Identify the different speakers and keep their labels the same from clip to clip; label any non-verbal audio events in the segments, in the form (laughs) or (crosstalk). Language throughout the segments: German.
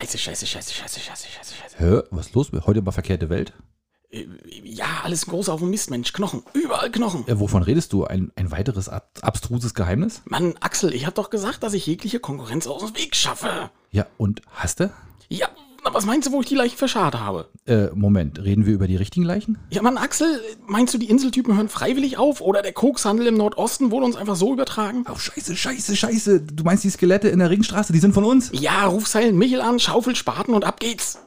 Speaker 1: Scheiße, scheiße, scheiße, scheiße, scheiße, scheiße, scheiße.
Speaker 2: Hä? Was ist los? Heute mal verkehrte Welt?
Speaker 1: Äh, Ja, alles groß auf dem Mist, Mensch. Knochen. Überall Knochen.
Speaker 2: Äh, wovon redest du? Ein, ein weiteres ab abstruses Geheimnis?
Speaker 1: Mann, Axel, ich hab doch gesagt, dass ich jegliche Konkurrenz aus dem Weg schaffe.
Speaker 2: Ja, und hast du?
Speaker 1: Ja, na, was meinst du, wo ich die Leichen verscharrt habe?
Speaker 2: Äh, Moment, reden wir über die richtigen Leichen?
Speaker 1: Ja, Mann, Axel, meinst du, die Inseltypen hören freiwillig auf? Oder der Kokshandel im Nordosten wurde uns einfach so übertragen?
Speaker 2: Oh, scheiße, scheiße, scheiße. Du meinst die Skelette in der Ringstraße, die sind von uns?
Speaker 1: Ja, ruf Silent Michel an, Schaufel, Spaten und ab geht's.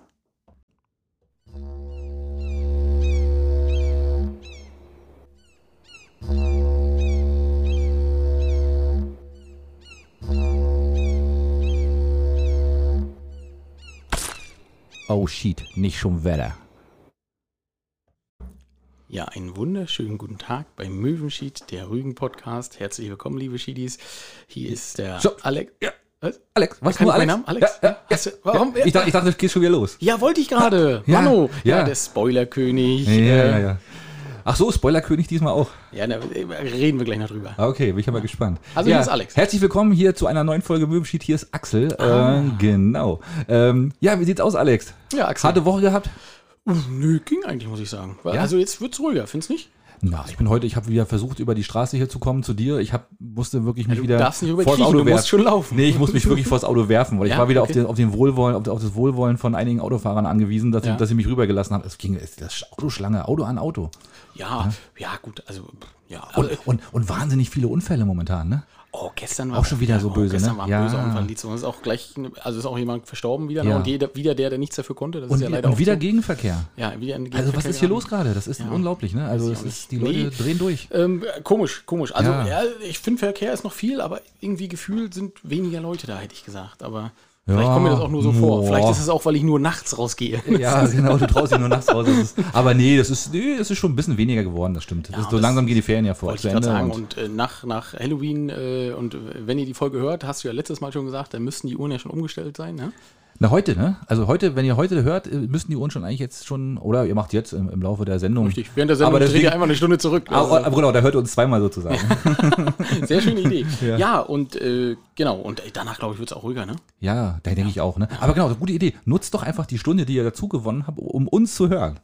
Speaker 2: Oh, shit, nicht schon Wetter.
Speaker 1: Ja, einen wunderschönen guten Tag beim Möwenschied, der Rügen-Podcast. Herzlich willkommen, liebe Schiedis. Hier ist der
Speaker 2: So.
Speaker 1: Alex. Ja. Was?
Speaker 2: Alex, was?
Speaker 1: Kann
Speaker 2: Nur
Speaker 1: ich meinen Namen?
Speaker 2: Alex?
Speaker 1: Alex?
Speaker 2: Ja, ja,
Speaker 1: Hast du, warum?
Speaker 2: ja. Ich, dachte, ich dachte, das geht schon wieder los.
Speaker 1: Ja, wollte ich gerade.
Speaker 2: Ja,
Speaker 1: Mano.
Speaker 2: ja.
Speaker 1: der Spoilerkönig.
Speaker 2: Ja,
Speaker 1: Äh,
Speaker 2: ja, ja. Ach so, Spoilerkönig diesmal auch.
Speaker 1: ja, na, reden wir gleich noch drüber.
Speaker 2: Ah, Okay, bin ich ja mal gespannt.
Speaker 1: Also,
Speaker 2: ja,
Speaker 1: hier ist Alex.
Speaker 2: Herzlich willkommen hier zu einer neuen Folge Möbelschied. Hier ist Axel. Ähm, genau. Ähm, ja, wie sieht's aus, Alex?
Speaker 1: Ja, Ah. Axel.
Speaker 2: Harte Woche gehabt?
Speaker 1: Uff, Nö, ging eigentlich, muss ich sagen. Weil,
Speaker 2: Ja?
Speaker 1: Also jetzt wird's ruhiger, findest du nicht?
Speaker 2: Na, ich bin heute, ich habe wieder versucht, über die Straße hier zu kommen, zu dir. Ich hab, musste wirklich mich
Speaker 1: du
Speaker 2: wieder
Speaker 1: darfst nicht
Speaker 2: vors
Speaker 1: überkriechen, du musst
Speaker 2: werfen.
Speaker 1: schon laufen.
Speaker 2: Nee, ich muss mich wirklich vors Auto werfen, weil ich
Speaker 1: Ja,
Speaker 2: war wieder auf,
Speaker 1: okay.
Speaker 2: den, auf, den Wohlwollen, auf, auf das Wohlwollen von einigen Autofahrern angewiesen, dass,
Speaker 1: Ja.
Speaker 2: sie, dass sie mich rübergelassen haben. Es ging, es- das Autoschlange, Auto an Auto.
Speaker 1: Ja, ja, gut, also pff, ja.
Speaker 2: Und,
Speaker 1: Also,
Speaker 2: und, und wahnsinnig viele Unfälle momentan, ne?
Speaker 1: oh, gestern war
Speaker 2: auch schon wieder so
Speaker 1: oh,
Speaker 2: böse,
Speaker 1: Gestern
Speaker 2: ne?
Speaker 1: war ein
Speaker 2: Ja.
Speaker 1: böser Unfall. Lietz. Und es ist auch gleich, also ist auch jemand verstorben wieder. ne?
Speaker 2: Ja.
Speaker 1: Und jeder, wieder der, der nichts dafür konnte. Das
Speaker 2: Und,
Speaker 1: ist ja
Speaker 2: wieder-
Speaker 1: leider
Speaker 2: und wieder
Speaker 1: auch so.
Speaker 2: Gegenverkehr.
Speaker 1: Ja, wieder ein
Speaker 2: Also was
Speaker 1: Gegenverkehr
Speaker 2: ist hier
Speaker 1: geraten.
Speaker 2: los gerade? Das ist unglaublich, ne? Also das ist, die
Speaker 1: Nee.
Speaker 2: Leute drehen
Speaker 1: (laughs)
Speaker 2: durch.
Speaker 1: Ähm, komisch, komisch. Also
Speaker 2: Ja.
Speaker 1: ja. ich finde Verkehr ist noch viel, aber irgendwie gefühlt sind weniger Leute da, hätte ich gesagt. Aber
Speaker 2: Ja.
Speaker 1: vielleicht kommt mir das auch nur so vor.
Speaker 2: Boah.
Speaker 1: Vielleicht ist es auch, weil ich nur nachts rausgehe. (laughs)
Speaker 2: Ja, genau, du traust dich nur nachts raus. Das ist, aber nee das, ist, nee, das ist schon ein bisschen weniger geworden, das stimmt. das, so
Speaker 1: das
Speaker 2: langsam gehen die Ferien ja vor.
Speaker 1: Wollte ich gerade sagen. Und, äh, nach, nach Halloween äh, und äh, wenn ihr die Folge hört, hast du ja letztes Mal schon gesagt, dann müssten die Uhren ja schon umgestellt sein. Ne?
Speaker 2: Na, heute, ne? Also heute, wenn ihr heute hört, äh, müssten die Uhren schon eigentlich jetzt schon, oder ihr macht jetzt im, im Laufe der Sendung.
Speaker 1: Richtig. Während der Sendung
Speaker 2: aber
Speaker 1: dreht
Speaker 2: deswegen,
Speaker 1: ihr einfach eine Stunde zurück. Also,
Speaker 2: aber, aber genau, da hört ihr uns zweimal sozusagen. ne?
Speaker 1: sehr schöne Idee.
Speaker 2: (laughs) Ja.
Speaker 1: ja. und äh, genau. Und äh, danach, glaube ich, wird es auch ruhiger. Ne?
Speaker 2: Ja, da denke ich auch, ne? Aber genau, gute Idee. Nutzt doch einfach die Stunde, die ihr dazu gewonnen habt, um uns zu hören.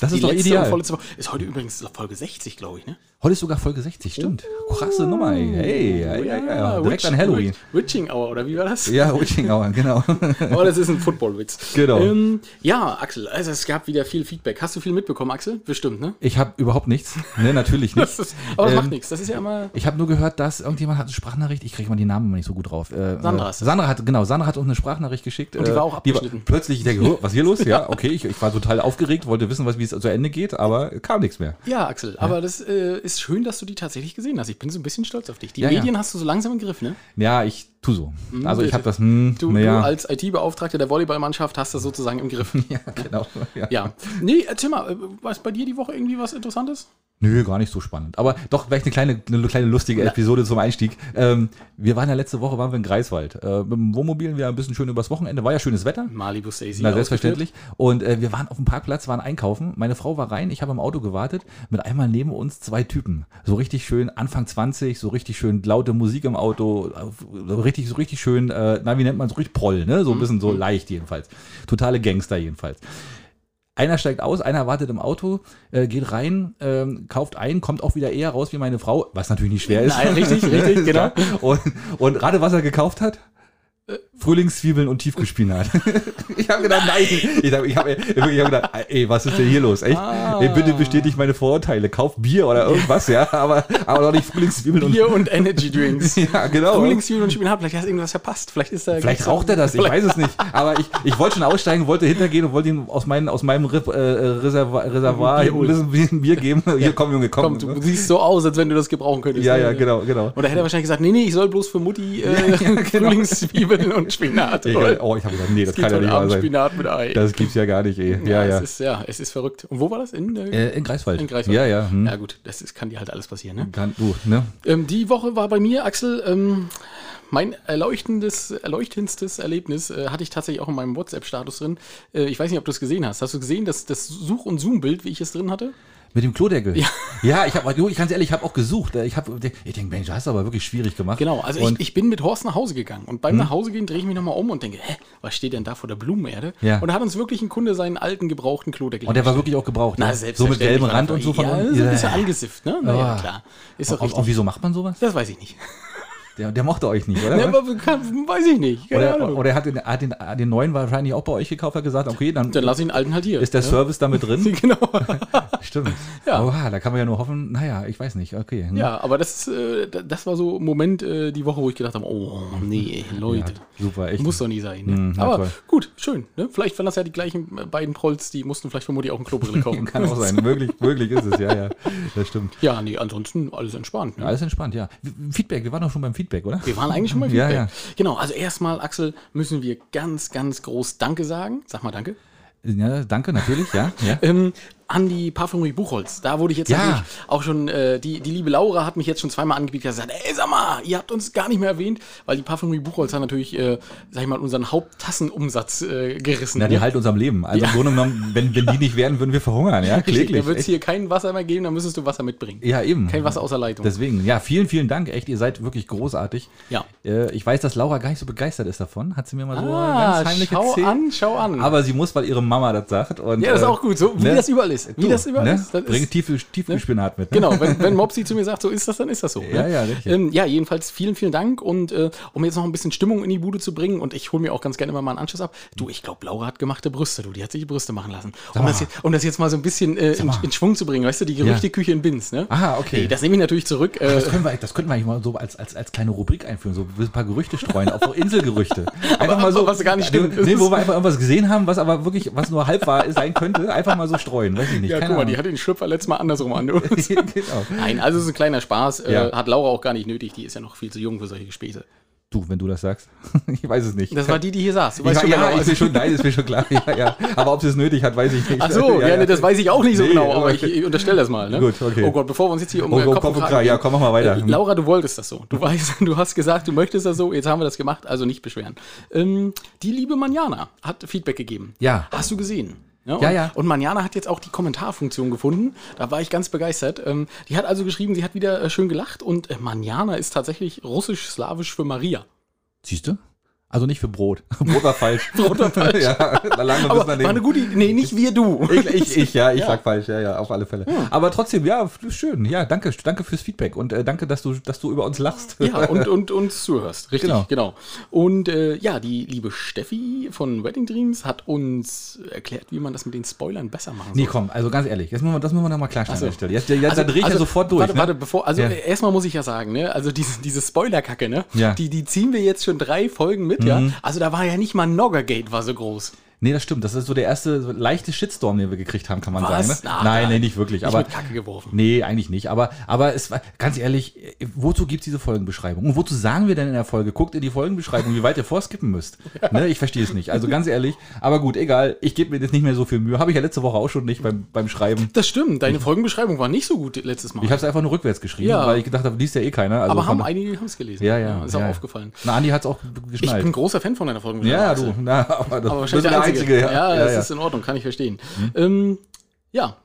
Speaker 2: Das ist doch ideal.
Speaker 1: und vorletzte Woche ist heute übrigens Folge 60, glaube ich. Ne?
Speaker 2: Heute ist sogar Folge 60, stimmt. Krasse Nummer, ey. Hey, ja, ja, ja. Direkt
Speaker 1: Oh. Witch-
Speaker 2: an Halloween.
Speaker 1: Witch- Witching Hour, oder wie war das?
Speaker 2: Ja, Witchingauer, genau. (laughs)
Speaker 1: Aber das ist ein Footballwitz.
Speaker 2: Genau.
Speaker 1: Ähm, ja, Axel, also es gab wieder viel Feedback. Hast du viel mitbekommen, Axel? Bestimmt, ne?
Speaker 2: Ich habe überhaupt nichts. Ne, natürlich nicht.
Speaker 1: Das ist, aber das
Speaker 2: Ähm,
Speaker 1: macht nichts. Das ist ja immer.
Speaker 2: Ich habe nur gehört, dass irgendjemand hat eine Sprachnachricht, ich kriege mal die Namen immer nicht so gut drauf. Äh,
Speaker 1: Sandra
Speaker 2: äh,
Speaker 1: ist das.
Speaker 2: Sandra hat, genau, Sandra hat uns eine Sprachnachricht geschickt. Und
Speaker 1: die war auch abgeschnitten.
Speaker 2: plötzlich, ich denke, oh, was ist hier
Speaker 1: (laughs)
Speaker 2: los? Ja, okay, ich, ich war total aufgeregt, wollte wissen, was, wie es zu Ende geht, aber kam nichts mehr.
Speaker 1: Ja, Axel, aber das äh, ist schön, dass du die tatsächlich gesehen hast. Ich bin so ein bisschen stolz auf dich. Die
Speaker 2: Ja, ja.
Speaker 1: Medien hast du so langsam im Griff, ne?
Speaker 2: Ja, ich tu so. Also ich habe das, hm,
Speaker 1: Du,
Speaker 2: na ja.
Speaker 1: du als IT-Beauftragter der Volleyballmannschaft hast das sozusagen im
Speaker 2: (laughs)
Speaker 1: Griff.
Speaker 2: ja, (laughs) genau. Ja.
Speaker 1: ja. Nee, erzähl mal, äh, was bei dir die Woche irgendwie was Interessantes?
Speaker 2: Nö, gar nicht so spannend. Aber doch vielleicht eine kleine, eine kleine lustige Episode zum Einstieg. Ähm, wir waren ja letzte Woche waren wir in Greifswald. Äh, mit dem Wohnmobil wieder ein bisschen schön übers Wochenende. War ja schönes Wetter.
Speaker 1: Malibu Stacy.
Speaker 2: Na, selbstverständlich. Und äh, wir waren auf dem Parkplatz, waren einkaufen. Meine Frau war rein, ich habe im Auto gewartet. Mit einmal neben uns zwei Typen. So richtig schön, Anfang 20, so richtig schön laute Musik im Auto. äh, So richtig, so richtig schön, äh, na, wie nennt man es? Richtig Proll, ne? So
Speaker 1: Mhm.
Speaker 2: ein bisschen so leicht jedenfalls. Totale Gangster jedenfalls. Einer steigt aus, einer wartet im Auto, äh, geht rein, ähm, kauft ein, kommt auch wieder eher raus wie meine Frau, was natürlich nicht schwer ist.
Speaker 1: Nein,
Speaker 2: (laughs)
Speaker 1: richtig, richtig, genau.
Speaker 2: Und, und gerade was er gekauft hat? Frühlingszwiebeln
Speaker 1: (laughs)
Speaker 2: und Tiefkühlspinat. ich habe gedacht, nein. Ich habe ich hab, ich hab gedacht, ey, was ist denn hier los? Echt?
Speaker 1: Ah.
Speaker 2: Ey, bitte bestätigt meine Vorurteile. Kauf Bier oder irgendwas, ja, aber, aber doch nicht Frühlingszwiebeln
Speaker 1: Bier und Energy Drinks.
Speaker 2: und. (laughs) Ja, genau.
Speaker 1: Frühlingsjubel und Spinat, vielleicht hast du irgendwas verpasst. Vielleicht ist da.
Speaker 2: Vielleicht raucht er das, ich weiß es nicht. Aber ich, ich wollte schon aussteigen, wollte hintergehen und wollte ihm aus, meinen, aus meinem Rip, äh, Reservoir, Reservoir
Speaker 1: Bier
Speaker 2: ein
Speaker 1: holen.
Speaker 2: bisschen, bisschen Bier geben. Hier, komm, Junge, komm.
Speaker 1: Komm, du siehst so aus, als wenn du das gebrauchen könntest.
Speaker 2: ja, ja, genau, genau.
Speaker 1: Und da hätte er wahrscheinlich gesagt, nee, nee, ich soll bloß für Mutti
Speaker 2: (laughs)
Speaker 1: äh, Frühlingszwiebeln und Spinat.
Speaker 2: Egal. Oh, genau. ich habe gedacht, nee, das
Speaker 1: Geht
Speaker 2: kann ja
Speaker 1: heute
Speaker 2: nicht wahr
Speaker 1: Abend
Speaker 2: sein.
Speaker 1: Spinat mit Ei.
Speaker 2: Das gibt's ja gar nicht, ey. Ja, ja.
Speaker 1: Es ist, ja, es ist verrückt. Und wo war das? In, äh,
Speaker 2: Äh, in Greifswald.
Speaker 1: in Greifswald?
Speaker 2: Ja, ja. Hm.
Speaker 1: Ja gut, das ist, kann dir halt alles passieren. Ne?
Speaker 2: Kann, du, ne?
Speaker 1: Ähm, die Woche war bei mir, Axel, ähm, mein erleuchtendes, erleuchtendstes Erlebnis äh, hatte ich tatsächlich auch in meinem WhatsApp-Status drin. Äh, ich weiß nicht, ob du es gesehen hast. Hast du gesehen, dass das Such- und Zoom-Bild, wie ich es drin hatte?
Speaker 2: Mit dem Klodeckel. Ja, ich habe, ich ganz ehrlich, ich habe auch gesucht. Ich habe, ich denke, Mensch, du hast aber wirklich schwierig gemacht.
Speaker 1: Genau, also
Speaker 2: und, Hm?
Speaker 1: ich, ich bin mit Horst nach Hause gegangen und beim Nachhausegehen drehe ich mich nochmal um und denke, hä, was steht denn da vor der Blumenerde?
Speaker 2: Ja.
Speaker 1: Und da hat uns wirklich ein Kunde seinen alten gebrauchten Klodeckel
Speaker 2: und der war wirklich auch gebraucht.
Speaker 1: Na,
Speaker 2: so mit
Speaker 1: selbstverständlich
Speaker 2: gelbem
Speaker 1: war
Speaker 2: Rand
Speaker 1: das-
Speaker 2: und so von
Speaker 1: ja,
Speaker 2: unten.
Speaker 1: so ein bisschen
Speaker 2: Ja.
Speaker 1: angesetzt, ne? Na, ja,
Speaker 2: Ah.
Speaker 1: klar. Ist doch
Speaker 2: Und,
Speaker 1: richtig.
Speaker 2: und wieso macht man sowas?
Speaker 1: Das weiß ich nicht. (laughs)
Speaker 2: Der, der mochte euch nicht, oder?
Speaker 1: Ja, aber kann, weiß ich nicht. Keine
Speaker 2: oder,
Speaker 1: Ahnung.
Speaker 2: oder er hat den, hat den, hat den neuen wahrscheinlich auch bei euch gekauft, hat gesagt, okay, dann,
Speaker 1: Dann lass ich den alten halt hier.
Speaker 2: ist
Speaker 1: (laughs)
Speaker 2: der
Speaker 1: ja?
Speaker 2: Service damit drin.
Speaker 1: Genau.
Speaker 2: Stimmt.
Speaker 1: Ja.
Speaker 2: Oha, da kann man ja nur hoffen, naja, ich weiß nicht, okay. hm.
Speaker 1: Ja, aber das, ist, äh, da- das war so ein Moment äh, die Woche, wo ich gedacht habe, oh nee,
Speaker 2: Ja,
Speaker 1: Leute.
Speaker 2: super, echt.
Speaker 1: Muss doch nie sein. Ne?
Speaker 2: Hm, na
Speaker 1: aber
Speaker 2: toll.
Speaker 1: gut, schön. Ne? Vielleicht waren das ja die gleichen äh, beiden Prolls, die mussten vielleicht vermutlich auch einen
Speaker 2: (laughs)
Speaker 1: Klobrille kaufen.
Speaker 2: (laughs) Kann auch sein, möglich, möglich ist es, ja, ja. Das stimmt.
Speaker 1: Ja, nee, ansonsten alles entspannt. Ne?
Speaker 2: Alles entspannt, ja. Feedback, wir waren doch schon beim Feedback, oder?
Speaker 1: Wir waren eigentlich schon mal
Speaker 2: Ja, ja.
Speaker 1: Genau, also erstmal, Axel, müssen wir ganz, ganz groß Danke sagen. Sag mal Danke.
Speaker 2: Ja, danke, natürlich, ja. ja.
Speaker 1: Ähm, an die Parfümerie Buchholz. Da wurde ich jetzt
Speaker 2: Ja.
Speaker 1: natürlich auch schon, äh, die, die liebe Laura hat mich jetzt schon zweimal angebietet, hat gesagt, ey, sag mal, ihr habt uns gar nicht mehr erwähnt, weil die Parfümerie Buchholz hat natürlich, äh, sag ich mal, unseren Haupttassenumsatz äh, gerissen.
Speaker 2: Na, die
Speaker 1: ne?
Speaker 2: halten uns am Leben. Also im Grunde genommen, wenn, wenn die nicht wären, würden wir verhungern,
Speaker 1: (laughs)
Speaker 2: ja,
Speaker 1: Richtig,
Speaker 2: kläglich.
Speaker 1: Da wird es
Speaker 2: echt.
Speaker 1: hier kein Wasser mehr geben, da müsstest du Wasser mitbringen.
Speaker 2: Ja, eben.
Speaker 1: Kein Wasser außer Leitung.
Speaker 2: Deswegen, ja, vielen, vielen Dank. Echt, ihr seid wirklich großartig.
Speaker 1: Ja.
Speaker 2: Äh, ich weiß, dass Laura gar nicht so begeistert ist davon. Hat sie mir mal so ganz heimlich
Speaker 1: Ah, schau
Speaker 2: erzählt.
Speaker 1: an, schau an.
Speaker 2: Aber sie muss, weil ihre Mama das sagt. Und,
Speaker 1: ja, das ist auch gut, so wie
Speaker 2: ne?
Speaker 1: das überall ist. Wie
Speaker 2: Du,
Speaker 1: das überall
Speaker 2: ne?
Speaker 1: ist. das
Speaker 2: Bringt
Speaker 1: ist
Speaker 2: tiefe, Tiefenspinat mit. ne?
Speaker 1: Genau, wenn, wenn Mopsi zu mir sagt, so ist das, dann ist das so.
Speaker 2: Ja, ja, richtig.
Speaker 1: Ähm, ja, jedenfalls vielen, vielen Dank. Und äh, um jetzt noch ein bisschen Stimmung in die Bude zu bringen, und ich hole mir auch ganz gerne immer mal einen Anschluss ab. Du, ich glaube, Laura hat gemachte Brüste, du, die hat sich die Brüste machen lassen. Um
Speaker 2: mal.
Speaker 1: das, jetzt, um das jetzt mal so ein bisschen äh, in,
Speaker 2: mal.
Speaker 1: in Schwung zu bringen, weißt du, die Gerüchteküche in Binz, ne?
Speaker 2: Ah, okay.
Speaker 1: Nee, das nehme ich natürlich zurück. Äh,
Speaker 2: Das können, wir, das könnten wir eigentlich mal so als, als, als kleine Rubrik einführen, so ein paar Gerüchte streuen,
Speaker 1: (laughs)
Speaker 2: auch so Inselgerüchte. Einfach mal so,
Speaker 1: was gar nicht stimmt.
Speaker 2: Nee, wo wir einfach irgendwas gesehen haben, was aber wirklich, was nur halb wahr sein könnte, einfach mal so streuen, weiß ich nicht.
Speaker 1: ja,
Speaker 2: keine
Speaker 1: guck mal, die
Speaker 2: Ahnung.
Speaker 1: hatte den Schlüpfer letztes Mal andersrum an. (laughs) du.
Speaker 2: genau.
Speaker 1: Nein, also es ist ein kleiner Spaß. Äh,
Speaker 2: Ja.
Speaker 1: hat Laura auch gar nicht nötig, die ist ja noch viel zu jung für solche Späße.
Speaker 2: Du, wenn du das sagst, (laughs) ich weiß es nicht.
Speaker 1: Das war die, die hier saß. Du
Speaker 2: ich,
Speaker 1: schon, genau, also wer
Speaker 2: ja,
Speaker 1: Laura
Speaker 2: ist mir schon, nein, ist mir schon klar. Ja, ja. Aber ob sie es nötig hat, weiß ich nicht.
Speaker 1: (laughs) Ach
Speaker 2: (laughs)
Speaker 1: so, (laughs) ja, Nee, das weiß ich auch nicht so
Speaker 2: Nee,
Speaker 1: genau, aber
Speaker 2: aber-
Speaker 1: ich, (laughs) ich unterstelle das mal. Ne?
Speaker 2: Gut, okay.
Speaker 1: Oh Gott, bevor wir uns jetzt hier um
Speaker 2: Oh,
Speaker 1: äh,
Speaker 2: Kopf, Kopf und
Speaker 1: Kragen
Speaker 2: Kragen. Ja,
Speaker 1: reden.
Speaker 2: komm, mach mal weiter.
Speaker 1: Äh, Laura, du wolltest das so. Du weißt, (laughs) du hast gesagt, du möchtest das so. Jetzt haben wir das gemacht, also nicht beschweren. Ähm, die liebe Manjana hat Feedback gegeben.
Speaker 2: Ja.
Speaker 1: Hast du gesehen? und,
Speaker 2: Ja, ja.
Speaker 1: Und Manjana hat jetzt auch die Kommentarfunktion gefunden. Da war ich ganz begeistert. Ähm, die hat also geschrieben, sie hat wieder äh, schön gelacht und äh, Manjana ist tatsächlich russisch-slawisch für Maria.
Speaker 2: Siehst du? Also nicht für Brot. (laughs) Brot
Speaker 1: (laughs)
Speaker 2: war falsch. Brot war falsch. (laughs) ja, lange
Speaker 1: Aber war
Speaker 2: müssen wir
Speaker 1: eine
Speaker 2: nehmen.
Speaker 1: gute Idee. Nee, nicht wir, du.
Speaker 2: (laughs) Ich, ich, ich, ja, ich sag falsch, ja, ja, auf alle Fälle.
Speaker 1: Hm.
Speaker 2: Aber trotzdem, ja, schön. Ja, danke, danke fürs Feedback und äh, danke, dass du, dass du über uns lachst.
Speaker 1: (laughs) Ja, und, und uns zuhörst. Richtig, genau.
Speaker 2: Genau.
Speaker 1: Und äh, ja, die liebe Steffi von Wedding Dreams hat uns erklärt, wie man das mit den Spoilern besser machen
Speaker 2: Nee,
Speaker 1: soll.
Speaker 2: komm, also ganz ehrlich, jetzt müssen wir, das müssen wir nochmal klarstellen
Speaker 1: so.
Speaker 2: an der Stelle. Jetzt, jetzt dann dreh ich ja sofort durch.
Speaker 1: Also, Warte, warte,
Speaker 2: ne?
Speaker 1: bevor, also
Speaker 2: Ja.
Speaker 1: äh, erstmal muss ich ja sagen, ne, also diese, diese Spoilerkacke, ne,
Speaker 2: Ja. Mhm.
Speaker 1: die, die ziehen wir jetzt schon drei Folgen mit, ja. Also da war ja nicht mal Noggergate war so groß.
Speaker 2: Nee, das stimmt. Das ist so der erste so leichte Shitstorm, den wir gekriegt haben, kann man
Speaker 1: Was?
Speaker 2: sagen. Ne?
Speaker 1: Ah,
Speaker 2: nein, nee, nicht wirklich. aber
Speaker 1: mit Kacke geworfen.
Speaker 2: Nee, eigentlich nicht. Aber, aber es war, ganz ehrlich, äh, wozu gibt's diese Folgenbeschreibung? Und wozu sagen wir denn in der Folge? Guckt in die Folgenbeschreibung, wie weit ihr
Speaker 1: (laughs)
Speaker 2: vorskippen müsst. Ne, ich verstehe es nicht. Also ganz ehrlich, aber gut, egal. Ich gebe mir jetzt nicht mehr so viel Mühe. Habe ich ja letzte Woche auch schon nicht beim, beim Schreiben.
Speaker 1: Das stimmt, deine Folgenbeschreibung war nicht so gut letztes Mal.
Speaker 2: Mhm. Ich habe es einfach nur rückwärts geschrieben,
Speaker 1: Ja.
Speaker 2: weil ich gedacht habe, liest ja eh keiner. Also
Speaker 1: aber
Speaker 2: von
Speaker 1: haben
Speaker 2: da-
Speaker 1: einige haben es gelesen.
Speaker 2: ja, ja,
Speaker 1: Ist
Speaker 2: ja,
Speaker 1: auch
Speaker 2: ja.
Speaker 1: aufgefallen.
Speaker 2: Na, Andi hat's auch
Speaker 1: Ich
Speaker 2: geschnallt.
Speaker 1: bin großer Fan von deiner Folgenbeschreibung.
Speaker 2: ja,
Speaker 1: Axel.
Speaker 2: du. Na, aber das
Speaker 1: Aber
Speaker 2: bist
Speaker 1: wahrscheinlich der Oh, Einzige. Ja, das
Speaker 2: ja. Mhm.
Speaker 1: ist in Ordnung, kann ich verstehen. Ähm, ja.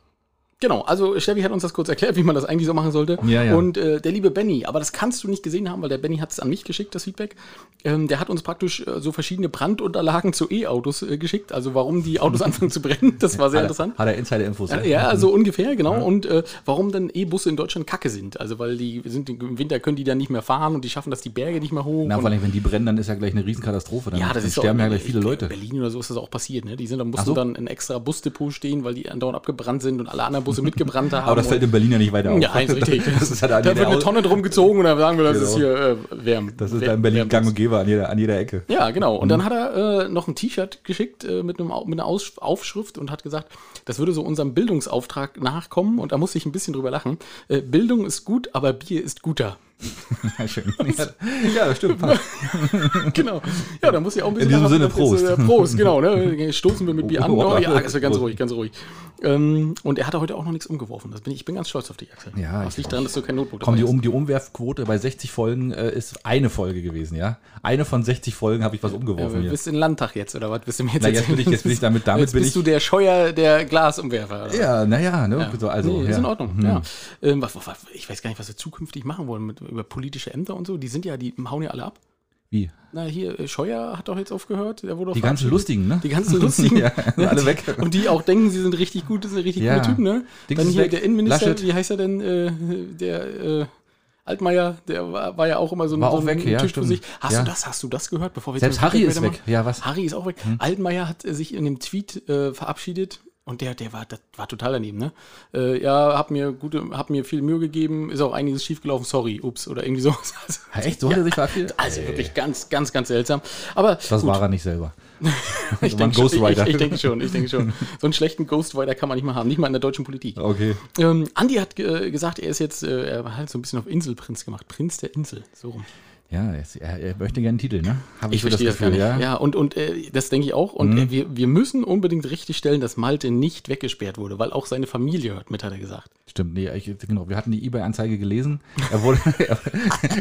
Speaker 1: Genau, also Steffi hat uns das kurz erklärt, wie man das eigentlich so machen sollte.
Speaker 2: Ja, ja.
Speaker 1: Und äh, der liebe Benny, aber das kannst du nicht gesehen haben, weil der Benny hat es an mich geschickt, das Feedback. Ähm, der hat uns praktisch äh, so verschiedene Brandunterlagen zu E-Autos äh, geschickt, also warum die Autos anfangen zu brennen, das war sehr
Speaker 2: Hat er-
Speaker 1: interessant.
Speaker 2: Hat er Insider-Infos. ne?
Speaker 1: Ja, so ungefähr, genau. Und äh, warum denn E-Busse in Deutschland kacke sind. Also weil die sind im Winter können die dann nicht mehr fahren und die schaffen das die Berge nicht mehr hoch.
Speaker 2: Na,
Speaker 1: und
Speaker 2: vor allem, wenn die brennen, dann ist ja gleich eine Riesenkatastrophe. Dann,
Speaker 1: Ja, das
Speaker 2: dann
Speaker 1: ist
Speaker 2: sterben
Speaker 1: auch,
Speaker 2: ja gleich viele
Speaker 1: in
Speaker 2: Leute.
Speaker 1: Berlin oder so ist das auch passiert, ne? Die sind dann mussten
Speaker 2: so.
Speaker 1: dann in extra Busdepot stehen, weil die andauernd abgebrannt sind und alle anderen Busse mitgebrannt (laughs) haben.
Speaker 2: Aber das fällt in Berlin ja nicht weiter auf.
Speaker 1: ja, nein, ist richtig.
Speaker 2: (laughs) Das ist, halt
Speaker 1: da
Speaker 2: an
Speaker 1: wird
Speaker 2: jeder,
Speaker 1: eine
Speaker 2: Au-
Speaker 1: Tonne drum gezogen und dann sagen wir, das ist
Speaker 2: Genau.
Speaker 1: hier äh, Wärm.
Speaker 2: das ist
Speaker 1: Wär-
Speaker 2: da in Berlin
Speaker 1: Wärm-
Speaker 2: Mhm. gang und gäbe an jeder, an jeder Ecke. (laughs)
Speaker 1: Ja, genau. Und dann hat er äh, noch ein T-Shirt geschickt äh, mit, einem, Au- mit einer Aus Aufschrift und hat gesagt, das würde so unserem Bildungsauftrag nachkommen und da musste ich ein bisschen drüber lachen. Äh, Bildung ist gut, aber Bier ist guter. (laughs)
Speaker 2: Schön. Ja, ja stimmt. Passt.
Speaker 1: genau. Ja, da muss ich auch ein bisschen.
Speaker 2: In diesem
Speaker 1: lachen,
Speaker 2: Sinne,
Speaker 1: das ist, äh,
Speaker 2: Prost.
Speaker 1: Prost, genau. Ne? Stoßen wir mit Bier an.
Speaker 2: Oh, oh,
Speaker 1: Oh,
Speaker 2: oh,
Speaker 1: ja, also ganz
Speaker 2: Prost.
Speaker 1: ruhig, ganz ruhig. Ähm, und er hatte heute auch noch nichts umgeworfen. Das bin ich, ich bin ganz stolz auf dich, Axel.
Speaker 2: Ja,
Speaker 1: Das
Speaker 2: ich
Speaker 1: liegt
Speaker 2: auch.
Speaker 1: daran, dass du kein Notebook
Speaker 2: Komm, die,
Speaker 1: hast.
Speaker 2: um, die Umwerfquote bei 60 Folgen äh, ist eine Folge gewesen, ja? Eine von 60 Folgen habe ich was umgeworfen
Speaker 1: Du
Speaker 2: hier.
Speaker 1: bist in Landtag jetzt, oder was? Bist du mir jetzt
Speaker 2: Na, jetzt bin ich- jetzt bin ich damit- damit
Speaker 1: jetzt
Speaker 2: bin
Speaker 1: bist
Speaker 2: ich-
Speaker 1: du der Scheuer der Glasumwerfer. Oder?
Speaker 2: Ja, naja, ne?
Speaker 1: Ja.
Speaker 2: So, also,
Speaker 1: nee,
Speaker 2: ja.
Speaker 1: ist in Ordnung. Ja. Ähm, was, was, ich weiß gar nicht, was wir zukünftig machen wollen mit, über politische Ämter und so. Die sind ja, die hauen ja alle ab.
Speaker 2: Wie?
Speaker 1: Na hier, äh, Scheuer hat doch jetzt aufgehört. Der wurde
Speaker 2: Die
Speaker 1: doch
Speaker 2: ganzen lustigen, ne?
Speaker 1: Die ganzen lustigen. (laughs)
Speaker 2: (laughs) Ja, alle
Speaker 1: die-
Speaker 2: weg.
Speaker 1: Und die auch denken, sie sind richtig gut, das sind richtig
Speaker 2: Ja.
Speaker 1: gute Typen, ne?
Speaker 2: Dings
Speaker 1: Dann
Speaker 2: ist
Speaker 1: hier
Speaker 2: weg.
Speaker 1: der Innenminister,
Speaker 2: Laschet.
Speaker 1: wie heißt er denn? Äh, der äh, Altmaier, der war, war ja auch immer so ein,
Speaker 2: War
Speaker 1: so
Speaker 2: auch
Speaker 1: ein
Speaker 2: weg, ja,
Speaker 1: Typ für
Speaker 2: stimmt.
Speaker 1: sich. Hast
Speaker 2: Ja.
Speaker 1: du das, hast du das gehört? Bevor wir jetzt
Speaker 2: Selbst
Speaker 1: mit
Speaker 2: Harry
Speaker 1: Feedback
Speaker 2: ist weg.
Speaker 1: weitermachen?
Speaker 2: Ja, was? Hm.
Speaker 1: Harry ist auch weg. Altmaier hat äh, sich in dem Tweet äh, verabschiedet. Und der, der war, das war total daneben, ne? Äh, ja, hab mir gute, hab mir viel Mühe gegeben, ist auch einiges schiefgelaufen, sorry, ups, oder irgendwie (laughs) sowas. Also,
Speaker 2: Echt? So hat er sich verabschiedet?
Speaker 1: also wirklich ganz, ganz, ganz seltsam. Aber
Speaker 2: Das war er nicht selber.
Speaker 1: (laughs) ich denke
Speaker 2: war ein
Speaker 1: schon, ich,
Speaker 2: Ghostwriter.
Speaker 1: ich denke schon, ich denke (laughs) schon. So einen schlechten Ghostwriter kann man nicht mal haben, nicht mal in der deutschen Politik.
Speaker 2: Okay.
Speaker 1: Ähm, Andi hat äh, gesagt, er ist jetzt, äh, er hat so ein bisschen auf Inselprinz gemacht. Prinz der Insel, so rum.
Speaker 2: Ja, jetzt, er, er möchte gerne einen Titel, ne? Habe
Speaker 1: Ich verstehe das, gar nicht. Ja, und, und äh, das denke ich auch. Und äh, wir, wir müssen unbedingt richtigstellen, dass Malte nicht weggesperrt wurde, weil auch seine Familie hört mit, hat er (laughs) gesagt.
Speaker 2: Stimmt, nee, ich, genau. Wir hatten die Ebay-Anzeige gelesen. Er wurde, (laughs)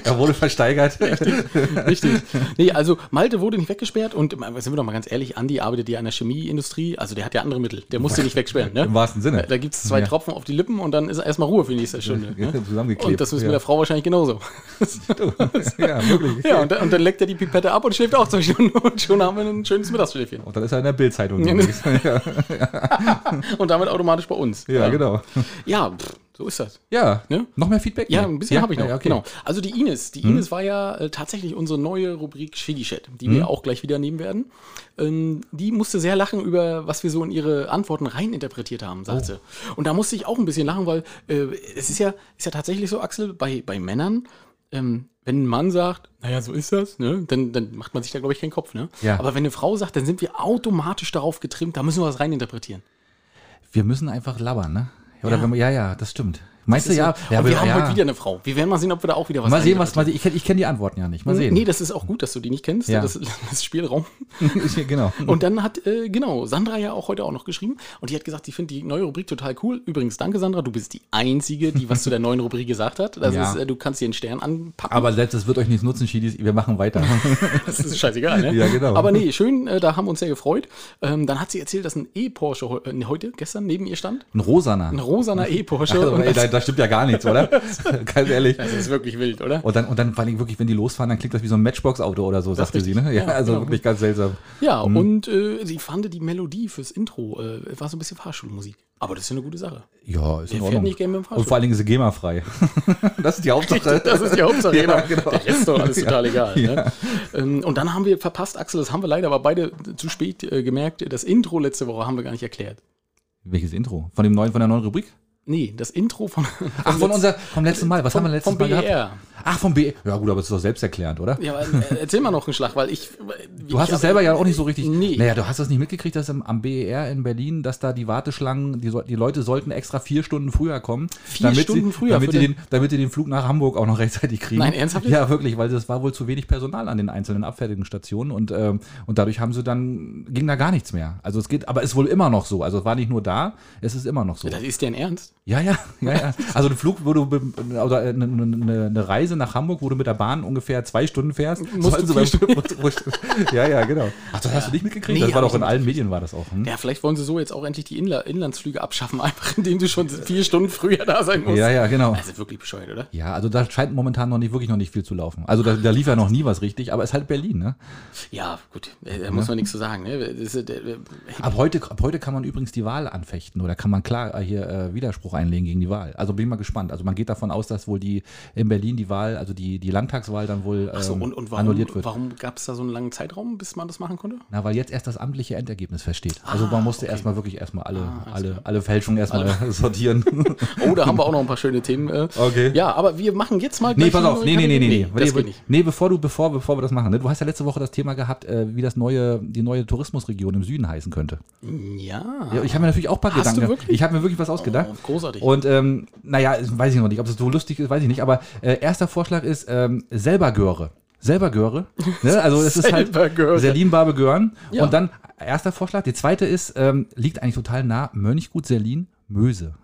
Speaker 2: er, wurde versteigert. (laughs)
Speaker 1: Richtig. Nee, also Malte wurde nicht weggesperrt und äh, sind wir doch mal ganz ehrlich, Andi arbeitet ja in der Chemieindustrie, also der hat ja andere Mittel. Der (laughs) musste nicht wegsperren, ne?
Speaker 2: Im wahrsten Sinne.
Speaker 1: Da gibt es zwei
Speaker 2: Ja.
Speaker 1: Tropfen auf die Lippen und dann ist erstmal Ruhe für die nächste Stunde.
Speaker 2: Ja,
Speaker 1: Ne?
Speaker 2: zusammengeklebt,
Speaker 1: Und das ist
Speaker 2: ja.
Speaker 1: mit der Frau wahrscheinlich genauso.
Speaker 2: (laughs) ja, wirklich.
Speaker 1: (laughs) ja, und, dann- und dann leckt er die Pipette ab und schläft auch zwei (laughs) Stunden und schon haben wir ein schönes Mittagsschläfchen.
Speaker 2: Und dann ist er in der Bild-Zeitung.
Speaker 1: Ja,
Speaker 2: unterwegs.
Speaker 1: (laughs) Und damit automatisch bei uns.
Speaker 2: ja, genau.
Speaker 1: Ja, pff, so ist das.
Speaker 2: Ja,
Speaker 1: Ne?
Speaker 2: noch mehr Feedback?
Speaker 1: Ja, ein bisschen habe ich noch.
Speaker 2: ja, Hm?
Speaker 1: Genau. Also die Ines, die Ines war ja äh, tatsächlich unsere neue Rubrik Shiggy Chat, die
Speaker 2: Hm?
Speaker 1: wir auch gleich wieder nehmen werden. Ähm, die musste sehr lachen über, was wir so in ihre Antworten reininterpretiert haben,
Speaker 2: Oh.
Speaker 1: sagt sie. Und da musste ich auch ein bisschen lachen, weil äh, es ist ja, ist ja tatsächlich so, Axel, bei, bei Männern, ähm, wenn ein Mann sagt, naja, so ist das, ne? dann, dann macht man sich da, glaube ich, keinen Kopf. Ne?
Speaker 2: Ja.
Speaker 1: Aber wenn eine Frau sagt, dann sind wir automatisch darauf getrimmt, da müssen wir was reininterpretieren.
Speaker 2: Wir müssen einfach labern, ne? Oder ja, wenn man, ja, ja, das stimmt. Meinst du, ja?
Speaker 1: Und
Speaker 2: ja,
Speaker 1: wir haben
Speaker 2: ja.
Speaker 1: heute wieder eine Frau. Wir werden mal sehen, ob wir da auch wieder was
Speaker 2: Mal sehen, was,
Speaker 1: reininterpretieren.
Speaker 2: mal sehen. Ich kenne ich kenn die Antworten ja nicht. Mal sehen.
Speaker 1: Nee, das ist auch gut, dass du die nicht kennst.
Speaker 2: Ja.
Speaker 1: Das, das ist (laughs) Spielraum.
Speaker 2: (laughs)
Speaker 1: (laughs)
Speaker 2: genau.
Speaker 1: Und dann hat, äh, genau, Sandra ja auch heute auch noch geschrieben. Und die hat gesagt, die findet die neue Rubrik total cool. Übrigens, danke Sandra, du bist die Einzige, die was zu der neuen Rubrik gesagt hat. Das
Speaker 2: Ja.
Speaker 1: ist, äh, du kannst dir einen Stern anpacken.
Speaker 2: Aber selbst das wird euch nichts nutzen, Schiedis. Wir machen
Speaker 1: (laughs)
Speaker 2: weiter.
Speaker 1: Das ist scheißegal, ne?
Speaker 2: (laughs) Ja, genau.
Speaker 1: Aber nee, schön, äh, da haben wir uns sehr gefreut. Ähm, dann hat sie erzählt, dass ein E-Porsche heu- äh, heute, gestern neben ihr stand.
Speaker 2: Ein rosaner.
Speaker 1: Ein
Speaker 2: (laughs)
Speaker 1: rosaner E-Porsche.
Speaker 2: also,
Speaker 1: Und
Speaker 2: ey, da,
Speaker 1: das,
Speaker 2: da stimmt ja gar nichts, oder? (laughs) Ganz ehrlich.
Speaker 1: das ist wirklich wild, oder?
Speaker 2: Und dann, und dann vor allem wirklich, wenn die losfahren, dann klingt das wie so ein Matchbox-Auto oder so, sagte sie.
Speaker 1: richtig.
Speaker 2: Ne? Ja,
Speaker 1: Ja,
Speaker 2: also
Speaker 1: genau.
Speaker 2: wirklich ganz seltsam.
Speaker 1: Ja,
Speaker 2: Mhm.
Speaker 1: und äh, sie fand die Melodie fürs Intro, äh, war so ein bisschen Fahrschulmusik. Aber das ist ja eine gute Sache.
Speaker 2: Ja, ist in
Speaker 1: fährt
Speaker 2: Ordnung.
Speaker 1: nicht gerne mit dem Fahrstuhl.
Speaker 2: und vor allen Dingen ist sie GEMA-frei. (laughs) das ist die Hauptsache.
Speaker 1: Das ist die Hauptsache,
Speaker 2: (laughs) Ja,
Speaker 1: genau.
Speaker 2: genau.
Speaker 1: Der Rest ist doch alles total egal. Ne? Ähm, Und dann haben wir verpasst, Axel, das haben wir leider aber beide zu spät äh, gemerkt. Das Intro letzte Woche haben wir gar nicht erklärt.
Speaker 2: Welches Intro? Von dem neuen, von der neuen Rubrik?
Speaker 1: Nee, das Intro von,
Speaker 2: Ach, von unser, vom letzten Mal. Was haben wir letztes
Speaker 1: vom
Speaker 2: Mal
Speaker 1: BER.
Speaker 2: gehabt? Ach, vom BR. Ja gut, aber es ist doch selbsterklärend, oder?
Speaker 1: Ja, aber, äh, erzähl mal noch einen Schlag, weil ich.
Speaker 2: Du hast es selber ja auch nicht so richtig.
Speaker 1: Nee.
Speaker 2: Naja, du hast das nicht mitgekriegt, dass im, am BER in Berlin, dass da die Warteschlangen, die, soll- die Leute sollten extra vier Stunden früher kommen.
Speaker 1: Vier Stunden
Speaker 2: sie,
Speaker 1: früher
Speaker 2: Damit
Speaker 1: für
Speaker 2: sie,
Speaker 1: den-
Speaker 2: den, damit sie den Flug nach Hamburg auch noch (laughs) rechtzeitig kriegen.
Speaker 1: Nein, ernsthaft jetzt?
Speaker 2: Ja, wirklich, weil das war wohl zu wenig Personal an den einzelnen Abfertigungsstationen und, ähm, und dadurch haben sie dann, ging da gar nichts mehr. Also es geht, aber ist wohl immer noch so. Also es war nicht nur da, es ist immer noch so.
Speaker 1: Das ist dein Ernst?
Speaker 2: Ja, ja, ja, ja. Also ein Flug, wo du be- oder äh, ne, eine, eine, eine Reise nach Hamburg, wo du mit der Bahn ungefähr zwei Stunden fährst,
Speaker 1: Musst
Speaker 2: sollst
Speaker 1: du vier
Speaker 2: beim- musst- (laughs) ja, ja, genau. Ach, das hast du nicht mitgekriegt?
Speaker 1: Nee,
Speaker 2: das war
Speaker 1: hab ich
Speaker 2: doch in
Speaker 1: nicht
Speaker 2: allen Medien war das auch. Hm?
Speaker 1: Ja, vielleicht wollen sie so jetzt auch endlich die Inla Inlandsflüge abschaffen, (laughs) einfach indem du schon vier Stunden früher da sein musst.
Speaker 2: Ja, ja, genau.
Speaker 1: Das ist wirklich bescheuert, oder?
Speaker 2: Ja, also da scheint momentan noch nicht wirklich noch nicht viel zu laufen. Also da, da lief ja noch nie was richtig, aber es ist halt Berlin, ne?
Speaker 1: Ja, gut, äh, da muss man nichts zu sagen. Ne? Das ist, äh,
Speaker 2: Ab heute, ab heute kann man übrigens die Wahl anfechten oder kann man klar äh, hier äh, Widerspruch einlegen gegen die Wahl. Also bin ich mal gespannt. Also man geht davon aus, dass wohl die in Berlin die Wahl, also die, die Landtagswahl dann wohl
Speaker 1: Ach so,
Speaker 2: ähm,
Speaker 1: und, und warum,
Speaker 2: annulliert wird.
Speaker 1: warum gab es da so einen langen Zeitraum, bis man das machen konnte?
Speaker 2: Na, weil jetzt erst das amtliche Endergebnis versteht. Also
Speaker 1: Ah,
Speaker 2: man musste erstmal wirklich erstmal alle, alle, alle Fälschungen erstmal (laughs)
Speaker 1: (laughs)
Speaker 2: sortieren.
Speaker 1: Oh, da haben wir auch noch ein paar schöne Themen. äh.
Speaker 2: Okay.
Speaker 1: Ja, aber wir machen jetzt mal.
Speaker 2: nee,
Speaker 1: gleich
Speaker 2: pass
Speaker 1: eine
Speaker 2: auf.
Speaker 1: neue
Speaker 2: Nee, nee, nee, nee,
Speaker 1: Kategorie.
Speaker 2: nee.
Speaker 1: Das
Speaker 2: nee,
Speaker 1: geht nicht.
Speaker 2: nee, bevor du, bevor, bevor wir das machen. ne? Du hast ja letzte Woche das Thema gehabt, äh, wie das neue, die neue Tourismusregion im Süden heißen könnte.
Speaker 1: Ja.
Speaker 2: Ja, ich habe mir natürlich auch ein paar
Speaker 1: Ah. Hast du
Speaker 2: Gedanken.
Speaker 1: wirklich?
Speaker 2: Ich habe mir wirklich was ausgedacht.
Speaker 1: Oh, großartig. großartig.
Speaker 2: Und ähm, naja, weiß ich noch nicht, ob es so lustig ist, weiß ich nicht. Aber äh, erster Vorschlag ist ähm, selber Göre. Selber Göre.
Speaker 1: (laughs)
Speaker 2: Ne? Also es ist halt
Speaker 1: Selber Göre.
Speaker 2: Serlin Barbe Gören.
Speaker 1: Ja.
Speaker 2: Und dann erster Vorschlag. Die zweite ist, ähm, liegt eigentlich total nah, Mönchgut Serlin Möse.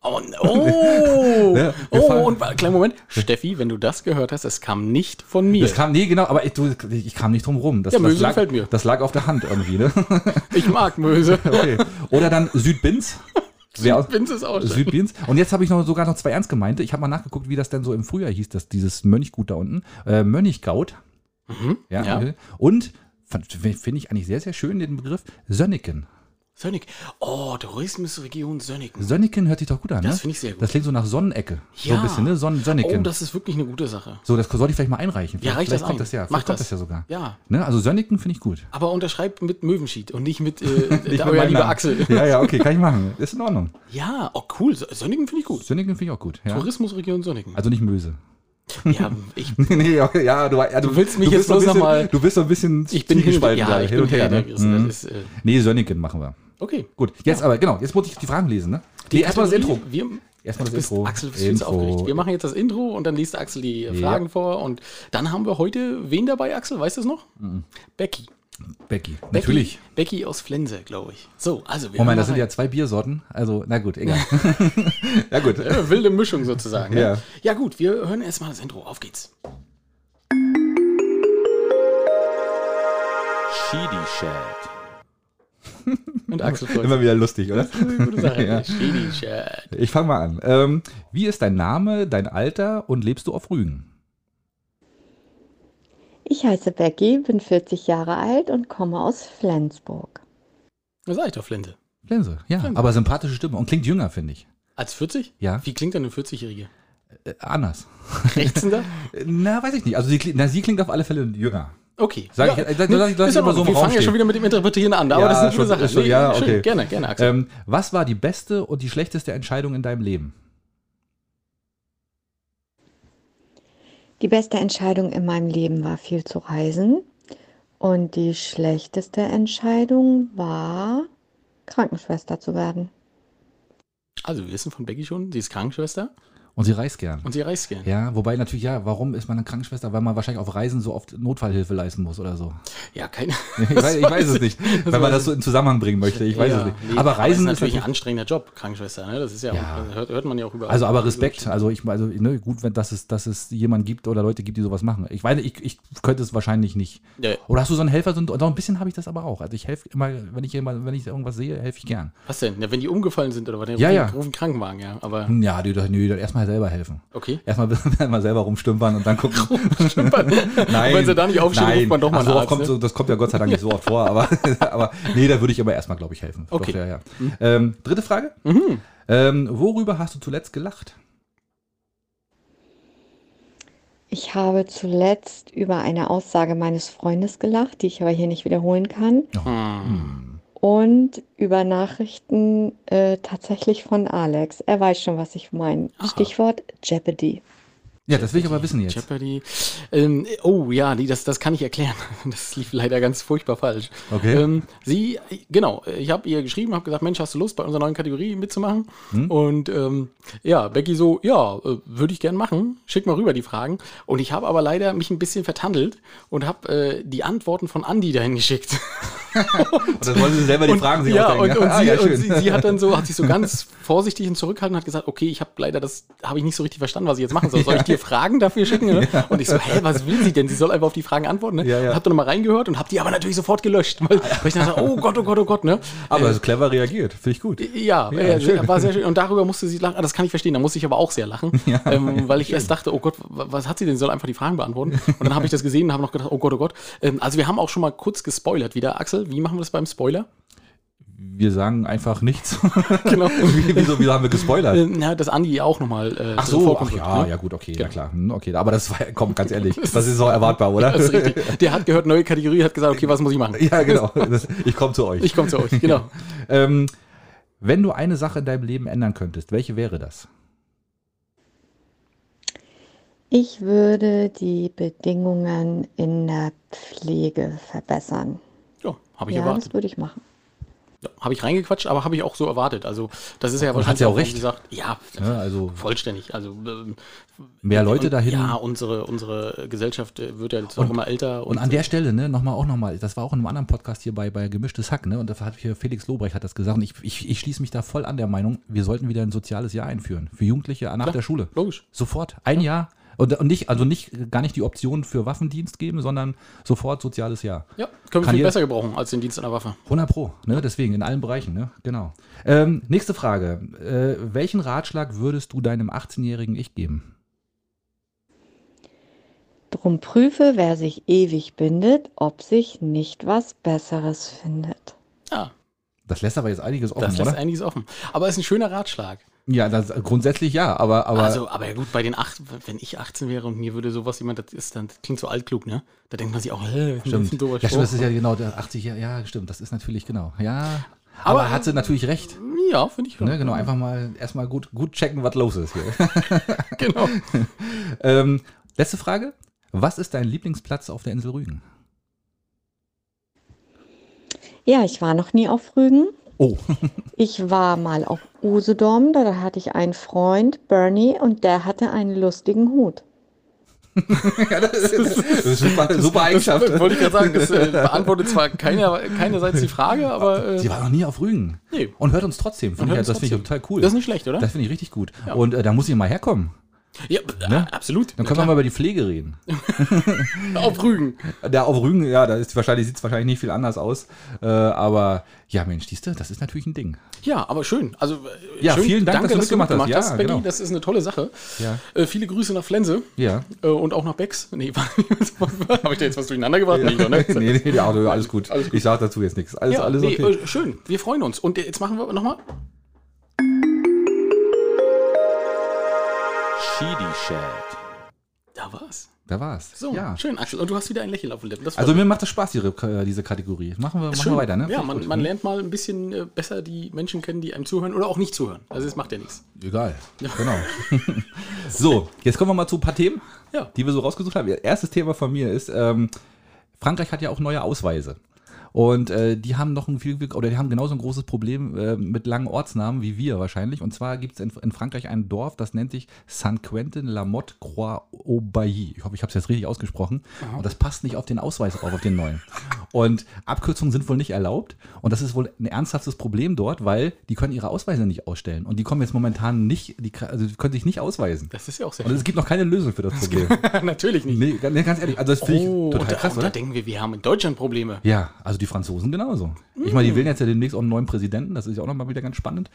Speaker 1: Oh, n- oh,
Speaker 2: (laughs) Ja, wir
Speaker 1: oh
Speaker 2: fallen-
Speaker 1: und wa- kleinen Moment. Steffi, wenn du das gehört hast, es kam nicht von mir.
Speaker 2: Das kam, nee, genau, aber ich, du, ich kam nicht drum rum. Das,
Speaker 1: Ja,
Speaker 2: das,
Speaker 1: Möse
Speaker 2: lag,
Speaker 1: gefällt mir.
Speaker 2: das lag auf der Hand irgendwie. Ne?
Speaker 1: Ich mag
Speaker 2: (laughs)
Speaker 1: Möse.
Speaker 2: Okay. Oder dann
Speaker 1: (laughs)
Speaker 2: Südbins. Wer-
Speaker 1: Vince ist auch schön.
Speaker 2: Südbiens. Und jetzt habe ich noch sogar noch zwei ernst gemeinte. Ich habe mal nachgeguckt, wie das denn so im Frühjahr hieß, dass dieses Mönchgut da unten. Äh, Mönchgaut. Ja,
Speaker 1: Mhm. ja.
Speaker 2: okay. Und fand- finde ich eigentlich sehr, sehr schön den Begriff Sönneken.
Speaker 1: Sönnig. Oh, Tourismusregion Sönnigen.
Speaker 2: Sönneken hört sich doch gut an, ne?
Speaker 1: Das finde ich sehr gut.
Speaker 2: Das klingt so nach Sonnenecke. So
Speaker 1: Ja.
Speaker 2: ein bisschen, ne? Son
Speaker 1: Oh,
Speaker 2: Sönneken.
Speaker 1: das ist wirklich eine gute Sache.
Speaker 2: so, das sollte ich vielleicht mal einreichen.
Speaker 1: Ja,
Speaker 2: Vielleicht-
Speaker 1: reicht das
Speaker 2: vielleicht kommt
Speaker 1: ein.
Speaker 2: das ja.
Speaker 1: Mach
Speaker 2: Vielleicht kommt
Speaker 1: das.
Speaker 2: das ja sogar.
Speaker 1: Ja.
Speaker 2: Ne? Also Sönneken finde ich gut.
Speaker 1: Aber unterschreibt mit Möwenschied und nicht mit äh,
Speaker 2: (laughs) Nicht
Speaker 1: da
Speaker 2: mit
Speaker 1: euer
Speaker 2: meinem
Speaker 1: lieber
Speaker 2: Namen.
Speaker 1: Axel.
Speaker 2: Ja, ja, okay, kann ich machen. Ist in Ordnung.
Speaker 1: Ja, oh cool. Sö- Sönnigen finde ich gut.
Speaker 2: Sönneken finde ich auch gut. Ja.
Speaker 1: Tourismusregion Sönnigen.
Speaker 2: Also nicht Möse.
Speaker 1: Ja, ich,
Speaker 2: (laughs) nee, okay, ja, du, ja,
Speaker 1: Du willst mich jetzt
Speaker 2: bist so ein
Speaker 1: bloß noch
Speaker 2: bisschen-
Speaker 1: mal-
Speaker 2: Du bist so ein bisschen
Speaker 1: ich bin hin und,
Speaker 2: zwiegespalten
Speaker 1: ja,
Speaker 2: gerade,
Speaker 1: ich bin hin und her gerissen.
Speaker 2: Mhm.
Speaker 1: Das ist, äh,
Speaker 2: Nee, Sönneken machen wir.
Speaker 1: okay.
Speaker 2: Gut, jetzt aber, genau, jetzt muss ich die Fragen lesen, ne? Nee, erstmal das Intro.
Speaker 1: Kategorie, Wir,
Speaker 2: Erstmal
Speaker 1: du
Speaker 2: das
Speaker 1: bist,
Speaker 2: Intro.
Speaker 1: Axel, du bist viel zu
Speaker 2: Intro.
Speaker 1: aufgeregt. Wir machen jetzt das Intro und dann liest Axel die äh,
Speaker 2: Ja.
Speaker 1: Fragen vor. Und dann haben wir heute wen dabei, Axel? Weißt du es noch? Becky. Becky-
Speaker 2: Becky, Mhm. natürlich.
Speaker 1: Becky aus Flense, glaube ich. So, also wir hören
Speaker 2: Moment,
Speaker 1: mal
Speaker 2: das sind ja zwei Biersorten. Also, na gut, egal. (laughs) ja, gut.
Speaker 1: rein. Äh, wilde Mischung
Speaker 2: (laughs)
Speaker 1: sozusagen. ne?
Speaker 2: Ja.
Speaker 1: ja gut, wir hören erstmal das Intro. Auf geht's.
Speaker 3: Sheedy Shed.
Speaker 1: Und Axel folgt.
Speaker 2: Immer wieder lustig, oder?
Speaker 1: Gute Sache.
Speaker 2: (laughs) Ja.
Speaker 1: Shady Chat.
Speaker 2: Ich fange mal an. Ähm, wie ist dein Name, dein Alter und lebst du auf Rügen?
Speaker 4: Ich heiße Becky, bin 40 Jahre alt und komme aus Flensburg.
Speaker 1: Da sag ich doch Flinte.
Speaker 2: Lense, ja. Aber sympathische Stimme und klingt jünger, finde ich.
Speaker 1: Als 40?
Speaker 2: Ja.
Speaker 1: Wie klingt denn eine 40-Jährige?
Speaker 2: Äh, anders. (laughs)
Speaker 1: Rechtshänder?
Speaker 2: Äh, Na, weiß ich nicht. Also, sie, kli- na, sie klingt auf alle Fälle jünger.
Speaker 1: Okay. hm,
Speaker 2: Sag ich- äh, sag- sag- sag-
Speaker 1: ist
Speaker 2: sag-
Speaker 1: in
Speaker 2: mal
Speaker 1: Ordnung.
Speaker 2: so im
Speaker 1: Wir
Speaker 2: Raum
Speaker 1: fangen ja
Speaker 2: stehen.
Speaker 1: schon wieder mit dem Interpretieren an, aber
Speaker 2: Ja,
Speaker 1: das ist eine gute
Speaker 2: schon-
Speaker 1: Sache.
Speaker 2: ist schon- ja,
Speaker 1: schön.
Speaker 2: okay.
Speaker 1: Gerne, gerne, Axel.
Speaker 2: Ähm, was war die beste und die schlechteste Entscheidung in deinem Leben?
Speaker 4: Die beste Entscheidung in meinem Leben war viel zu reisen und die schlechteste Entscheidung war, Krankenschwester zu werden.
Speaker 1: Also, wir wissen von Becky schon, sie ist Krankenschwester
Speaker 2: Und sie reist gern.
Speaker 1: und sie reist gern.
Speaker 2: Ja, wobei natürlich, ja, warum ist man eine Krankenschwester? Weil man wahrscheinlich auf Reisen so oft Notfallhilfe leisten muss oder so. (laughs)
Speaker 1: Ja, keine.
Speaker 2: Ich weiß, ich weiß es nicht, wenn man (laughs) das so in Zusammenhang bringen möchte. Ich weiß
Speaker 1: ja,
Speaker 2: es nicht.
Speaker 1: nee,
Speaker 2: aber Reisen
Speaker 1: ist natürlich ein anstrengender Job, Krankenschwester. Ne? Das ist ja,
Speaker 2: Ja.
Speaker 1: Auch, hört, hört man ja auch überall.
Speaker 2: also aber Respekt, also ich also ne, gut, wenn das es, dass es jemanden gibt oder Leute gibt, die sowas machen. Ich weiß, ich, ich könnte es wahrscheinlich nicht.
Speaker 1: Ja.
Speaker 2: Oder hast du so einen Helfer? So ein, so ein bisschen habe ich das aber auch. Also ich helfe immer, wenn ich immer, wenn ich irgendwas sehe, helfe ich gern.
Speaker 1: Was denn? Na, wenn die umgefallen sind oder was? dann
Speaker 2: Ja,
Speaker 1: rufen-
Speaker 2: ja. Hm.
Speaker 1: rufen Krankenwagen, ja. Aber
Speaker 2: Ja, die, die, die erstmal selber helfen. (laughs)
Speaker 1: okay.
Speaker 2: Erstmal mal selber rumstümpern und dann gucken. (laughs) Nein.
Speaker 1: Und wenn sie da nicht aufstehen, ruft man doch mal
Speaker 2: Ach, so
Speaker 1: einen
Speaker 2: oft kommt,
Speaker 1: Arzt, ne?
Speaker 2: so, Das kommt ja Gott sei Dank nicht so oft vor, aber, (laughs) aber nee, da würde ich aber erstmal, glaube ich, helfen.
Speaker 1: Okay. Mhm.
Speaker 2: Doch, ja, ja. Ähm, dritte Frage. Ähm, worüber hast du zuletzt gelacht?
Speaker 4: Ich habe zuletzt über eine Aussage meines Freundes gelacht, die ich aber hier nicht wiederholen kann,
Speaker 1: Hm.
Speaker 4: und über Nachrichten äh, tatsächlich von Alex. Er weiß schon, was ich meine.
Speaker 1: Aha.
Speaker 4: Stichwort Jeopardy.
Speaker 2: Ja, das will ich aber wissen jetzt.
Speaker 1: Jeopardy. Ähm, oh ja, die, das, das kann ich erklären. (laughs) Das lief leider ganz furchtbar falsch.
Speaker 2: Okay.
Speaker 1: Ähm, sie, genau, ich habe ihr geschrieben, habe gesagt, Mensch, hast du Lust, bei unserer neuen Kategorie mitzumachen?
Speaker 2: Hm?
Speaker 1: Und ähm, ja, Becky so, ja, äh, würde ich gern machen. Schick mal rüber die Fragen. Und ich habe aber leider mich ein bisschen vertandelt und habe äh, die Antworten von Andy dahin geschickt. (laughs)
Speaker 2: Und dann wollen sie selber die Fragen sich
Speaker 1: ja,
Speaker 2: ausdenken.
Speaker 1: und, und,
Speaker 2: Ah,
Speaker 1: sie, und
Speaker 2: ja, schön.
Speaker 1: sie, sie hat dann so, hat sich so ganz vorsichtig und zurückhaltend hat gesagt, okay, ich habe leider das, habe ich nicht so richtig verstanden, was ich jetzt machen soll. Soll
Speaker 2: (laughs)
Speaker 1: ich dir Fragen dafür schicken? Ne? Und ich so, hä, was will sie denn? Sie soll einfach auf die Fragen antworten. Ne?
Speaker 2: Ja, Ah, ja.
Speaker 1: Und hab dann nochmal reingehört und hab die aber natürlich sofort gelöscht, weil, weil ich dann so, oh Gott, oh Gott, oh Gott, ne?
Speaker 2: (laughs) aber das ist clever reagiert. Finde ich gut.
Speaker 1: Ja,
Speaker 2: Ja,
Speaker 1: äh,
Speaker 2: schön.
Speaker 1: war sehr schön. Und darüber musste sie lachen. Ah, das kann ich verstehen. Da musste ich aber auch sehr
Speaker 2: (laughs)
Speaker 1: lachen, ähm, weil ich erst dachte, oh Gott, wa- was hat sie denn? Sie soll einfach die Fragen beantworten. Und dann habe ich das gesehen und habe noch gedacht, oh Gott, oh Gott. Ähm, also wir haben auch schon mal kurz gespoilert wieder. Axel, wie machen wir das beim
Speaker 2: (laughs)
Speaker 1: Spoiler?
Speaker 2: Wir sagen einfach nichts. (laughs)
Speaker 1: Genau.
Speaker 2: wieso, wieso haben wir gespoilert?
Speaker 1: Ähm, na, dass Andi auch nochmal. Äh,
Speaker 2: Äh, Ach so, ach
Speaker 1: vorkommt,
Speaker 2: ja,
Speaker 1: ne?
Speaker 2: ja gut, okay, ja klar. Hm, Okay, aber das war, (laughs) komm, ganz ehrlich, das
Speaker 1: (laughs)
Speaker 2: ist auch erwartbar, oder?
Speaker 1: Das ist richtig. Der hat gehört, neue Kategorie, hat gesagt, okay, was muss ich machen?
Speaker 2: (laughs) Ja, genau. Das, ich komme zu euch.
Speaker 1: Ich komme zu euch,
Speaker 2: (laughs)
Speaker 1: genau.
Speaker 2: Ähm, wenn du eine Sache in deinem Leben ändern könntest, welche wäre das?
Speaker 4: Ich würde die Bedingungen in der Pflege verbessern.
Speaker 1: Ja, habe ich
Speaker 4: Ja,
Speaker 1: erwartet.
Speaker 4: das würde ich machen.
Speaker 1: Ja, habe ich reingequatscht, aber habe ich auch so erwartet. Also das ist ja
Speaker 2: hat sie auch recht.
Speaker 1: gesagt, ja,
Speaker 2: Ja, also
Speaker 1: vollständig. Also ähm,
Speaker 2: mehr Leute
Speaker 1: und,
Speaker 2: dahin.
Speaker 1: Ja, unsere, unsere Gesellschaft äh, wird ja jetzt auch immer älter.
Speaker 2: Und an der Stelle, ne, nochmal auch nochmal, das war auch in einem anderen Podcast hier bei, bei Gemischtes Hack, ne? Und da hat hier Felix Lobrecht hat das gesagt. Und ich, ich, ich schließe mich da voll an der Meinung, wir sollten wieder ein soziales Jahr einführen. Für Jugendliche nach der Schule.
Speaker 1: äh, logisch.
Speaker 2: Sofort. Ein Jahr. Und, und nicht, also nicht gar nicht die Option für Waffendienst geben, sondern sofort soziales Jahr.
Speaker 1: ja, können wir
Speaker 2: Kann
Speaker 1: viel
Speaker 2: jeder-
Speaker 1: besser gebrauchen als den Dienst an der Waffe.
Speaker 2: 100 Pro, ne? deswegen in allen Bereichen, ne? genau. Ähm, nächste Frage. Äh, welchen Ratschlag würdest du deinem 18-jährigen Ich geben?
Speaker 4: Drum prüfe, wer sich ewig bindet, ob sich nicht was Besseres findet.
Speaker 1: Ja,
Speaker 2: Das lässt aber jetzt einiges offen,
Speaker 1: das lässt
Speaker 2: oder?
Speaker 1: einiges offen. Aber ist ein schöner Ratschlag.
Speaker 2: ja, das, grundsätzlich ja, aber, aber
Speaker 1: also, aber ja gut, bei den acht, wenn ich 18 wäre und mir würde sowas jemand, das ist, dann das klingt so altklug, ne? Da denkt man sich auch, hä, das ist ein
Speaker 2: stimmt.
Speaker 1: dober
Speaker 2: Ja, stimmt, das
Speaker 1: Spruch.
Speaker 2: ist ja genau der 80 Jahre, ja, stimmt, das ist natürlich genau. Ja, aber,
Speaker 1: Aber- äh,
Speaker 2: hat sie natürlich recht.
Speaker 1: Ja, finde ich schon.
Speaker 2: Ne, genau, einfach mal erstmal gut, gut checken, was los ist hier.
Speaker 1: (laughs)
Speaker 2: (laughs)
Speaker 1: genau.
Speaker 2: ähm, letzte Frage. Was ist dein Lieblingsplatz auf der Insel Rügen?
Speaker 4: Ja, ich war noch nie auf Rügen.
Speaker 2: Oh,
Speaker 4: Ich war mal auf Usedom, da hatte ich einen Freund, Bernie, und der hatte einen lustigen Hut.
Speaker 2: (laughs) ja, das ist, das ist super, super Eigenschaft.
Speaker 1: Das (laughs) wollte ich gerade sagen, das
Speaker 2: (laughs)
Speaker 1: äh, beantwortet zwar keiner, keinerseits die Frage, aber äh,
Speaker 2: Sie war noch nie auf Rügen.
Speaker 1: Nee.
Speaker 2: Und hört uns trotzdem. Find
Speaker 1: Und
Speaker 2: ich,
Speaker 1: hört
Speaker 2: das
Speaker 1: uns
Speaker 2: finde ich
Speaker 1: trotzdem.
Speaker 2: halt total cool.
Speaker 1: das ist nicht schlecht, oder?
Speaker 2: Das finde ich richtig gut. Und äh, da muss ich mal herkommen.
Speaker 1: ja, b-
Speaker 2: Ne?
Speaker 1: absolut.
Speaker 2: Dann können wir mal über die
Speaker 1: (laughs)
Speaker 2: Pflege reden.
Speaker 1: mal auf Rügen.
Speaker 2: Da auf Rügen, ja, da ist wahrscheinlich, sieht es wahrscheinlich nicht viel anders aus. Äh, aber ja, Mensch, siehst du, das ist natürlich ein Ding.
Speaker 1: Ja, aber schön. Also äh,
Speaker 2: Ja,
Speaker 1: schön.
Speaker 2: vielen Dank, dass du mitgemacht hast. Ja,
Speaker 1: Becky.
Speaker 2: genau.
Speaker 1: Das ist eine tolle Sache.
Speaker 2: Ja.
Speaker 1: Äh, viele Grüße nach Flense.
Speaker 2: Ja.
Speaker 1: Äh, und auch nach Becks. Nee, (laughs) habe ich da jetzt was durcheinander gebracht? Nicht, oder?
Speaker 2: nee, nee, ja, alles gut. Ich sage dazu jetzt nichts. Alles,
Speaker 1: Ja,
Speaker 2: alles
Speaker 1: nee,
Speaker 2: okay.
Speaker 1: äh, schön. Wir freuen uns. Und äh, jetzt machen wir nochmal.
Speaker 2: Shady Shed.
Speaker 1: Da war's.
Speaker 2: Da war's.
Speaker 1: So,
Speaker 2: ja.
Speaker 1: schön, Axel. Und du hast wieder ein Lächeln auf den Lippen. Das freut
Speaker 2: Also mir macht das Spaß, diese, diese Kategorie. Machen wir, machen wir
Speaker 1: Schön.
Speaker 2: weiter, ne?
Speaker 1: Ja,
Speaker 2: Finde ich
Speaker 1: man,
Speaker 2: gut.
Speaker 1: man lernt mal ein bisschen äh, besser die Menschen kennen, die einem zuhören oder auch nicht zuhören. Also es macht ja nichts. (laughs)
Speaker 2: Egal. Genau. (laughs) so, jetzt kommen wir mal zu ein paar Themen,
Speaker 1: Ja.
Speaker 2: die wir so rausgesucht haben. Erstes Thema von mir ist, ähm, Frankreich hat ja auch neue Ausweise. Und äh, die haben noch ein viel, oder die haben genauso ein großes Problem äh, mit langen Ortsnamen wie wir wahrscheinlich. Und zwar gibt es in, in Frankreich ein Dorf, das nennt sich San Quentin La Motte Croix au Bailly. Ich hoffe, ich habe es jetzt richtig ausgesprochen. Und das passt nicht auf den Ausweis auf, auf den neuen. Und Abkürzungen sind wohl nicht erlaubt. Und das ist wohl ein ernsthaftes Problem dort, weil die können ihre Ausweise nicht ausstellen. Und die kommen jetzt momentan nicht, die, kra- also die können sich nicht ausweisen.
Speaker 1: Das ist ja auch sehr
Speaker 2: Und es gibt noch keine Lösung für das Problem.
Speaker 1: (laughs) Natürlich nicht.
Speaker 2: Nee, ganz- nee, ganz ehrlich, also das finde ich
Speaker 1: Oh, und da,
Speaker 2: total krass,
Speaker 1: und da
Speaker 2: oder?
Speaker 1: denken wir, wir haben in Deutschland Probleme.
Speaker 2: Ja, also die Franzosen genauso. Ich meine, die wählen jetzt ja demnächst auch einen neuen Präsidenten, das ist ja auch nochmal wieder ganz spannend.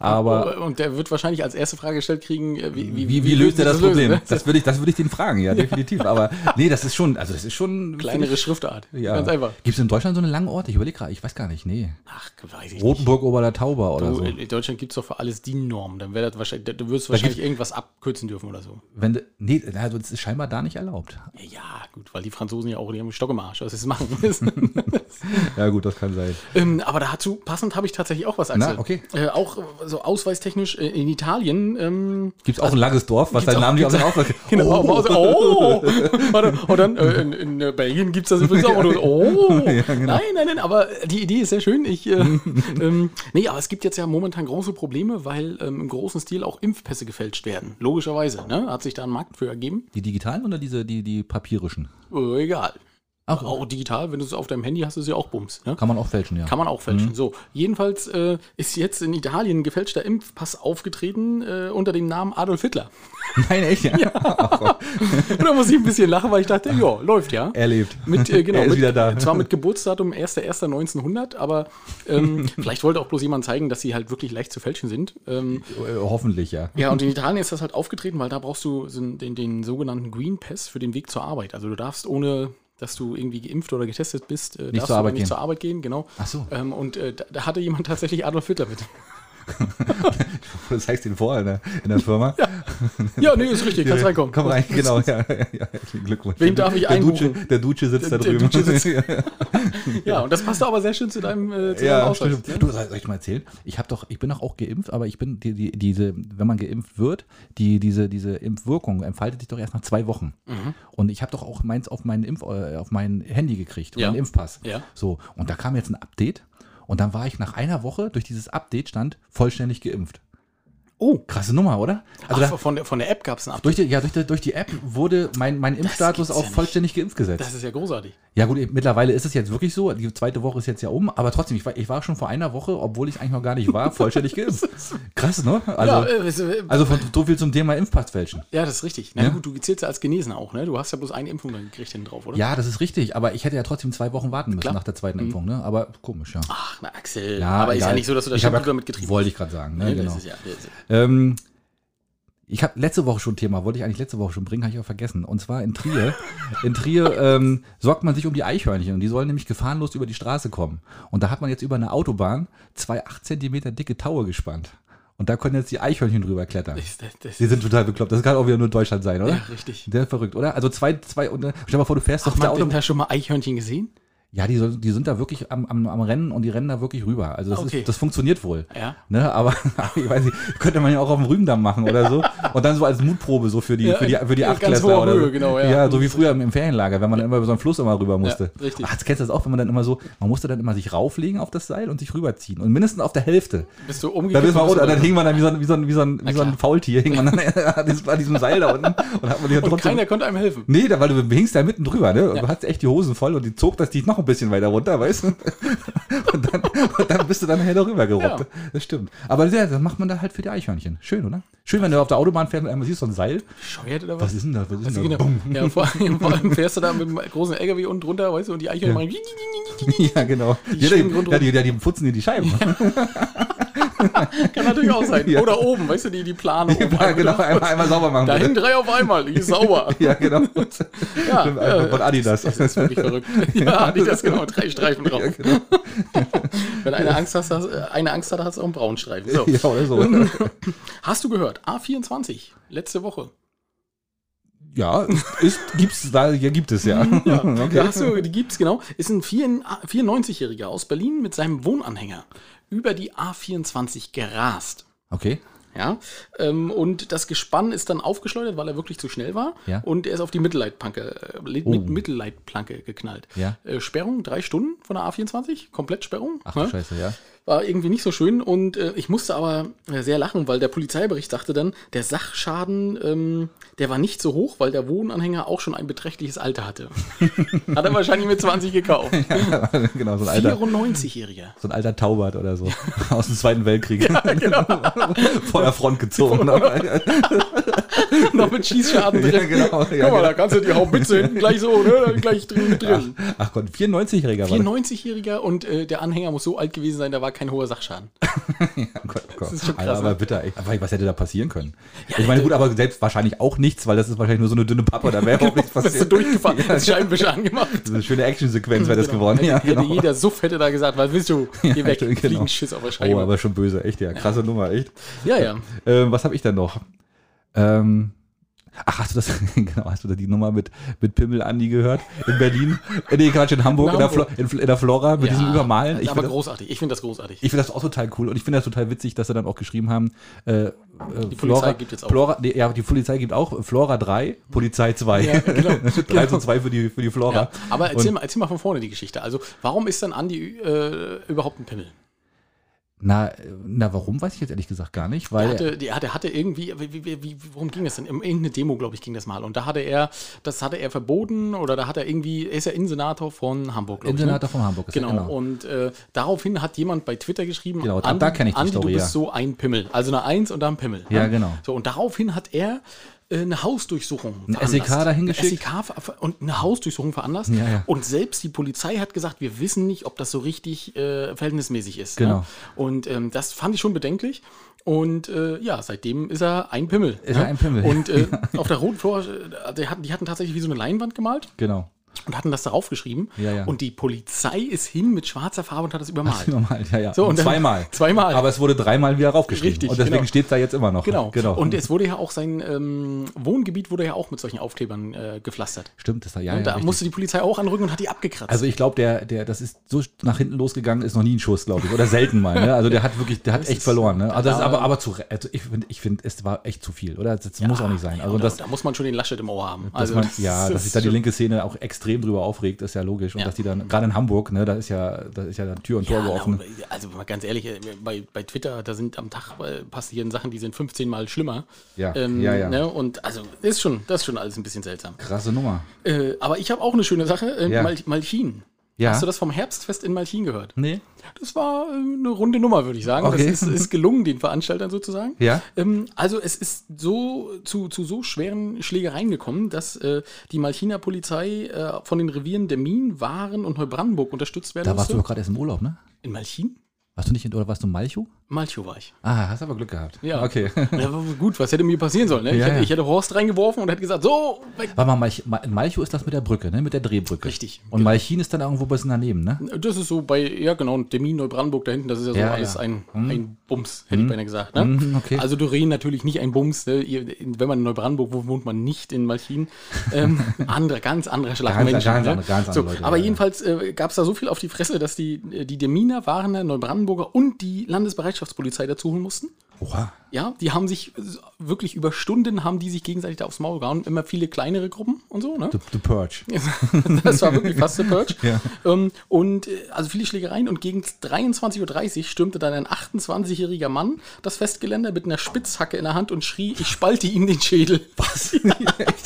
Speaker 2: Aber
Speaker 1: Äh, und der wird wahrscheinlich als erste Frage gestellt kriegen, äh, Oh. wie,
Speaker 2: wie, wie, löst er das
Speaker 1: lösen,
Speaker 2: Problem?
Speaker 1: ne?
Speaker 2: Das würde ich, das würde ich den fragen, ja, definitiv. Aber nee, das ist schon, also das ist schon.
Speaker 1: Kleinere Schriftart.
Speaker 2: ja.
Speaker 1: Ganz einfach.
Speaker 2: Gibt es in Deutschland so einen langen Ort? Ich überlege gerade, ich weiß gar nicht, nee.
Speaker 1: Ach, weiß ich nicht.
Speaker 2: Rotenburg ober der Tauber oder
Speaker 1: Du,
Speaker 2: so.
Speaker 1: In Deutschland gibt es doch für alles DIN-Normen. Dann wäre das wahrscheinlich, du würdest wahrscheinlich irgendwas abkürzen dürfen oder so.
Speaker 2: Wenn, du- nee, also das ist scheinbar da nicht erlaubt.
Speaker 1: Ja, Ja, gut, weil die Franzosen ja auch, die haben einen Stock im Arsch, was sie machen.
Speaker 2: (laughs) Ja, gut, das kann sein.
Speaker 1: Ähm, aber dazu passend habe ich tatsächlich auch was, Axel.
Speaker 2: Na, okay.
Speaker 1: Äh, auch äh, so ausweistechnisch äh, in Italien. Ähm,
Speaker 2: Gibt es auch ein langes Dorf, was deinen Namen nicht auf den Auftrag
Speaker 1: (laughs) genau, oh. oh. (laughs) Warte, und dann äh, in, in äh, Belgien gibt es das übrigens auch. Und,
Speaker 2: (laughs)
Speaker 1: oh,
Speaker 2: genau.
Speaker 1: nein, nein, nein, aber die Idee ist sehr schön. Ich, äh,
Speaker 2: Mhm.
Speaker 1: (laughs) ähm, nee, aber es gibt jetzt ja momentan große Probleme, weil ähm, im großen Stil auch Impfpässe gefälscht werden. Logischerweise, ne? hat sich da ein Markt für ergeben.
Speaker 2: Die digitalen oder diese, die, die papierischen?
Speaker 1: Äh, egal.
Speaker 2: Ach,
Speaker 1: Auch digital, wenn du es auf deinem Handy hast, ist ja auch Bums. Ne?
Speaker 2: Kann man auch fälschen, ja.
Speaker 1: Kann man auch fälschen.
Speaker 2: Mhm.
Speaker 1: So, jedenfalls äh, ist jetzt in Italien ein gefälschter Impfpass aufgetreten äh, unter dem Namen Adolf Hitler. (laughs)
Speaker 2: (laughs) Nein, echt, ja.
Speaker 1: Und da muss ich ein bisschen lachen, weil ich dachte, ja, läuft ja.
Speaker 2: Erlebt.
Speaker 1: Mit, äh, genau,
Speaker 2: (laughs) er ist
Speaker 1: mit,
Speaker 2: wieder da.
Speaker 1: Zwar mit Geburtsdatum 1.1.1900, aber
Speaker 2: (laughs)
Speaker 1: ähm, vielleicht wollte auch bloß jemand zeigen, dass sie halt wirklich leicht zu fälschen sind. Ähm,
Speaker 2: Äh, Hoffentlich, ja. (laughs)
Speaker 1: ja, und in Italien ist das halt aufgetreten, weil da brauchst du so den, den, den sogenannten Green Pass für den Weg zur Arbeit. Also du darfst ohne dass du irgendwie geimpft oder getestet bist, äh, darfst
Speaker 2: zur
Speaker 1: du
Speaker 2: Arbeit
Speaker 1: nicht
Speaker 2: gehen.
Speaker 1: zur Arbeit gehen, genau.
Speaker 2: Ach so.
Speaker 1: Ähm, und äh, da, da hatte jemand tatsächlich Adolf Hitler mit.
Speaker 2: Das heißt den vorher ne? in der Firma. ja,
Speaker 1: Ja, nee, ist richtig, kannst reinkommen.
Speaker 2: Komm rein, genau. Ja, ja, ja, herzlichen Glückwunsch.
Speaker 1: Wen darf ich
Speaker 2: der Duce,
Speaker 1: einbuchen?
Speaker 2: der Duce sitzt
Speaker 1: Der-
Speaker 2: da
Speaker 1: der
Speaker 2: drüben.
Speaker 1: Duce sitzt-
Speaker 2: (laughs) ja,
Speaker 1: Ja, und das passt aber sehr schön zu deinem, äh, zu deinem Ausweis.
Speaker 2: stimmt. Du, soll soll ich mal erzählen? Ich habe doch, ich bin doch auch geimpft, aber ich bin die, die, diese, wenn man geimpft wird, die, diese, diese Impfwirkung entfaltet sich doch erst nach zwei Wochen.
Speaker 1: Mhm.
Speaker 2: Und ich habe doch auch meins auf mein Impf, äh, auf mein Handy gekriegt,
Speaker 1: Ja.
Speaker 2: meinen Impfpass.
Speaker 1: Ja.
Speaker 2: So und da kam jetzt ein Update. Und dann war ich nach einer Woche durch dieses Update stand vollständig geimpft.
Speaker 1: Oh.
Speaker 2: Krasse Nummer, oder? Also
Speaker 1: Ach,
Speaker 2: da,
Speaker 1: von, der, von der App gab es ein Update.
Speaker 2: durch, die, ja, durch, die, durch die App wurde mein, mein
Speaker 1: gibt's
Speaker 2: Impfstatus
Speaker 1: ja
Speaker 2: auf
Speaker 1: nicht.
Speaker 2: vollständig geimpft gesetzt.
Speaker 1: Das ist ja großartig.
Speaker 2: Ja gut, mittlerweile ist es jetzt wirklich so. Die zweite Woche ist jetzt ja um, aber trotzdem, ich war, ich war schon vor einer Woche, obwohl ich eigentlich noch gar
Speaker 1: (laughs)
Speaker 2: nicht war, vollständig geimpft. Krass, ne? Also,
Speaker 1: ja, äh, es- äh,
Speaker 2: also von, so viel zum Thema Impfpassfälschen.
Speaker 1: ja, das ist richtig. Na
Speaker 2: Ja.
Speaker 1: gut, du zählst ja als genesen auch, ne? Du hast ja bloß eine Impfung dann gekriegt hinten drauf, oder?
Speaker 2: Ja, das ist richtig, aber ich hätte ja trotzdem zwei Wochen warten müssen
Speaker 1: Klar. Mhm.
Speaker 2: nach der zweiten Impfung, ne? Aber komisch, ja.
Speaker 1: Ach, na Axel.
Speaker 2: ja
Speaker 1: aber ist ja
Speaker 2: egal.
Speaker 1: nicht so, dass du da
Speaker 2: Ich hab ja-
Speaker 1: Shampoo damit getrieben
Speaker 2: Wollte ich gerade sagen, ne?
Speaker 1: hast.
Speaker 2: genau.
Speaker 1: Das ist ja, das ist-
Speaker 2: Ähm, ich habe letzte Woche schon ein Thema, wollte ich eigentlich letzte Woche schon bringen, habe ich aber vergessen. Und zwar in Trier. In Trier ähm, sorgt man sich um die Eichhörnchen und die sollen nämlich gefahrenlos über die Straße kommen. Und da hat man jetzt über eine Autobahn zwei 8 Zentimeter dicke Taue gespannt. Und da können jetzt die Eichhörnchen drüber klettern.
Speaker 1: das, das, das,
Speaker 2: Die sind total bekloppt. Das kann auch wieder nur Deutschland sein, oder?
Speaker 1: Ja, richtig.
Speaker 2: Der verrückt, oder? Also zwei, zwei, und, äh, stell dir mal vor, du fährst
Speaker 1: Ach,
Speaker 2: auf der
Speaker 1: man, denn
Speaker 2: Autobahn.
Speaker 1: da schon mal Eichhörnchen gesehen?
Speaker 2: Ja, die, soll- die sind da wirklich am, am, am Rennen und die rennen da wirklich rüber. Also das,
Speaker 1: Okay.
Speaker 2: ist, das funktioniert wohl.
Speaker 1: Ja.
Speaker 2: Ne, aber (laughs) ich weiß nicht, könnte man ja auch auf dem Rügendamm machen oder so. Und dann so als Mutprobe so für die,
Speaker 1: Ja,
Speaker 2: für die, für die
Speaker 1: ganz
Speaker 2: Achtklässler
Speaker 1: hohe
Speaker 2: oder so.
Speaker 1: Höhe, genau, ja.
Speaker 2: so wie früher im, im Ferienlager, wenn man dann immer über so einen Fluss immer rüber musste.
Speaker 1: Ja, richtig.
Speaker 2: Ach, kennst du das auch, wenn man dann immer so, man musste dann immer sich rauflegen auf das Seil und sich rüberziehen. Und mindestens auf der Hälfte.
Speaker 1: Bist du umgekehrt?
Speaker 2: Da bist man, oder, dann hing man dann wie so ein, wie so ein, wie so ein, wie so ein
Speaker 1: klar.
Speaker 2: Faultier, hing man dann (laughs) an diesem- an diesem Seil da unten und hat man sich dann
Speaker 1: und
Speaker 2: trotzdem
Speaker 1: keiner konnte einem helfen.
Speaker 2: Nee, da, weil du hingst da mitten drüber, ne? Und Du hattest echt die Hosen voll und die zog das dich noch ein bisschen weiter runter, weißt du? (laughs) Und dann, und dann bist du dann nachher noch rübergerobbt.
Speaker 1: Ja.
Speaker 2: Das stimmt. Aber ja, das macht man da halt für die Eichhörnchen. Schön, oder? Schön, wenn du auf der Autobahn fährst und einmal siehst so ein Seil.
Speaker 1: Scheuert oder
Speaker 2: Was ist denn da? Was ist
Speaker 1: Also
Speaker 2: denn da?
Speaker 1: genau. Ja, vor, allem, vor allem fährst du da mit dem großen LKW unten drunter, weißt du, und die Eichhörnchen machen.
Speaker 2: Ja, genau. Die, ja,
Speaker 1: schwimmen
Speaker 2: die,
Speaker 1: rundum.
Speaker 2: ja, die, ja, die putzen dir die Scheiben.
Speaker 1: Kann natürlich auch sein.
Speaker 2: (laughs) Ja.
Speaker 1: Oder oben, weißt du, die, die
Speaker 2: (laughs)
Speaker 1: Plane. oben.
Speaker 2: (laughs) Ja, genau. Einmal, einmal sauber machen.
Speaker 1: Da
Speaker 2: bitte.
Speaker 1: hängen drei auf einmal, die ist
Speaker 2: (laughs)
Speaker 1: sauber.
Speaker 2: Ja, genau.
Speaker 1: (laughs) Ja, ja,
Speaker 2: Von Adidas.
Speaker 1: Das
Speaker 2: (laughs)
Speaker 1: ist wirklich verrückt. Ja, die das genau, drei Streifen drauf.
Speaker 2: genau.
Speaker 1: (laughs) Wenn eine Angst, hast, hast, eine Angst hat, hast du auch einen braunen Streifen. So.
Speaker 2: Ja,
Speaker 1: (laughs)
Speaker 2: oder so.
Speaker 1: Hast du gehört? A24, letzte Woche.
Speaker 2: Ja, ist, gibt's da, ja, gibt es ja. Mhm, (laughs) Okay.
Speaker 1: Mhm, Ja, Ach so, die gibt's, genau. Ist ein 94-Jähriger aus Berlin mit seinem Wohnanhänger über die A24 gerast.
Speaker 2: okay.
Speaker 1: Ja, ähm, und das Gespann ist dann aufgeschleudert, weil er wirklich zu schnell war.
Speaker 2: Ja.
Speaker 1: Und er ist auf die Mittelleitplanke, äh,
Speaker 2: Oh.
Speaker 1: mit Mittelleitplanke geknallt.
Speaker 2: Ja.
Speaker 1: Äh, Sperrung, drei Stunden von der A24, komplett Sperrung.
Speaker 2: Ach du
Speaker 1: Ja.
Speaker 2: Scheiße,
Speaker 1: (laughs)
Speaker 2: ja. (laughs)
Speaker 1: War irgendwie nicht so schön und äh, ich musste aber äh, sehr lachen, weil der Polizeibericht sagte dann, der Sachschaden, ähm, der war nicht so hoch, weil der Wohnanhänger auch schon ein beträchtliches Alter
Speaker 2: (laughs)
Speaker 1: hatte. Hat er wahrscheinlich mit 20 gekauft.
Speaker 2: genau, so ein alter,
Speaker 1: 94-Jähriger.
Speaker 2: so ein alter Taubert oder so. (laughs) Aus dem Zweiten Weltkrieg.
Speaker 1: genau.
Speaker 2: (laughs) Vor der Front
Speaker 1: (laughs)
Speaker 2: gezogen. ne?
Speaker 1: Noch mit Schießschaden
Speaker 2: Ja,
Speaker 1: drin.
Speaker 2: genau, ja,
Speaker 1: Guck mal, da kannst du die Haubitze hinten gleich so, ne, da gleich drin. drin.
Speaker 2: (laughs) Ach Gott, 94-Jähriger war das.
Speaker 1: 94-Jähriger und äh, der Anhänger muss so alt gewesen sein, da war kein hoher Sachschaden.
Speaker 2: Oh Gott, oh Gott.
Speaker 1: ist schon
Speaker 2: Alter,
Speaker 1: krass,
Speaker 2: aber
Speaker 1: ne?
Speaker 2: bitter. ey. Aber was hätte da passieren können? ich meine, gut, aber selbst wahrscheinlich auch nichts, weil das ist wahrscheinlich nur so eine dünne Pappe. Da
Speaker 1: (laughs)
Speaker 2: wäre überhaupt nichts
Speaker 1: Bist du
Speaker 2: passiert. (laughs)
Speaker 1: durchgefahren, hast Scheibenwischer angemacht.
Speaker 2: Das ist eine schöne Actionsequenz wäre das geworden. Ja,
Speaker 1: hätte,
Speaker 2: genau.
Speaker 1: hätte jeder Suff hätte da gesagt, was willst
Speaker 2: (laughs)
Speaker 1: du? Geh weg,
Speaker 2: genau.
Speaker 1: fliegen Schiss auf der Scheibe.
Speaker 2: Oh, aber schon böse, echt, ja. Krasse Nummer, echt.
Speaker 1: ja, ja.
Speaker 2: Ähm, was habe ich denn noch? Ähm, ach, hast du das, (laughs) genau, hast du da die Nummer mit, mit Pimmel Andi gehört? In Berlin? Äh, nee, Quatsch, in Hamburg, in,
Speaker 1: In
Speaker 2: der,
Speaker 1: Hamburg.
Speaker 2: Flo, in, Fl- in der Flora mit
Speaker 1: ja,
Speaker 2: diesem Übermalen. Ich
Speaker 1: aber
Speaker 2: finde das,
Speaker 1: großartig, ich finde das großartig.
Speaker 2: (laughs) ich find das auch total cool und ich finde das total witzig, dass sie dann auch geschrieben haben, äh, die
Speaker 1: Polizei gibt jetzt auch.
Speaker 2: Flora, nee, ja, die Polizei gibt auch Flora 3, Polizei 2. (laughs)
Speaker 1: Ja, genau.
Speaker 2: 3 zu 2 für die, für die Flora.
Speaker 1: ja. Aber
Speaker 2: und,
Speaker 1: erzähl mal, erzähl mal von vorne die Geschichte. Also, warum ist dann Andi äh, überhaupt ein Pimmel?
Speaker 2: Na, äh, na, warum weiß ich jetzt ehrlich gesagt gar nicht,
Speaker 1: Der
Speaker 2: weil
Speaker 1: hatte, der hatte, hatte irgendwie, wie, wie, wie, worum ging das denn? Um irgendeine Demo, glaube ich, ging das mal. Und da hatte er, das hatte er verboten oder da hat er irgendwie, er ist ja Innensenator von Hamburg, glaub
Speaker 2: Insenator
Speaker 1: ich.
Speaker 2: von Hamburg ist er,
Speaker 1: Genau.
Speaker 2: genau.
Speaker 1: genau. Und äh, daraufhin hat jemand bei Twitter geschrieben,
Speaker 2: Genau, ab da kenn ich die
Speaker 1: Andi,
Speaker 2: Story,
Speaker 1: du
Speaker 2: ja.
Speaker 1: bist so ein Pimmel. Also eine Eins und dann Pimmel. ne?
Speaker 2: Ja, genau.
Speaker 1: So, und daraufhin hat er äh, eine Hausdurchsuchung veranlasst.
Speaker 2: SEK E dahin
Speaker 1: Eine
Speaker 2: geschickt?
Speaker 1: SEK ver- ver- und eine Hausdurchsuchung veranlasst.
Speaker 2: Ja, ja.
Speaker 1: Und selbst die Polizei hat gesagt, wir wissen nicht, ob das so richtig äh, verhältnismäßig ist.
Speaker 2: Genau.
Speaker 1: Ne? Und ähm, das fand ich schon bedenklich. Und äh, ja, seitdem ist er ein Pimmel.
Speaker 2: Ist er ein Pimmel.
Speaker 1: Und
Speaker 2: (laughs)
Speaker 1: äh, auf der Roten Flora, äh, die hatten, die hatten tatsächlich wie so eine Leinwand gemalt
Speaker 2: genau.
Speaker 1: und hatten das darauf geschrieben.
Speaker 2: Ja, ja.
Speaker 1: Und die Polizei ist hin mit schwarzer Farbe und hat das übermalt.
Speaker 2: (laughs) Normal, ja, ja.
Speaker 1: So, und dann-
Speaker 2: zweimal.
Speaker 1: (laughs) zweimal.
Speaker 2: Aber es wurde dreimal wieder raufgeschrieben.
Speaker 1: Richtig,
Speaker 2: und deswegen
Speaker 1: genau.
Speaker 2: steht da jetzt immer noch.
Speaker 1: Genau.
Speaker 2: genau.
Speaker 1: Und es wurde ja auch sein ähm, Wohngebiet wurde ja auch mit solchen Aufklebern äh, gepflastert.
Speaker 2: Stimmt, das ja, ja,
Speaker 1: und da
Speaker 2: richtig.
Speaker 1: musste die Polizei auch anrücken und hat die abgekratzt.
Speaker 2: also ich glaube, der, der, das ist so nach hinten losgegangen, ist noch nie ein Schuss, glaube ich. Oder selten mal. Ne? Also der hat wirklich,
Speaker 1: (laughs)
Speaker 2: der hat echt
Speaker 1: ist-
Speaker 2: verloren. Ne? Also das ist
Speaker 1: Ja.
Speaker 2: aber, aber zu, re- also ich finde, ich find, es war echt zu viel, oder? Das, das muss auch nicht sein. Also
Speaker 1: und Genau, da,
Speaker 2: das,
Speaker 1: da muss man schon den Laschet im Ohr haben. Also,
Speaker 2: dass man, ja, dass sich da die
Speaker 1: schon-
Speaker 2: linke Szene auch extrem drüber aufregt, ist ja logisch. Und
Speaker 1: Ja.
Speaker 2: dass die dann, gerade in Hamburg, ne, da ist ja, da ist ja dann Tür und Tor
Speaker 1: Ja,
Speaker 2: geoffen.
Speaker 1: na, und, also mal ganz ehrlich, äh, bei, bei Twitter, da sind am Tag äh, passieren Sachen, die sind 15 Mal schlimmer.
Speaker 2: Ja,
Speaker 1: ähm,
Speaker 2: ja, ja.
Speaker 1: Ne? Und also ist schon, das ist schon alles ein bisschen seltsam.
Speaker 2: Krasse Nummer.
Speaker 1: Äh, aber ich habe auch eine schöne Sache, äh,
Speaker 2: Ja.
Speaker 1: Mal Malchin.
Speaker 2: Ja.
Speaker 1: Hast du das vom Herbstfest in Malchin gehört?
Speaker 2: Nee.
Speaker 1: Das war äh, eine runde Nummer, würde ich sagen.
Speaker 2: Okay.
Speaker 1: Das ist, ist gelungen, den Veranstaltern sozusagen.
Speaker 2: Ja.
Speaker 1: Ähm, also es ist so zu, zu so schweren Schlägereien gekommen, dass äh, die Malchiner Polizei äh, von den Revieren Demmin, Waren und Neubrandenburg unterstützt werden
Speaker 2: Da warst
Speaker 1: musste.
Speaker 2: du doch gerade erst im Urlaub, ne?
Speaker 1: in Malchin?
Speaker 2: Warst du nicht in, oder warst du in Malchow?
Speaker 1: Malchow war ich.
Speaker 2: Ah, hast aber Glück gehabt.
Speaker 1: Ja. (laughs)
Speaker 2: Okay.
Speaker 1: Ja, aber gut, was hätte mir passieren sollen? Ne? ich,
Speaker 2: Ja,
Speaker 1: hätte,
Speaker 2: ja.
Speaker 1: ich hätte Horst reingeworfen und hätte gesagt, so, weg.
Speaker 2: Warte mal, Malch, Ma- in Malchow ist das mit der Brücke, ne? Mit der Drehbrücke.
Speaker 1: Richtig,
Speaker 2: Und Malchin ist dann irgendwo ein bisschen daneben, ne?
Speaker 1: Das ist so bei, ja genau, Demin Neubrandenburg da hinten, das ist ja so
Speaker 2: Ja,
Speaker 1: alles
Speaker 2: ja.
Speaker 1: Ein, ein Bums, hätte ich beinahe gesagt. Ne?
Speaker 2: Mhm, okay.
Speaker 1: Also Doreen natürlich nicht ein Bums. Ne? Ihr- Wenn man in Neubrandenburg wohnt, wohnt man nicht in Malchin.
Speaker 2: (laughs)
Speaker 1: Ähm, andere, ganz anderer Schlag
Speaker 2: Ganz-
Speaker 1: Menschen.
Speaker 2: ganz
Speaker 1: ne?
Speaker 2: andere- ganz
Speaker 1: so,
Speaker 2: andere Leute,
Speaker 1: aber
Speaker 2: ja, ja.
Speaker 1: jedenfalls äh, gab es da so viel auf die Fresse, dass die, die Deminer, Warner, Neubrandenburger und die Landesbereitschaftspolizei dazu holen mussten.
Speaker 2: Oha.
Speaker 1: Ja, die haben sich so- wirklich über Stunden haben die sich gegenseitig da aufs Maul gehauen. Immer viele kleinere Gruppen und so, ne?
Speaker 2: The, the Purge.
Speaker 1: (laughs) Das war wirklich fast The Purge.
Speaker 2: Ja.
Speaker 1: Ähm, und äh, also viele Schlägereien und gegen 23.30 Uhr stürmte dann ein 28-jähriger Mann das Festgeländer mit einer Spitzhacke in der Hand und schrie, ich spalte ihm den
Speaker 2: (laughs)
Speaker 1: Schädel. Was?
Speaker 2: Echt,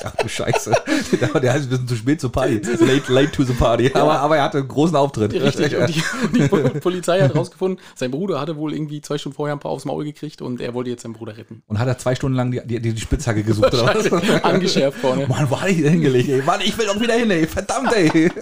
Speaker 2: ach du Scheiße. Der, der ist ein bisschen zu spät zur Party. Late, late to the party. Aber, aber er hatte einen großen Auftritt.
Speaker 1: Richtig. Und die, und die Po- Polizei hat rausgefunden, sein Bruder hatte wohl irgendwie zwei Stunden vorher ein paar aufs Maul gekriegt und er wollte jetzt seinen Bruder retten.
Speaker 2: Und hat er zwei Stunden lang die, die, die Spitzhacke gesucht oder was?
Speaker 1: Angeschärft vorne.
Speaker 2: Mann, wo hatte ich denn hingelegt, ey? Mann, ich will doch wieder hin, ey. Verdammt, ey. Und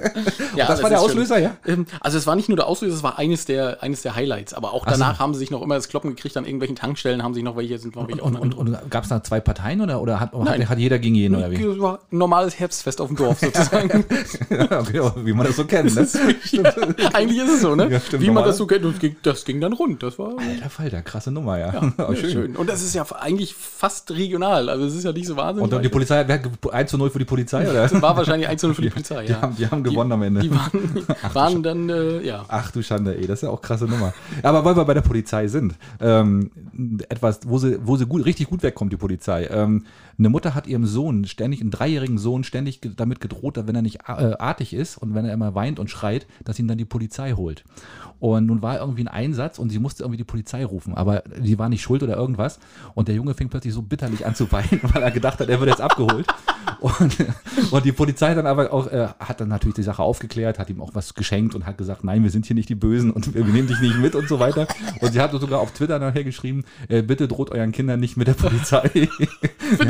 Speaker 1: Ja,
Speaker 2: das, war der
Speaker 1: ist
Speaker 2: Auslöser,
Speaker 1: schon-
Speaker 2: ja?
Speaker 1: Ähm, Also es war nicht nur der Auslöser, es war eines der, eines der Highlights. Aber auch danach haben sie sich noch immer das Kloppen gekriegt an irgendwelchen Tankstellen, haben sich noch welche, sind noch welche
Speaker 2: Und, und, und gab es da zwei Parteien oder, oder hat, hat, hat jeder gegen jeden oder wie?
Speaker 1: Das war ein normales Herbstfest auf dem Dorf sozusagen.
Speaker 2: (laughs) Ja, genau, wie man das so kennt, ne?
Speaker 1: (laughs) ja, eigentlich ist es so, ne?
Speaker 2: Ja, stimmt,
Speaker 1: Wie man das
Speaker 2: normal.
Speaker 1: so kennt, das ging, das ging dann rund. Das war
Speaker 2: Alter Falter, krasse Nummer, (laughs) ja.
Speaker 1: ja,
Speaker 2: (laughs) Aber schön.
Speaker 1: Und das ist ja eigentlich fast regional. Also es ist ja nicht so wahnsinnig.
Speaker 2: Und dann die
Speaker 1: weit.
Speaker 2: Polizei, wer, hat ge- 1 zu 0 für (laughs) die Polizei, oder?
Speaker 1: das war wahrscheinlich 1
Speaker 2: (laughs)
Speaker 1: für die Polizei.
Speaker 2: Die, haben, ne? die haben gewonnen am Ende.
Speaker 1: Die waren, waren dann, äh, ja.
Speaker 2: Ach du Schande, ey, das ist ja auch krasse Nummer. Aber weil wir bei der Polizei sind, ähm, etwas, wo sie, wo sie gut, richtig gut wegkommt, die Polizei. Ähm, eine Mutter hat ihrem Sohn ständig, einen dreijährigen Sohn, ständig ge- damit gedroht, dass wenn er nicht a- äh, artig ist und wenn er immer weint und schreit, dass ihn dann die Polizei holt. Und nun war irgendwie ein Einsatz und sie musste irgendwie die Polizei rufen, aber die war nicht schuld oder irgendwas. Und der Junge fing plötzlich so bitterlich an zu weinen, (laughs) weil er gedacht hat, er wird jetzt abgeholt. Und, und die Polizei dann aber auch, äh, hat dann natürlich die Sache aufgeklärt, hat ihm auch was geschenkt und hat gesagt, nein, wir sind hier nicht die Bösen und wir nehmen dich nicht mit und so weiter. Und sie hat sogar auf Twitter nachher geschrieben, äh, bitte droht euren Kindern nicht mit der Polizei.
Speaker 1: Finde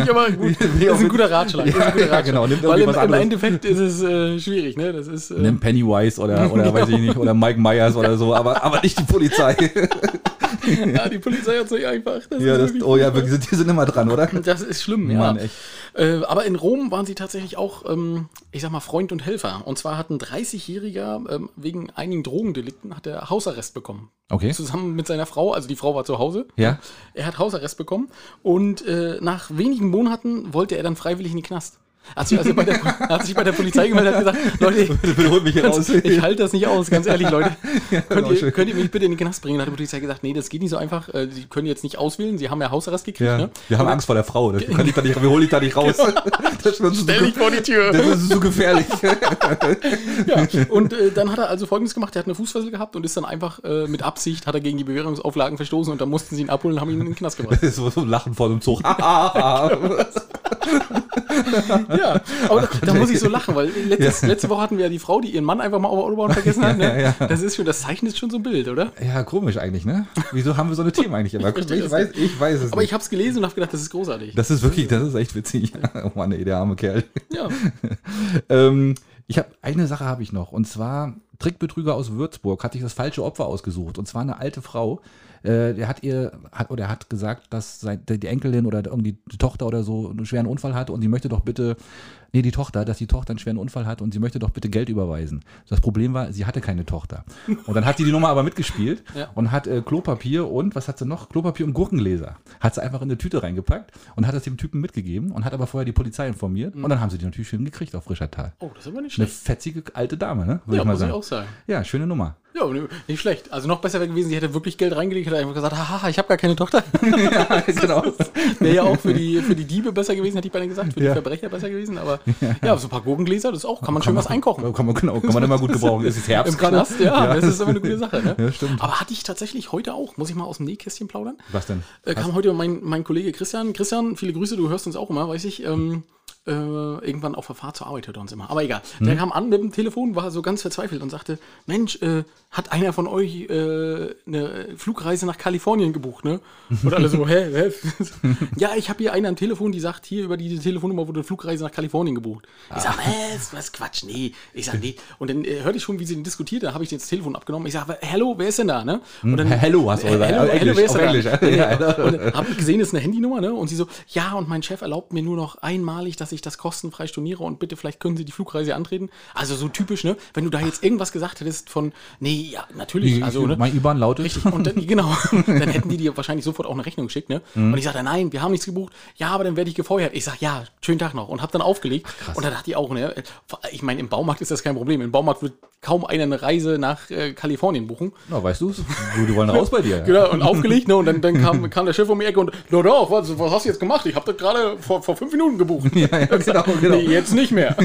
Speaker 1: ich
Speaker 2: (laughs)
Speaker 1: aber gut. Das
Speaker 2: Ja,
Speaker 1: ist ein guter Ratschlag. das ist ein guter
Speaker 2: ja,
Speaker 1: Ratschlag.
Speaker 2: genau. Nimmt
Speaker 1: Weil
Speaker 2: irgendwie
Speaker 1: im,
Speaker 2: was
Speaker 1: im
Speaker 2: anderes.
Speaker 1: Endeffekt ist es äh, schwierig, ne? Das ist. Äh,
Speaker 2: (laughs) Nimm Pennywise oder, (laughs) oder weiß ich nicht, oder Mike Myers oder so, aber, aber nicht die Polizei.
Speaker 1: (laughs) ja, die Polizei hat sich einfach. Das
Speaker 2: ja,
Speaker 1: ist
Speaker 2: das,
Speaker 1: wirklich
Speaker 2: oh ja,
Speaker 1: furchtbar.
Speaker 2: wir sind, die sind immer dran, oder?
Speaker 1: (laughs) Das ist schlimm, ja.
Speaker 2: Mann, echt.
Speaker 1: Äh, aber in Rom waren sie tatsächlich auch, ähm, ich sag mal, Freund und Helfer. Und zwar hat ein 30-Jähriger ähm, wegen einigen Drogendelikten hat er Hausarrest bekommen.
Speaker 2: Okay.
Speaker 1: Zusammen mit seiner Frau, also die Frau war zu Hause.
Speaker 2: Ja.
Speaker 1: Er hat Hausarrest bekommen und äh, nach wenigen Monaten wollte er dann freiwillig in den Knast. Hat sich also bei der,
Speaker 2: (laughs)
Speaker 1: hat sich bei der Polizei gemeldet und hat gesagt, Leute,
Speaker 2: (laughs) Bitte holt mich hier raus.
Speaker 1: ich halte das nicht aus, ganz
Speaker 2: (laughs)
Speaker 1: ehrlich, Leute. könnt,
Speaker 2: genau,
Speaker 1: ihr,
Speaker 2: schön.
Speaker 1: könnt ihr mich bitte in den Knast bringen? Da hat die Polizei gesagt, nee, das geht nicht so einfach. Äh, Sie können jetzt nicht auswählen, sie haben ja Hausarrest gekriegt.
Speaker 2: Ja,
Speaker 1: Ne?
Speaker 2: wir haben Angst vor der Frau. Das kann ich da nicht, wir holen dich da
Speaker 1: (laughs)
Speaker 2: nicht raus. Das ist uns so
Speaker 1: Stell dich vor die Tür.
Speaker 2: Das ist so gefährlich.
Speaker 1: Ja, und äh, dann hat er also folgendes gemacht, er hat eine Fußfessel gehabt und ist dann einfach äh, mit Absicht, hat er gegen die Bewährungsauflagen verstoßen und dann mussten sie ihn abholen und haben ihn in den Knast gebracht.
Speaker 2: (laughs) Das ist so ein Lachen vor dem Zug. (laughs) ja,
Speaker 1: Ja, aber da, da muss ich so lachen, weil letztes, letzte Woche hatten wir ja die Frau, die ihren Mann einfach mal auf der Autobahn vergessen hat. Ne?
Speaker 2: (laughs) Ja, ja, ja.
Speaker 1: Das ist schon, das zeichnet schon so ein Bild, oder?
Speaker 2: komisch eigentlich, ne? Wieso haben wir so eine Themen eigentlich immer? Ich,
Speaker 1: verstehe das
Speaker 2: weiß, ich weiß es
Speaker 1: Aber
Speaker 2: nicht.
Speaker 1: ich habe es gelesen und habe gedacht, das ist großartig.
Speaker 2: Das ist wirklich, das ist echt witzig. (laughs) Oh Mann, ey, der arme Kerl.
Speaker 1: ja.
Speaker 2: Ähm, ich habe eine Sache habe ich noch und zwar Trickbetrüger aus Würzburg hat sich das falsche Opfer ausgesucht und zwar eine alte Frau. Äh, der hat ihr hat oder hat gesagt, dass sein, die die Enkelin oder irgendwie die Tochter oder so einen schweren Unfall hat und sie möchte doch bitte nee die Tochter, dass die Tochter einen schweren Unfall hat und sie möchte doch bitte Geld überweisen. Das Problem war, sie hatte keine Tochter und dann hat sie die Nummer aber mitgespielt
Speaker 1: (laughs) Ja.
Speaker 2: und hat äh, Klopapier und was hat sie noch Klopapier und Gurkengläser hat sie einfach in eine Tüte reingepackt und hat das dem Typen mitgegeben und hat aber vorher die Polizei informiert und dann haben sie die natürlich schön gekriegt auf frischer Tat.
Speaker 1: Oh, das ist aber nicht
Speaker 2: Eine
Speaker 1: Mhm. schlecht.
Speaker 2: fetzige alte Dame, ne? Würde
Speaker 1: Ja,
Speaker 2: ich mal
Speaker 1: muss ich
Speaker 2: sagen.
Speaker 1: auch sagen. (laughs)
Speaker 2: Ja, schöne Nummer. (laughs)
Speaker 1: Ja, nicht schlecht. Also noch besser wäre gewesen, sie hätte wirklich Geld reingelegt, hätte einfach gesagt, haha, ich habe gar keine Tochter. (laughs)
Speaker 2: ja, genau.
Speaker 1: Wäre ja auch für die, für die Diebe besser gewesen, hätte ich beinahe gesagt, für die
Speaker 2: Ja.
Speaker 1: Verbrecher besser gewesen. Aber (laughs) ja, so ein paar Gurkengläser, das auch, kann man schön was einkauchen.
Speaker 2: Kann man, genau, kann man immer gut gebrauchen. Es ist Herbst.
Speaker 1: Im Knast, (laughs) ja, das ist immer eine gute Sache. Ne?
Speaker 2: Ja, stimmt.
Speaker 1: Aber hatte ich tatsächlich heute auch, muss ich mal aus dem Nähkästchen plaudern.
Speaker 2: Was denn?
Speaker 1: Äh, kam heute mein, mein Kollege Christian. Christian, viele Grüße, du hörst uns auch immer, weiß ich. Ähm, äh, irgendwann auf der Fahrt zur Arbeit hört er uns immer. Aber egal. Der kam an mit dem Telefon, war so ganz verzweifelt und sagte: Mensch, äh, hat einer von euch äh, eine Flugreise nach Kalifornien gebucht, ne? Und alle so, hä? hä? (laughs) ja, ich habe hier einen am Telefon, die sagt, hier über diese Telefonnummer wurde eine Flugreise nach Kalifornien gebucht. Ich sag, was? Was Quatsch? Nee. Ich sag, nee. Und dann äh, hörte ich schon, wie sie den diskutiert, da habe ich das Telefon abgenommen. Ich sage, hello, wer ist denn da? Ne? Und dann,
Speaker 2: Hello hast du gesagt.
Speaker 1: Hello,
Speaker 2: Auf
Speaker 1: hello,
Speaker 2: Englisch,
Speaker 1: wer ist
Speaker 2: auf
Speaker 1: denn da?
Speaker 2: Englisch, ja.
Speaker 1: Ja,
Speaker 2: (laughs) Ja,
Speaker 1: ja. Und hab ich gesehen, das ist eine Handynummer, ne? Und sie so, ja, und mein Chef erlaubt mir nur noch einmalig, dass ich das kostenfrei storniere und bitte, vielleicht können Sie die Flugreise antreten. Also so typisch, ne? Wenn du da jetzt irgendwas gesagt hättest von, nee, ja, natürlich, also, ne?
Speaker 2: Mein IBAN lautet.
Speaker 1: Richtig, und dann, genau, (laughs) dann hätten die dir wahrscheinlich sofort auch eine Rechnung geschickt, ne?
Speaker 2: Mhm.
Speaker 1: Und ich sagte, nein, wir haben nichts gebucht. Ja, aber dann werde ich gefeuert. Ich sag, ja, schönen Tag noch. Und hab dann aufgelegt. und da dachte ich auch, ne? Ich meine, im Baumarkt ist das kein Problem. Im Baumarkt wird kaum einer eine Reise nach äh, Kalifornien buchen.
Speaker 2: Na, weißt du's? Du, die wollen raus bei dir.
Speaker 1: Genau, und aufgelegt, ne? Und dann,
Speaker 2: (laughs)
Speaker 1: dann kam, kam der Chef um die Ecke und, na doch, was, was hast du jetzt gemacht? Ich habe das gerade vor, vor fünf Minuten gebucht. (laughs)
Speaker 2: Ja, ja, genau, genau.
Speaker 1: Nee, jetzt nicht mehr.
Speaker 2: (laughs)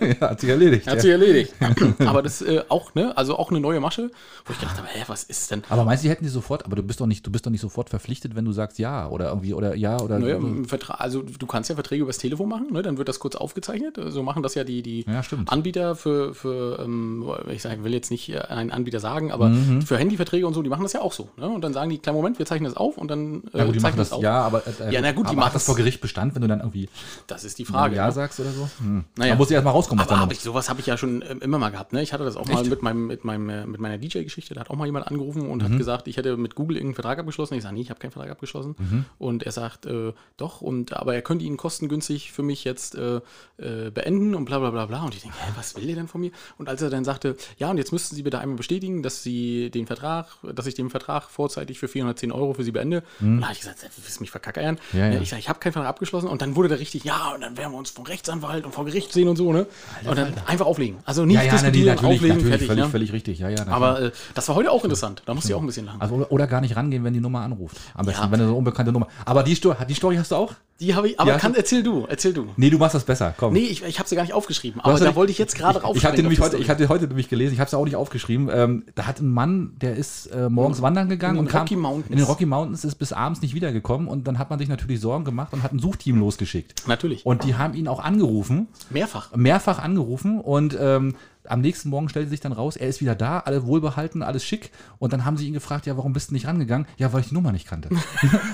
Speaker 2: (laughs) ja, hat sich erledigt.
Speaker 1: Hat
Speaker 2: ja.
Speaker 1: sich erledigt. (clears throat) Aber das äh, auch, ne? Also auch eine neue Masche, wo ich gedacht habe, hä, was ist denn?
Speaker 2: Aber meinst du, die hätten die sofort, aber du bist doch nicht, du bist doch nicht sofort verpflichtet, wenn du sagst ja oder irgendwie oder ja oder.
Speaker 1: Naja, im Vertra- also du kannst ja Verträge übers Telefon machen, ne? dann wird das kurz aufgezeichnet. So machen das ja die, die
Speaker 2: Ja, stimmt.
Speaker 1: Anbieter für, für ähm, ich sag, will jetzt nicht äh, einen Anbieter sagen, aber
Speaker 2: Mhm.
Speaker 1: für Handyverträge und so, die machen das ja auch so. Ne? Und dann sagen die, kleinen Moment, wir zeichnen das auf und dann äh,
Speaker 2: ja, gut, die machen
Speaker 1: zeichnen
Speaker 2: das,
Speaker 1: auf.
Speaker 2: ja, aber, äh,
Speaker 1: Ja, na gut, die
Speaker 2: aber
Speaker 1: machen
Speaker 2: hat das
Speaker 1: es.
Speaker 2: vor Gericht Bestand, wenn du dann irgendwie
Speaker 1: Das ist die Frage.
Speaker 2: ja
Speaker 1: ne?
Speaker 2: sagst oder so. Hm.
Speaker 1: Naja.
Speaker 2: Da musst du erstmal rauskommen. aus
Speaker 1: Aber
Speaker 2: der
Speaker 1: hab
Speaker 2: Nummer.
Speaker 1: ich, sowas habe ich ja schon ähm, immer mal gehabt. Ne? Ich hatte das auch mal
Speaker 2: Echt?
Speaker 1: mit, meinem, mit, meinem, äh, mit meiner DJ-Geschichte. Da hat auch mal jemand angerufen und
Speaker 2: Mhm.
Speaker 1: hat gesagt, ich hätte mit Google irgendeinen Vertrag abgeschlossen. Ich sage, nee, ich habe keinen Vertrag abgeschlossen.
Speaker 2: Mhm.
Speaker 1: Und er sagt, äh, doch, und, aber er könnte ihn kostengünstig für mich jetzt äh, äh, beenden und bla bla bla bla. Und ich denke, hä, was will der denn von mir? Und als er dann sagte, ja, und jetzt müssten Sie bitte einmal bestätigen, dass Sie den Vertrag, dass ich den Vertrag vorzeitig für 410 Euro für Sie beende. Und da habe ich gesagt, du willst mich verkackeiern.
Speaker 2: Mhm.
Speaker 1: Ne,
Speaker 2: Ja, ja.
Speaker 1: Ich sage, ich habe keinen Vertrag abgeschlossen. Und dann wurde der richtig, ja, und dann werden wir uns vom Rechtsanwalt und vor Gericht sehen und so, ne? und dann einfach auflegen. Also nicht
Speaker 2: ja, ja, na, die,
Speaker 1: diskutieren,
Speaker 2: natürlich,
Speaker 1: auflegen,
Speaker 2: natürlich,
Speaker 1: fertig.
Speaker 2: völlig,
Speaker 1: ne?
Speaker 2: völlig richtig. Ja, ja. na klar.
Speaker 1: Aber äh, das war heute auch interessant. Da musste ich auch ein bisschen lachen.
Speaker 2: also, oder, oder gar nicht rangehen, wenn die Nummer anruft. Am besten,
Speaker 1: Ja.
Speaker 2: wenn du so eine unbekannte Nummer. Aber die, Sto die Story hast du auch?
Speaker 1: Die habe ich, aber
Speaker 2: Ja,
Speaker 1: kann,
Speaker 2: so-
Speaker 1: erzähl du, erzähl du.
Speaker 2: Nee, du machst das besser. Komm.
Speaker 1: Nee, ich, ich habe sie gar nicht aufgeschrieben,
Speaker 2: Du
Speaker 1: aber
Speaker 2: hast doch
Speaker 1: da
Speaker 2: nicht-
Speaker 1: wollte ich jetzt gerade rauf.
Speaker 2: Ich hatte nämlich heute, ich hatte heute nämlich gelesen, ich habe es auch nicht aufgeschrieben. Ähm, da hat ein Mann, der ist äh, morgens wandern gegangen
Speaker 1: in den
Speaker 2: und kam
Speaker 1: Rocky Mountains.
Speaker 2: in den Rocky Mountains, ist bis abends nicht wiedergekommen und dann hat man sich natürlich Sorgen gemacht und hat ein Suchteam losgeschickt.
Speaker 1: Natürlich.
Speaker 2: Und die haben ihn auch angerufen,
Speaker 1: Mehrfach.
Speaker 2: mehrfach angerufen und ähm, am nächsten Morgen stellte sich dann raus, er ist wieder da, alle wohlbehalten, alles schick. Und dann haben sie ihn gefragt, ja, warum bist du nicht rangegangen? Ja, weil ich die Nummer nicht
Speaker 1: (laughs)
Speaker 2: kannte.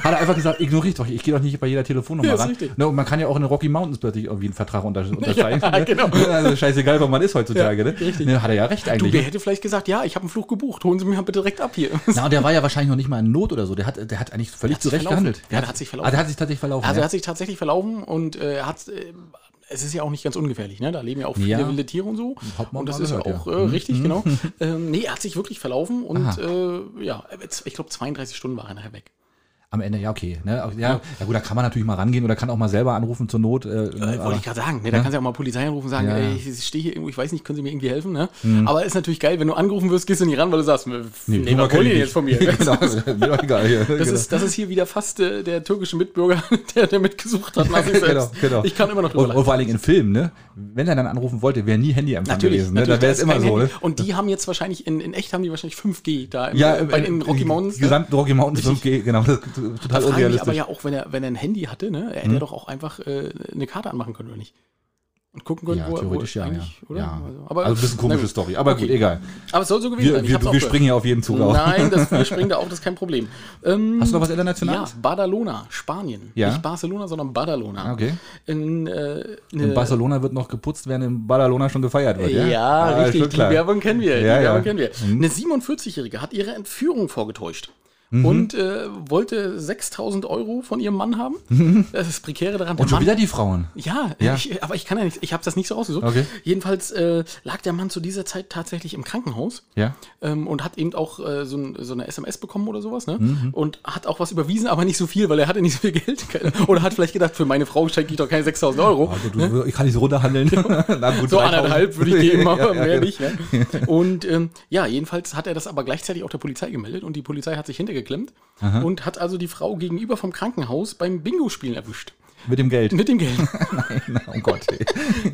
Speaker 2: Hat er einfach gesagt, ignoriert doch, ich gehe doch nicht bei jeder Telefonnummer
Speaker 1: Ja, ist
Speaker 2: ran.
Speaker 1: richtig.
Speaker 2: Ne, und man kann ja auch in den Rocky Mountains plötzlich irgendwie einen Vertrag unter unterschreiben.
Speaker 1: (laughs) Ja,
Speaker 2: ne?
Speaker 1: genau.
Speaker 2: (laughs) Also scheißegal, wo man ist heutzutage.
Speaker 1: Ja,
Speaker 2: ne?
Speaker 1: richtig.
Speaker 2: Ne, hat er ja recht
Speaker 1: Du,
Speaker 2: eigentlich.
Speaker 1: der hätte vielleicht gesagt, ja, ich habe einen Flug gebucht. Holen Sie mich mal bitte direkt ab hier.
Speaker 2: Na, und der war ja wahrscheinlich noch nicht mal in Not oder so. Der hat, der hat eigentlich völlig
Speaker 1: hat sich
Speaker 2: zurecht
Speaker 1: verlaufen.
Speaker 2: gehandelt.
Speaker 1: Ja, der hat sich verlaufen.
Speaker 2: Ah, der hat sich tatsächlich verlaufen.
Speaker 1: Also
Speaker 2: ja.
Speaker 1: er hat sich tatsächlich verlaufen und äh, er hat, äh, es ist ja auch nicht ganz ungefährlich, ne? Da leben ja auch viele
Speaker 2: Ja.
Speaker 1: wilde Tiere und so.
Speaker 2: Hat man
Speaker 1: und das
Speaker 2: mal
Speaker 1: ist ja
Speaker 2: gehört,
Speaker 1: auch
Speaker 2: ja. Mhm.
Speaker 1: Äh, richtig, genau.
Speaker 2: (laughs)
Speaker 1: ähm, nee, er hat sich wirklich verlaufen und äh, ja, ich glaube 32 Stunden war er nachher weg.
Speaker 2: Am Ende, ja, okay. Ne? auch- Ja, ja, gut, da kann man natürlich mal rangehen oder kann auch mal selber anrufen zur Not. Äh, ne,
Speaker 1: Äh,
Speaker 2: aber-
Speaker 1: Wollte ich gerade sagen, ne? da kannst du ja auch mal Polizei anrufen und sagen,
Speaker 2: Ja. Mhm.
Speaker 1: ey, ich stehe hier irgendwo, ich weiß nicht, können Sie mir irgendwie helfen? Ne? Aber ist natürlich geil, wenn du angerufen wirst, gehst du nicht ran, weil du sagst, nee, nee
Speaker 2: Nummer
Speaker 1: was
Speaker 2: kenn
Speaker 1: wollen die
Speaker 2: ich nicht.
Speaker 1: jetzt
Speaker 2: (laughs)
Speaker 1: von mir? ne?
Speaker 2: genau, mir doch egal. hier.
Speaker 1: Das,
Speaker 2: genau.
Speaker 1: ist, das ist hier wieder fast äh, der türkische Mitbürger, (laughs) der, der mitgesucht hat nach sich
Speaker 2: (laughs) genau,
Speaker 1: selbst.
Speaker 2: genau.
Speaker 1: Ich kann immer noch drüber
Speaker 2: und, und vor allen Dingen in Filmen, ne? Wenn er dann anrufen wollte, wäre nie Handyempfang
Speaker 1: Natürlich,
Speaker 2: gewesen. Ne?
Speaker 1: natürlich
Speaker 2: Dann wäre
Speaker 1: da
Speaker 2: es
Speaker 1: ist
Speaker 2: immer
Speaker 1: kein
Speaker 2: so, ne?
Speaker 1: Handy. Und die haben jetzt wahrscheinlich, in, in echt haben die wahrscheinlich 5G da im,
Speaker 2: Ja,
Speaker 1: äh, bei, in
Speaker 2: äh,
Speaker 1: Rocky Mountains.
Speaker 2: Die gesamten Rocky Mountains 5G, genau. Das ist
Speaker 1: da frage
Speaker 2: total
Speaker 1: ich mich aber
Speaker 2: unrealistisch. Hm.
Speaker 1: ja auch, wenn er, wenn er ein Handy hatte, ne, er hätte ja doch auch einfach äh, eine Karte anmachen können, oder nicht? Und gucken können,
Speaker 2: Ja,
Speaker 1: wo er- wo
Speaker 2: theoretisch ja, ja.
Speaker 1: eigentlich, oder?
Speaker 2: ja.
Speaker 1: Also,
Speaker 2: Also, ein bisschen
Speaker 1: (laughs) na
Speaker 2: komische
Speaker 1: gut.
Speaker 2: Story, aber gut,
Speaker 1: Okay.
Speaker 2: egal.
Speaker 1: Aber es soll so gewesen
Speaker 2: Wir,
Speaker 1: sein. Ich
Speaker 2: wir,
Speaker 1: hab's auch
Speaker 2: wir
Speaker 1: gehört.
Speaker 2: springen ja auf jeden Zug auf.
Speaker 1: Nein, das,
Speaker 2: (laughs)
Speaker 1: wir springen da auch, das ist kein Problem. Ähm,
Speaker 2: Hast du noch was
Speaker 1: ja,
Speaker 2: Internationales?
Speaker 1: Badalona, Spanien.
Speaker 2: Ja. Ah,
Speaker 1: Nicht Barcelona, sondern Badalona.
Speaker 2: Okay.
Speaker 1: In, äh,
Speaker 2: In
Speaker 1: eine-
Speaker 2: Barcelona wird noch geputzt, während in Badalona schon gefeiert wird.
Speaker 1: ja,
Speaker 2: Ja, Ah, ist
Speaker 1: richtig.
Speaker 2: schon
Speaker 1: Die Werbung kennen wir.
Speaker 2: Ja, Mhm.
Speaker 1: die Werbung
Speaker 2: ja.
Speaker 1: kennen wir. Eine 47-Jährige hat ihre Entführung vorgetäuscht
Speaker 2: Mhm.
Speaker 1: und äh, wollte 6000 Euro von ihrem Mann haben. Das ist das Prekäre daran. der
Speaker 2: Mhm. Und schon
Speaker 1: Mann-
Speaker 2: wieder die Frauen.
Speaker 1: Ja,
Speaker 2: Ja.
Speaker 1: Ich, aber ich kann ja nicht, ich habe das nicht so rausgesucht.
Speaker 2: Okay.
Speaker 1: Jedenfalls äh, lag der Mann zu dieser Zeit tatsächlich im Krankenhaus
Speaker 2: Ja.
Speaker 1: ähm, und hat eben auch äh, so, ein, so eine SMS bekommen oder sowas, ne?
Speaker 2: Mhm.
Speaker 1: Und hat auch was überwiesen, aber nicht so viel, weil er hatte nicht so viel Geld. (laughs) Keine- oder hat vielleicht gedacht, für meine Frau schenke ich doch keine 6000 Euro.
Speaker 2: Also, du, ich kann nicht
Speaker 1: (laughs)
Speaker 2: so runterhandeln. Na gut,
Speaker 1: Ne? So
Speaker 2: 3000.
Speaker 1: anderthalb würde ich geben, aber
Speaker 2: (laughs) Ja, genau. ja,
Speaker 1: mehr
Speaker 2: ja.
Speaker 1: nicht. Ne? Und ähm, ja, jedenfalls hat er das aber gleichzeitig auch der Polizei gemeldet und die Polizei hat sich hintergeklemmt und hat also die Frau gegenüber vom Krankenhaus beim Bingo-Spielen erwischt.
Speaker 2: Mit dem Geld.
Speaker 1: Mit dem Geld.
Speaker 2: (laughs) Nein, oh Gott. Ey.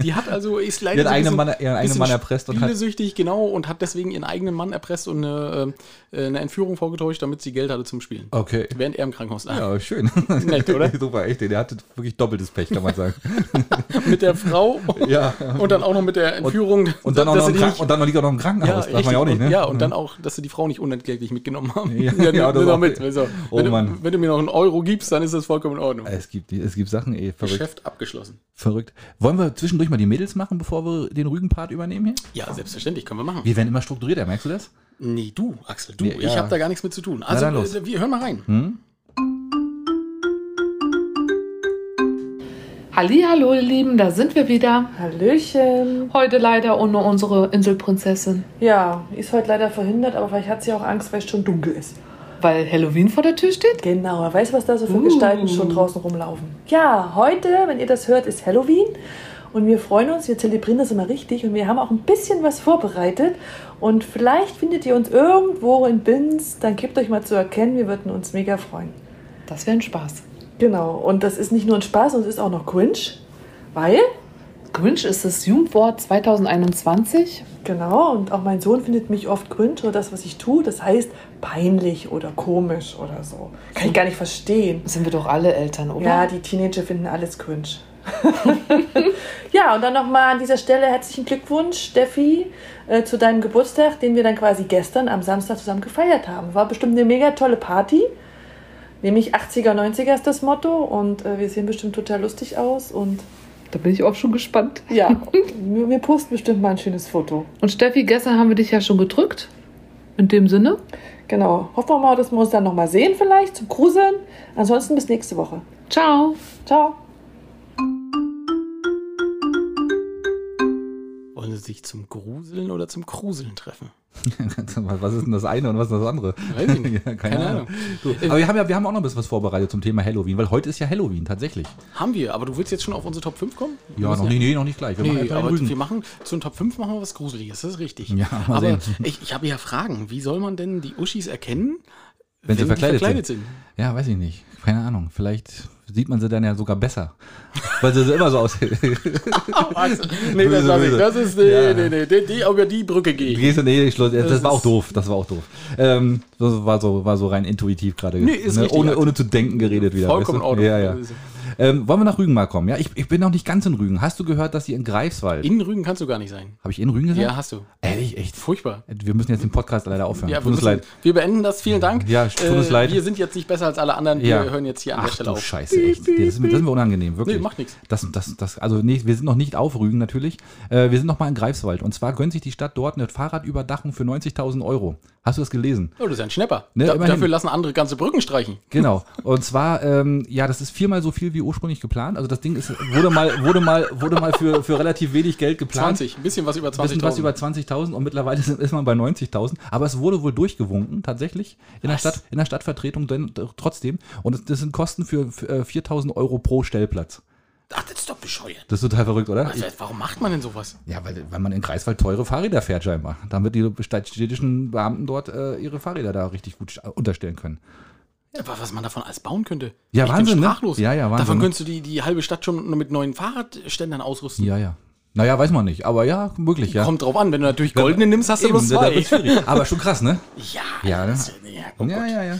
Speaker 1: Die hat also, ist leider
Speaker 2: Ihren
Speaker 1: so ein
Speaker 2: eigenen
Speaker 1: bisschen-
Speaker 2: Mann- ihren eigenen
Speaker 1: bisschen
Speaker 2: Mann erpresst und hat-
Speaker 1: spielesüchtig, genau, und hat deswegen ihren eigenen Mann erpresst und eine, äh, eine Entführung vorgetäuscht, damit sie Geld hatte zum Spielen.
Speaker 2: Okay.
Speaker 1: Während er im Krankenhaus lag.
Speaker 2: Oh. Ja, schön.
Speaker 1: Nett,
Speaker 2: (laughs)
Speaker 1: oder?
Speaker 2: Super, echt. ey. Der hatte wirklich doppeltes Pech, kann man sagen.
Speaker 1: (laughs) (laughs) Mit der Frau
Speaker 2: ja.
Speaker 1: und dann auch noch mit der Entführung.
Speaker 2: (laughs) Und dann, auch
Speaker 1: dass
Speaker 2: noch
Speaker 1: sie
Speaker 2: im
Speaker 1: die
Speaker 2: Krank-
Speaker 1: nicht-
Speaker 2: und dann liegt er noch im Krankenhaus.
Speaker 1: ja,
Speaker 2: Darf man ja auch nicht,
Speaker 1: richtig.
Speaker 2: ne?
Speaker 1: Und, ja, und dann auch, dass sie die Frau nicht unentgeltlich mitgenommen (laughs) haben.
Speaker 2: Ja,
Speaker 1: nimm-
Speaker 2: ja, das
Speaker 1: nimm doch
Speaker 2: auch.
Speaker 1: mit. So.
Speaker 2: Oh,
Speaker 1: wenn,
Speaker 2: Mann.
Speaker 1: Du, wenn du mir noch einen Euro gibst, dann ist das vollkommen in Ordnung.
Speaker 2: Es gibt, es gibt Sachen, ey, verrückt.
Speaker 1: Geschäft abgeschlossen.
Speaker 2: Verrückt. Wollen wir zwischendurch mal die Mädels machen, bevor wir den Rügenpart übernehmen hier?
Speaker 1: Ja, selbstverständlich, können wir machen.
Speaker 2: Wir werden immer strukturierter, merkst du das?
Speaker 1: Nee, du, Axel, du.
Speaker 2: Nee, ja.
Speaker 1: Ich habe da gar nichts mit zu tun. Also,
Speaker 2: dann los.
Speaker 1: äh, wir hören mal rein.
Speaker 2: Hm?
Speaker 3: Hallihallo, ihr Lieben, da sind wir wieder.
Speaker 5: Hallöchen.
Speaker 3: Heute leider ohne unsere Inselprinzessin,
Speaker 5: Ja, ist heute leider verhindert, aber vielleicht hat sie auch Angst, weil es schon dunkel ist.
Speaker 3: weil Halloween vor der Tür steht.
Speaker 5: Genau, wer weiß, was da so für Gestalten schon draußen rumlaufen. Ja, heute, wenn ihr das hört, ist Halloween und wir freuen uns, wir zelebrieren das immer richtig und wir haben auch ein bisschen was vorbereitet und vielleicht findet ihr uns irgendwo in Bins, dann gebt euch mal zu erkennen, wir würden uns mega freuen.
Speaker 3: Das wäre ein Spaß.
Speaker 5: Genau, und das ist nicht nur ein Spaß, sondern es ist auch noch cringe, weil
Speaker 3: Grinch ist das Jugendwort 2021.
Speaker 5: Genau, und auch mein Sohn findet mich oft cringe oder das, was ich tue. Das heißt peinlich oder komisch oder so. Kann ich gar nicht verstehen.
Speaker 3: Sind wir doch alle Eltern, oder?
Speaker 5: Ja, die Teenager finden alles cringe. (laughs) ja, und dann nochmal an dieser Stelle herzlichen Glückwunsch, Steffi, äh, zu deinem Geburtstag, den wir dann quasi gestern am Samstag zusammen gefeiert haben. War bestimmt eine mega tolle Party. Nämlich 80er, 90er ist das Motto und äh, wir sehen bestimmt total lustig aus und
Speaker 3: Da bin ich auch schon gespannt.
Speaker 5: ja, wir wir posten bestimmt mal ein schönes Foto.
Speaker 3: Und Steffi, gestern haben wir dich ja schon gedrückt. In dem Sinne,
Speaker 5: Genau. Hoffen wir mal, dass wir uns dann nochmal sehen vielleicht zum Gruseln. Ansonsten bis nächste Woche.
Speaker 3: ciao.
Speaker 5: Ciao.
Speaker 1: Wollen Sie sich zum Gruseln oder zum Kruseln treffen?
Speaker 2: (laughs) was ist denn das eine und was ist das andere?
Speaker 1: Weiß ich nicht.
Speaker 2: (laughs) Ja, keine,
Speaker 1: Keine
Speaker 2: Ahnung.
Speaker 1: Ahnung. äh
Speaker 2: Du, aber wir haben, ja, wir haben auch noch ein bisschen was vorbereitet zum Thema Halloween, weil heute ist ja Halloween tatsächlich.
Speaker 1: Haben wir, aber du willst jetzt schon auf unsere Top 5 kommen? Wir
Speaker 2: Ja,
Speaker 1: müssen
Speaker 2: noch nicht, nee, noch nicht gleich. Wir machen
Speaker 1: Nee,
Speaker 2: einfach
Speaker 1: aber
Speaker 2: den Rügen.
Speaker 1: wir machen zu den Top 5 machen wir was Gruseliges, das ist richtig.
Speaker 2: Ja, mal
Speaker 1: aber
Speaker 2: sehen.
Speaker 1: ich, ich habe ja Fragen. Wie soll man denn die Uschis erkennen,
Speaker 2: Wenn sie
Speaker 1: die
Speaker 2: verkleidet
Speaker 1: sind?
Speaker 2: Ja, weiß ich nicht. Keine Ahnung. Vielleicht sieht man sie dann ja sogar besser. (laughs) Weil sie so immer so (laughs) aussehen. (laughs)
Speaker 1: Nee, das
Speaker 2: Böse,
Speaker 1: lass ich.
Speaker 2: böse.
Speaker 1: Das ist, nee,
Speaker 2: Ja.
Speaker 1: nee, nee, die, die, über die Brücke gehe ich.
Speaker 2: Gehst du- nee, Schluss. Das,
Speaker 1: Das
Speaker 2: war auch
Speaker 1: ist-
Speaker 2: doof. Das war auch doof. Ähm, das war so, war so rein intuitiv gerade. ne,
Speaker 1: Nee, ist richtig,
Speaker 2: ohne,
Speaker 1: Axel.
Speaker 2: ohne zu denken geredet wieder.
Speaker 1: Vollkommen in Ordnung. Also-
Speaker 2: Ja, ja.
Speaker 1: Das ist-
Speaker 2: Ähm, wollen wir nach Rügen mal kommen? Ja, ich, ich bin noch nicht ganz in Rügen. Hast du gehört, dass sie in Greifswald.
Speaker 1: In Rügen kannst du gar nicht sein.
Speaker 2: Habe ich in Rügen gesagt?
Speaker 1: Ja, hast du.
Speaker 2: Ehrlich, echt.
Speaker 1: Furchtbar.
Speaker 2: Wir müssen jetzt den Podcast leider aufhören.
Speaker 1: Ja,
Speaker 2: Tut uns
Speaker 1: wir, müssen,
Speaker 2: leid.
Speaker 1: wir beenden das. Vielen Dank. Äh,
Speaker 2: Ja, tut uns leid.
Speaker 1: Wir sind jetzt nicht besser als alle anderen. Wir
Speaker 2: Ja.
Speaker 1: hören jetzt hier an
Speaker 2: Ach,
Speaker 1: der Stelle
Speaker 2: du
Speaker 1: auf.
Speaker 2: Scheiße, echt. Nee, das, ist, mir- das ist mir unangenehm, wirklich.
Speaker 1: Nee, macht nix.
Speaker 2: Das, das, das, also nee, wir sind noch nicht auf Rügen natürlich. Äh, wir sind noch mal in Greifswald. Und zwar gönnt sich die Stadt dort eine Fahrradüberdachung für 90.000 Euro. Hast du das gelesen?
Speaker 1: Oh, das ist ja ein Schnepper.
Speaker 2: Ne,
Speaker 1: da,
Speaker 2: immerhin.
Speaker 1: dafür lassen andere ganze Brücken streichen.
Speaker 2: Genau. Und zwar, ähm, ja, das ist viermal so viel wie ursprünglich geplant. Also das Ding ist, wurde mal, wurde mal, wurde mal für, für relativ wenig Geld geplant.
Speaker 1: 20, ein bisschen was über 20.000.
Speaker 2: bisschen was über 20.000 und mittlerweile sind, ist man bei 90.000. Aber es wurde wohl durchgewunken, tatsächlich, in, der,
Speaker 1: Was?
Speaker 2: Stadt, in der Stadtvertretung denn, trotzdem. Und das, das sind Kosten für, für äh, 4.000 Euro pro Stellplatz.
Speaker 1: Ach, das ist doch bescheuert.
Speaker 2: Das ist total verrückt, oder?
Speaker 1: Also, warum macht man denn sowas?
Speaker 2: ja, weil, weil man in Greifswald teure Fahrräder fährt scheinbar. Damit die stadt- städtischen Beamten dort äh, ihre Fahrräder da richtig gut sta- unterstellen können.
Speaker 1: Aber was man davon alles bauen könnte.
Speaker 2: Ja,
Speaker 1: ich
Speaker 2: Wahnsinn,
Speaker 1: bin
Speaker 2: ne?
Speaker 1: sprachlos.
Speaker 2: Ja, ja, Wahnsinn,
Speaker 1: Davon
Speaker 2: ne?
Speaker 1: könntest du die, die halbe Stadt schon mit neuen Fahrradständern ausrüsten.
Speaker 2: Ja, ja. Naja, weiß man nicht. Aber ja, möglich, ja.
Speaker 1: Kommt drauf an, wenn du natürlich goldene nimmst, hast du bloß
Speaker 2: da- da
Speaker 1: zwei.
Speaker 2: wird's schwierig.
Speaker 1: (laughs)
Speaker 2: Aber schon krass, ne?
Speaker 1: Ja,
Speaker 2: Ja, ne?
Speaker 1: das- ja, oh
Speaker 2: ja,
Speaker 1: Gott.
Speaker 2: ja, ja.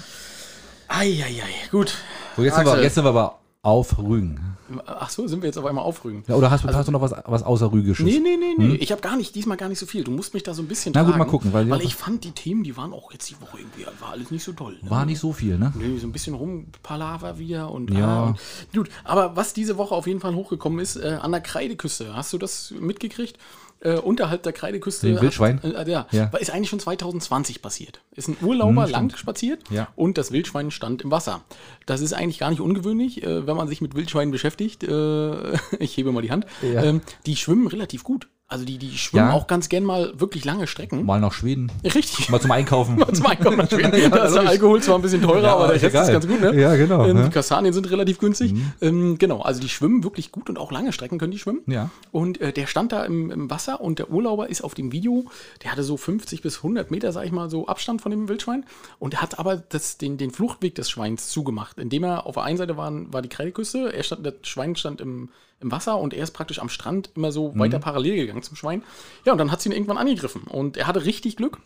Speaker 1: Eieiei, gut.
Speaker 2: So, jetzt sind, wir,
Speaker 1: Axel.
Speaker 2: jetzt sind wir aber auf Rügen.
Speaker 1: Ach so, sind wir jetzt auf einmal aufrügen.
Speaker 2: Ja, oder hast, du- hast du noch was, was außer Rügisches?
Speaker 1: Also Nee, nee, nee, nee. Ich habe gar nicht, diesmal gar nicht so viel. Du musst mich da so ein bisschen
Speaker 2: Na gut,
Speaker 1: tragen,
Speaker 2: mal gucken, weil-
Speaker 1: Weil, ich fand, die Themen, die waren auch jetzt die Woche irgendwie, war alles nicht so toll. ne?
Speaker 2: War nicht so viel, ne?
Speaker 1: Nee, so ein bisschen rumpalaver wieder und
Speaker 2: Ja.
Speaker 1: ah, und, gut. Aber was diese Woche auf jeden Fall hochgekommen ist, äh, an der Kreideküste, hast du das mitgekriegt? äh, unterhalb der Kreideküste.
Speaker 2: Den Wildschwein?
Speaker 1: Hat, äh, ja,
Speaker 2: Ja. Hm,
Speaker 1: War- ist eigentlich schon 2020 passiert. Ist ein Urlauber lang spaziert
Speaker 2: Ja.
Speaker 1: und das Wildschwein stand im Wasser. Das ist eigentlich gar nicht ungewöhnlich, äh, wenn man sich mit Wildschweinen beschäftigt. Äh, (laughs) ich hebe mal die Hand.
Speaker 2: Ja.
Speaker 1: Ähm, die schwimmen relativ gut. Also die, die schwimmen
Speaker 2: Ja.
Speaker 1: auch ganz gern mal wirklich lange Strecken.
Speaker 2: Mal nach Schweden.
Speaker 1: Richtig.
Speaker 2: Mal zum Einkaufen.
Speaker 1: (laughs) Mal zum Einkaufen
Speaker 2: (laughs)
Speaker 1: nach Schweden.
Speaker 2: Ja,
Speaker 1: da ist der
Speaker 2: logisch.
Speaker 1: Alkohol zwar ein bisschen teurer,
Speaker 2: Ja,
Speaker 1: aber der
Speaker 2: ist
Speaker 1: Rest ist
Speaker 2: egal.
Speaker 1: ganz gut, ne?
Speaker 2: Ja, genau, Mhm.
Speaker 1: Ähm,
Speaker 2: ja.
Speaker 1: Die Kastanien sind relativ günstig. Ähm, genau, also die schwimmen wirklich gut und auch lange Strecken können die schwimmen.
Speaker 2: Ja.
Speaker 1: Und äh, der stand da im, im Wasser und der Urlauber ist auf dem Video, der hatte so 50 bis 100 Meter, sag ich mal, so Abstand von dem Wildschwein und hat aber das, den, den Fluchtweg des Schweins zugemacht, indem er auf der einen Seite waren, war die Kreideküste, er stand, das Schwein stand im, im Wasser und er ist praktisch am Strand immer so weiter parallel gegangen zum Schwein. Ja, und dann hat sie ihn irgendwann angegriffen und er hatte richtig Glück,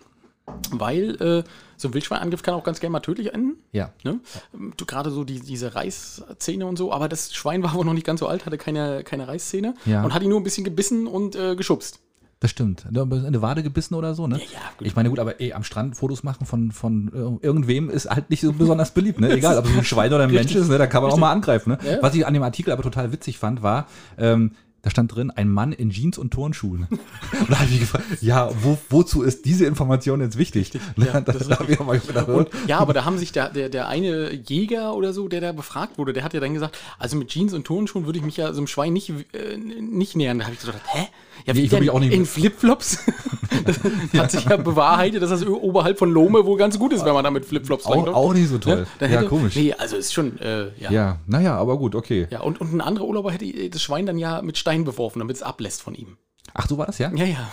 Speaker 1: weil äh, so ein Wildschweinangriff kann auch ganz gerne mal tödlich enden.
Speaker 2: Ja.
Speaker 1: Ne? Ähm, du- Gerade so die, diese Reißzähne und so, aber das Schwein war wohl noch nicht ganz so alt, hatte keine, keine Reißzähne
Speaker 2: Ja.
Speaker 1: und hat ihn nur ein bisschen gebissen und äh, geschubst.
Speaker 2: Das stimmt. Da haben wir Eine Wade gebissen oder so, ne?
Speaker 1: ja, gut.
Speaker 2: ich meine, gut, aber eh, am Strand Fotos machen von, von äh, irgendwem ist halt nicht so besonders beliebt, ne? Egal, ob es ein Schwein oder ein Mensch ist, ne? Da kann man auch mal angreifen, ne?
Speaker 1: Ja.
Speaker 2: Was ich an dem Artikel aber total witzig fand, war, ähm, da stand drin, ein Mann in Jeans
Speaker 1: (laughs)
Speaker 2: und Turnschuhen. Und da habe ich gefragt, ja, wo, wozu ist diese Information jetzt wichtig? Ne?
Speaker 1: ja,
Speaker 2: da
Speaker 1: das ist
Speaker 2: da habe ich auch mal
Speaker 1: (laughs)
Speaker 2: gedacht,
Speaker 1: Und, ja, aber da haben sich der, der, der eine Jäger oder so, der da befragt wurde, der hat ja dann gesagt, also mit Jeans und Turnschuhen würde ich mich ja so einem Schwein nicht, äh, nicht nähern. Da habe ich so gedacht, hä? Ja,
Speaker 2: Nee,
Speaker 1: wie
Speaker 2: ich würd mich
Speaker 1: denn?
Speaker 2: auch nicht
Speaker 1: in
Speaker 2: mit-
Speaker 1: Flipflops? (laughs)
Speaker 2: (laughs)
Speaker 1: das hat sich ja bewahrheitet, dass das oberhalb von Lome wohl ganz gut ist, wenn man da mit Flipflops
Speaker 2: auch,
Speaker 1: reinläuft.
Speaker 2: auch nicht so
Speaker 1: Ne?
Speaker 2: toll.
Speaker 1: Dann
Speaker 2: Ja,
Speaker 1: hätte-
Speaker 2: komisch.
Speaker 1: Nee, also ist schon, äh, ja. ja.
Speaker 2: Ja, naja, aber gut, okay.
Speaker 1: und, und ein anderer Urlauber hätte äh, das Schwein dann ja mit Stein beworfen, damit es ablässt von ihm.
Speaker 2: Ach, so war das, ja?
Speaker 1: Ja, ja.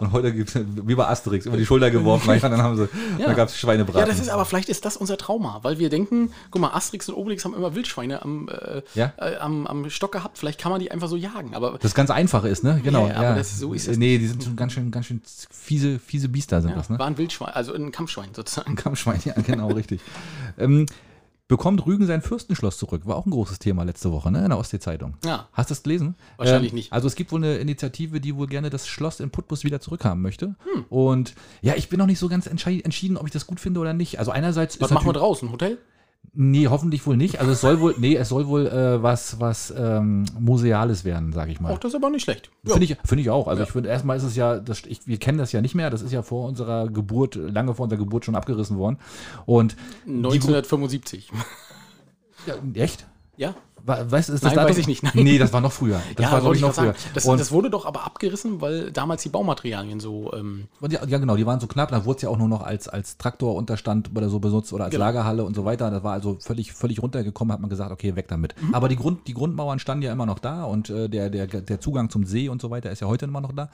Speaker 2: Und heute gibt's wie bei Asterix, über die Schulter
Speaker 1: (laughs)
Speaker 2: geworfen, ja, dann haben sie, dann gab's Schweinebraten.
Speaker 1: Ja, das ist aber, vielleicht ist das unser Trauma, weil wir denken, guck mal, Asterix und Obelix haben immer Wildschweine am, äh,
Speaker 2: Ja.
Speaker 1: äh, am, am Stock gehabt, vielleicht kann man die einfach so jagen, aber
Speaker 2: Das ganz einfache ist, ne? Genau.
Speaker 1: Ja, aber das- so ist es
Speaker 2: Nee, die sind schon ganz schön, ganz schön fiese, fiese Biester sind
Speaker 1: ja,
Speaker 2: das, ne? (laughs)
Speaker 1: war ein Wildschwein, also ein Kampfschwein sozusagen.
Speaker 2: Ein Kampfschwein, ja, genau, richtig. Ähm, bekommt Rügen sein Fürstenschloss zurück? War auch ein großes Thema letzte Woche, ne? In der Ostsee-Zeitung.
Speaker 1: Ja.
Speaker 2: Hast du das gelesen?
Speaker 1: Wahrscheinlich nicht.
Speaker 2: Also es gibt wohl eine Initiative, die wohl gerne das Schloss in Putbus wieder zurückhaben möchte.
Speaker 1: Hm.
Speaker 2: Und ja, ich bin noch nicht so ganz entschei- entschieden, ob ich das gut finde oder nicht. Also einerseits
Speaker 1: Was
Speaker 2: ist
Speaker 1: machen wir
Speaker 2: natürlich-
Speaker 1: draus? Ein Hotel?
Speaker 2: Nee, hoffentlich wohl nicht. Also es soll wohl, nee, es soll wohl äh, was, was ähm, Museales werden, sage ich mal.
Speaker 1: Auch das ist aber nicht schlecht. Ja.
Speaker 2: Finde ich, finde ich auch. Also ich finde, erstmal ist es ja, das, ich, wir kennen das ja nicht mehr. Das ist ja vor unserer Geburt, lange vor unserer Geburt schon abgerissen worden. Und
Speaker 1: 1975.
Speaker 2: ja, echt?
Speaker 1: Ja,
Speaker 2: Wa- Weißt, du, ist das
Speaker 1: Nein,
Speaker 2: Datum?
Speaker 1: weiß ich nicht, nein.
Speaker 2: Nee, das war noch früher. Das
Speaker 1: ja,
Speaker 2: war glaub
Speaker 1: wollte
Speaker 2: ich
Speaker 1: ich
Speaker 2: noch
Speaker 1: gerade
Speaker 2: früher.
Speaker 1: sagen. Das,
Speaker 2: und,
Speaker 1: das wurde doch aber abgerissen, weil damals die Baumaterialien so ähm,
Speaker 2: und ja, ja, genau, die waren so knapp. Da wurde es ja auch nur noch als, als Traktorunterstand oder so benutzt oder als
Speaker 1: Genau.
Speaker 2: Lagerhalle und so weiter. Das war also völlig, völlig runtergekommen, hat man gesagt, okay, weg damit. Aber die, Grund, die Grundmauern standen ja immer noch da und äh, der, der, der Zugang zum See und so weiter ist ja heute immer noch da.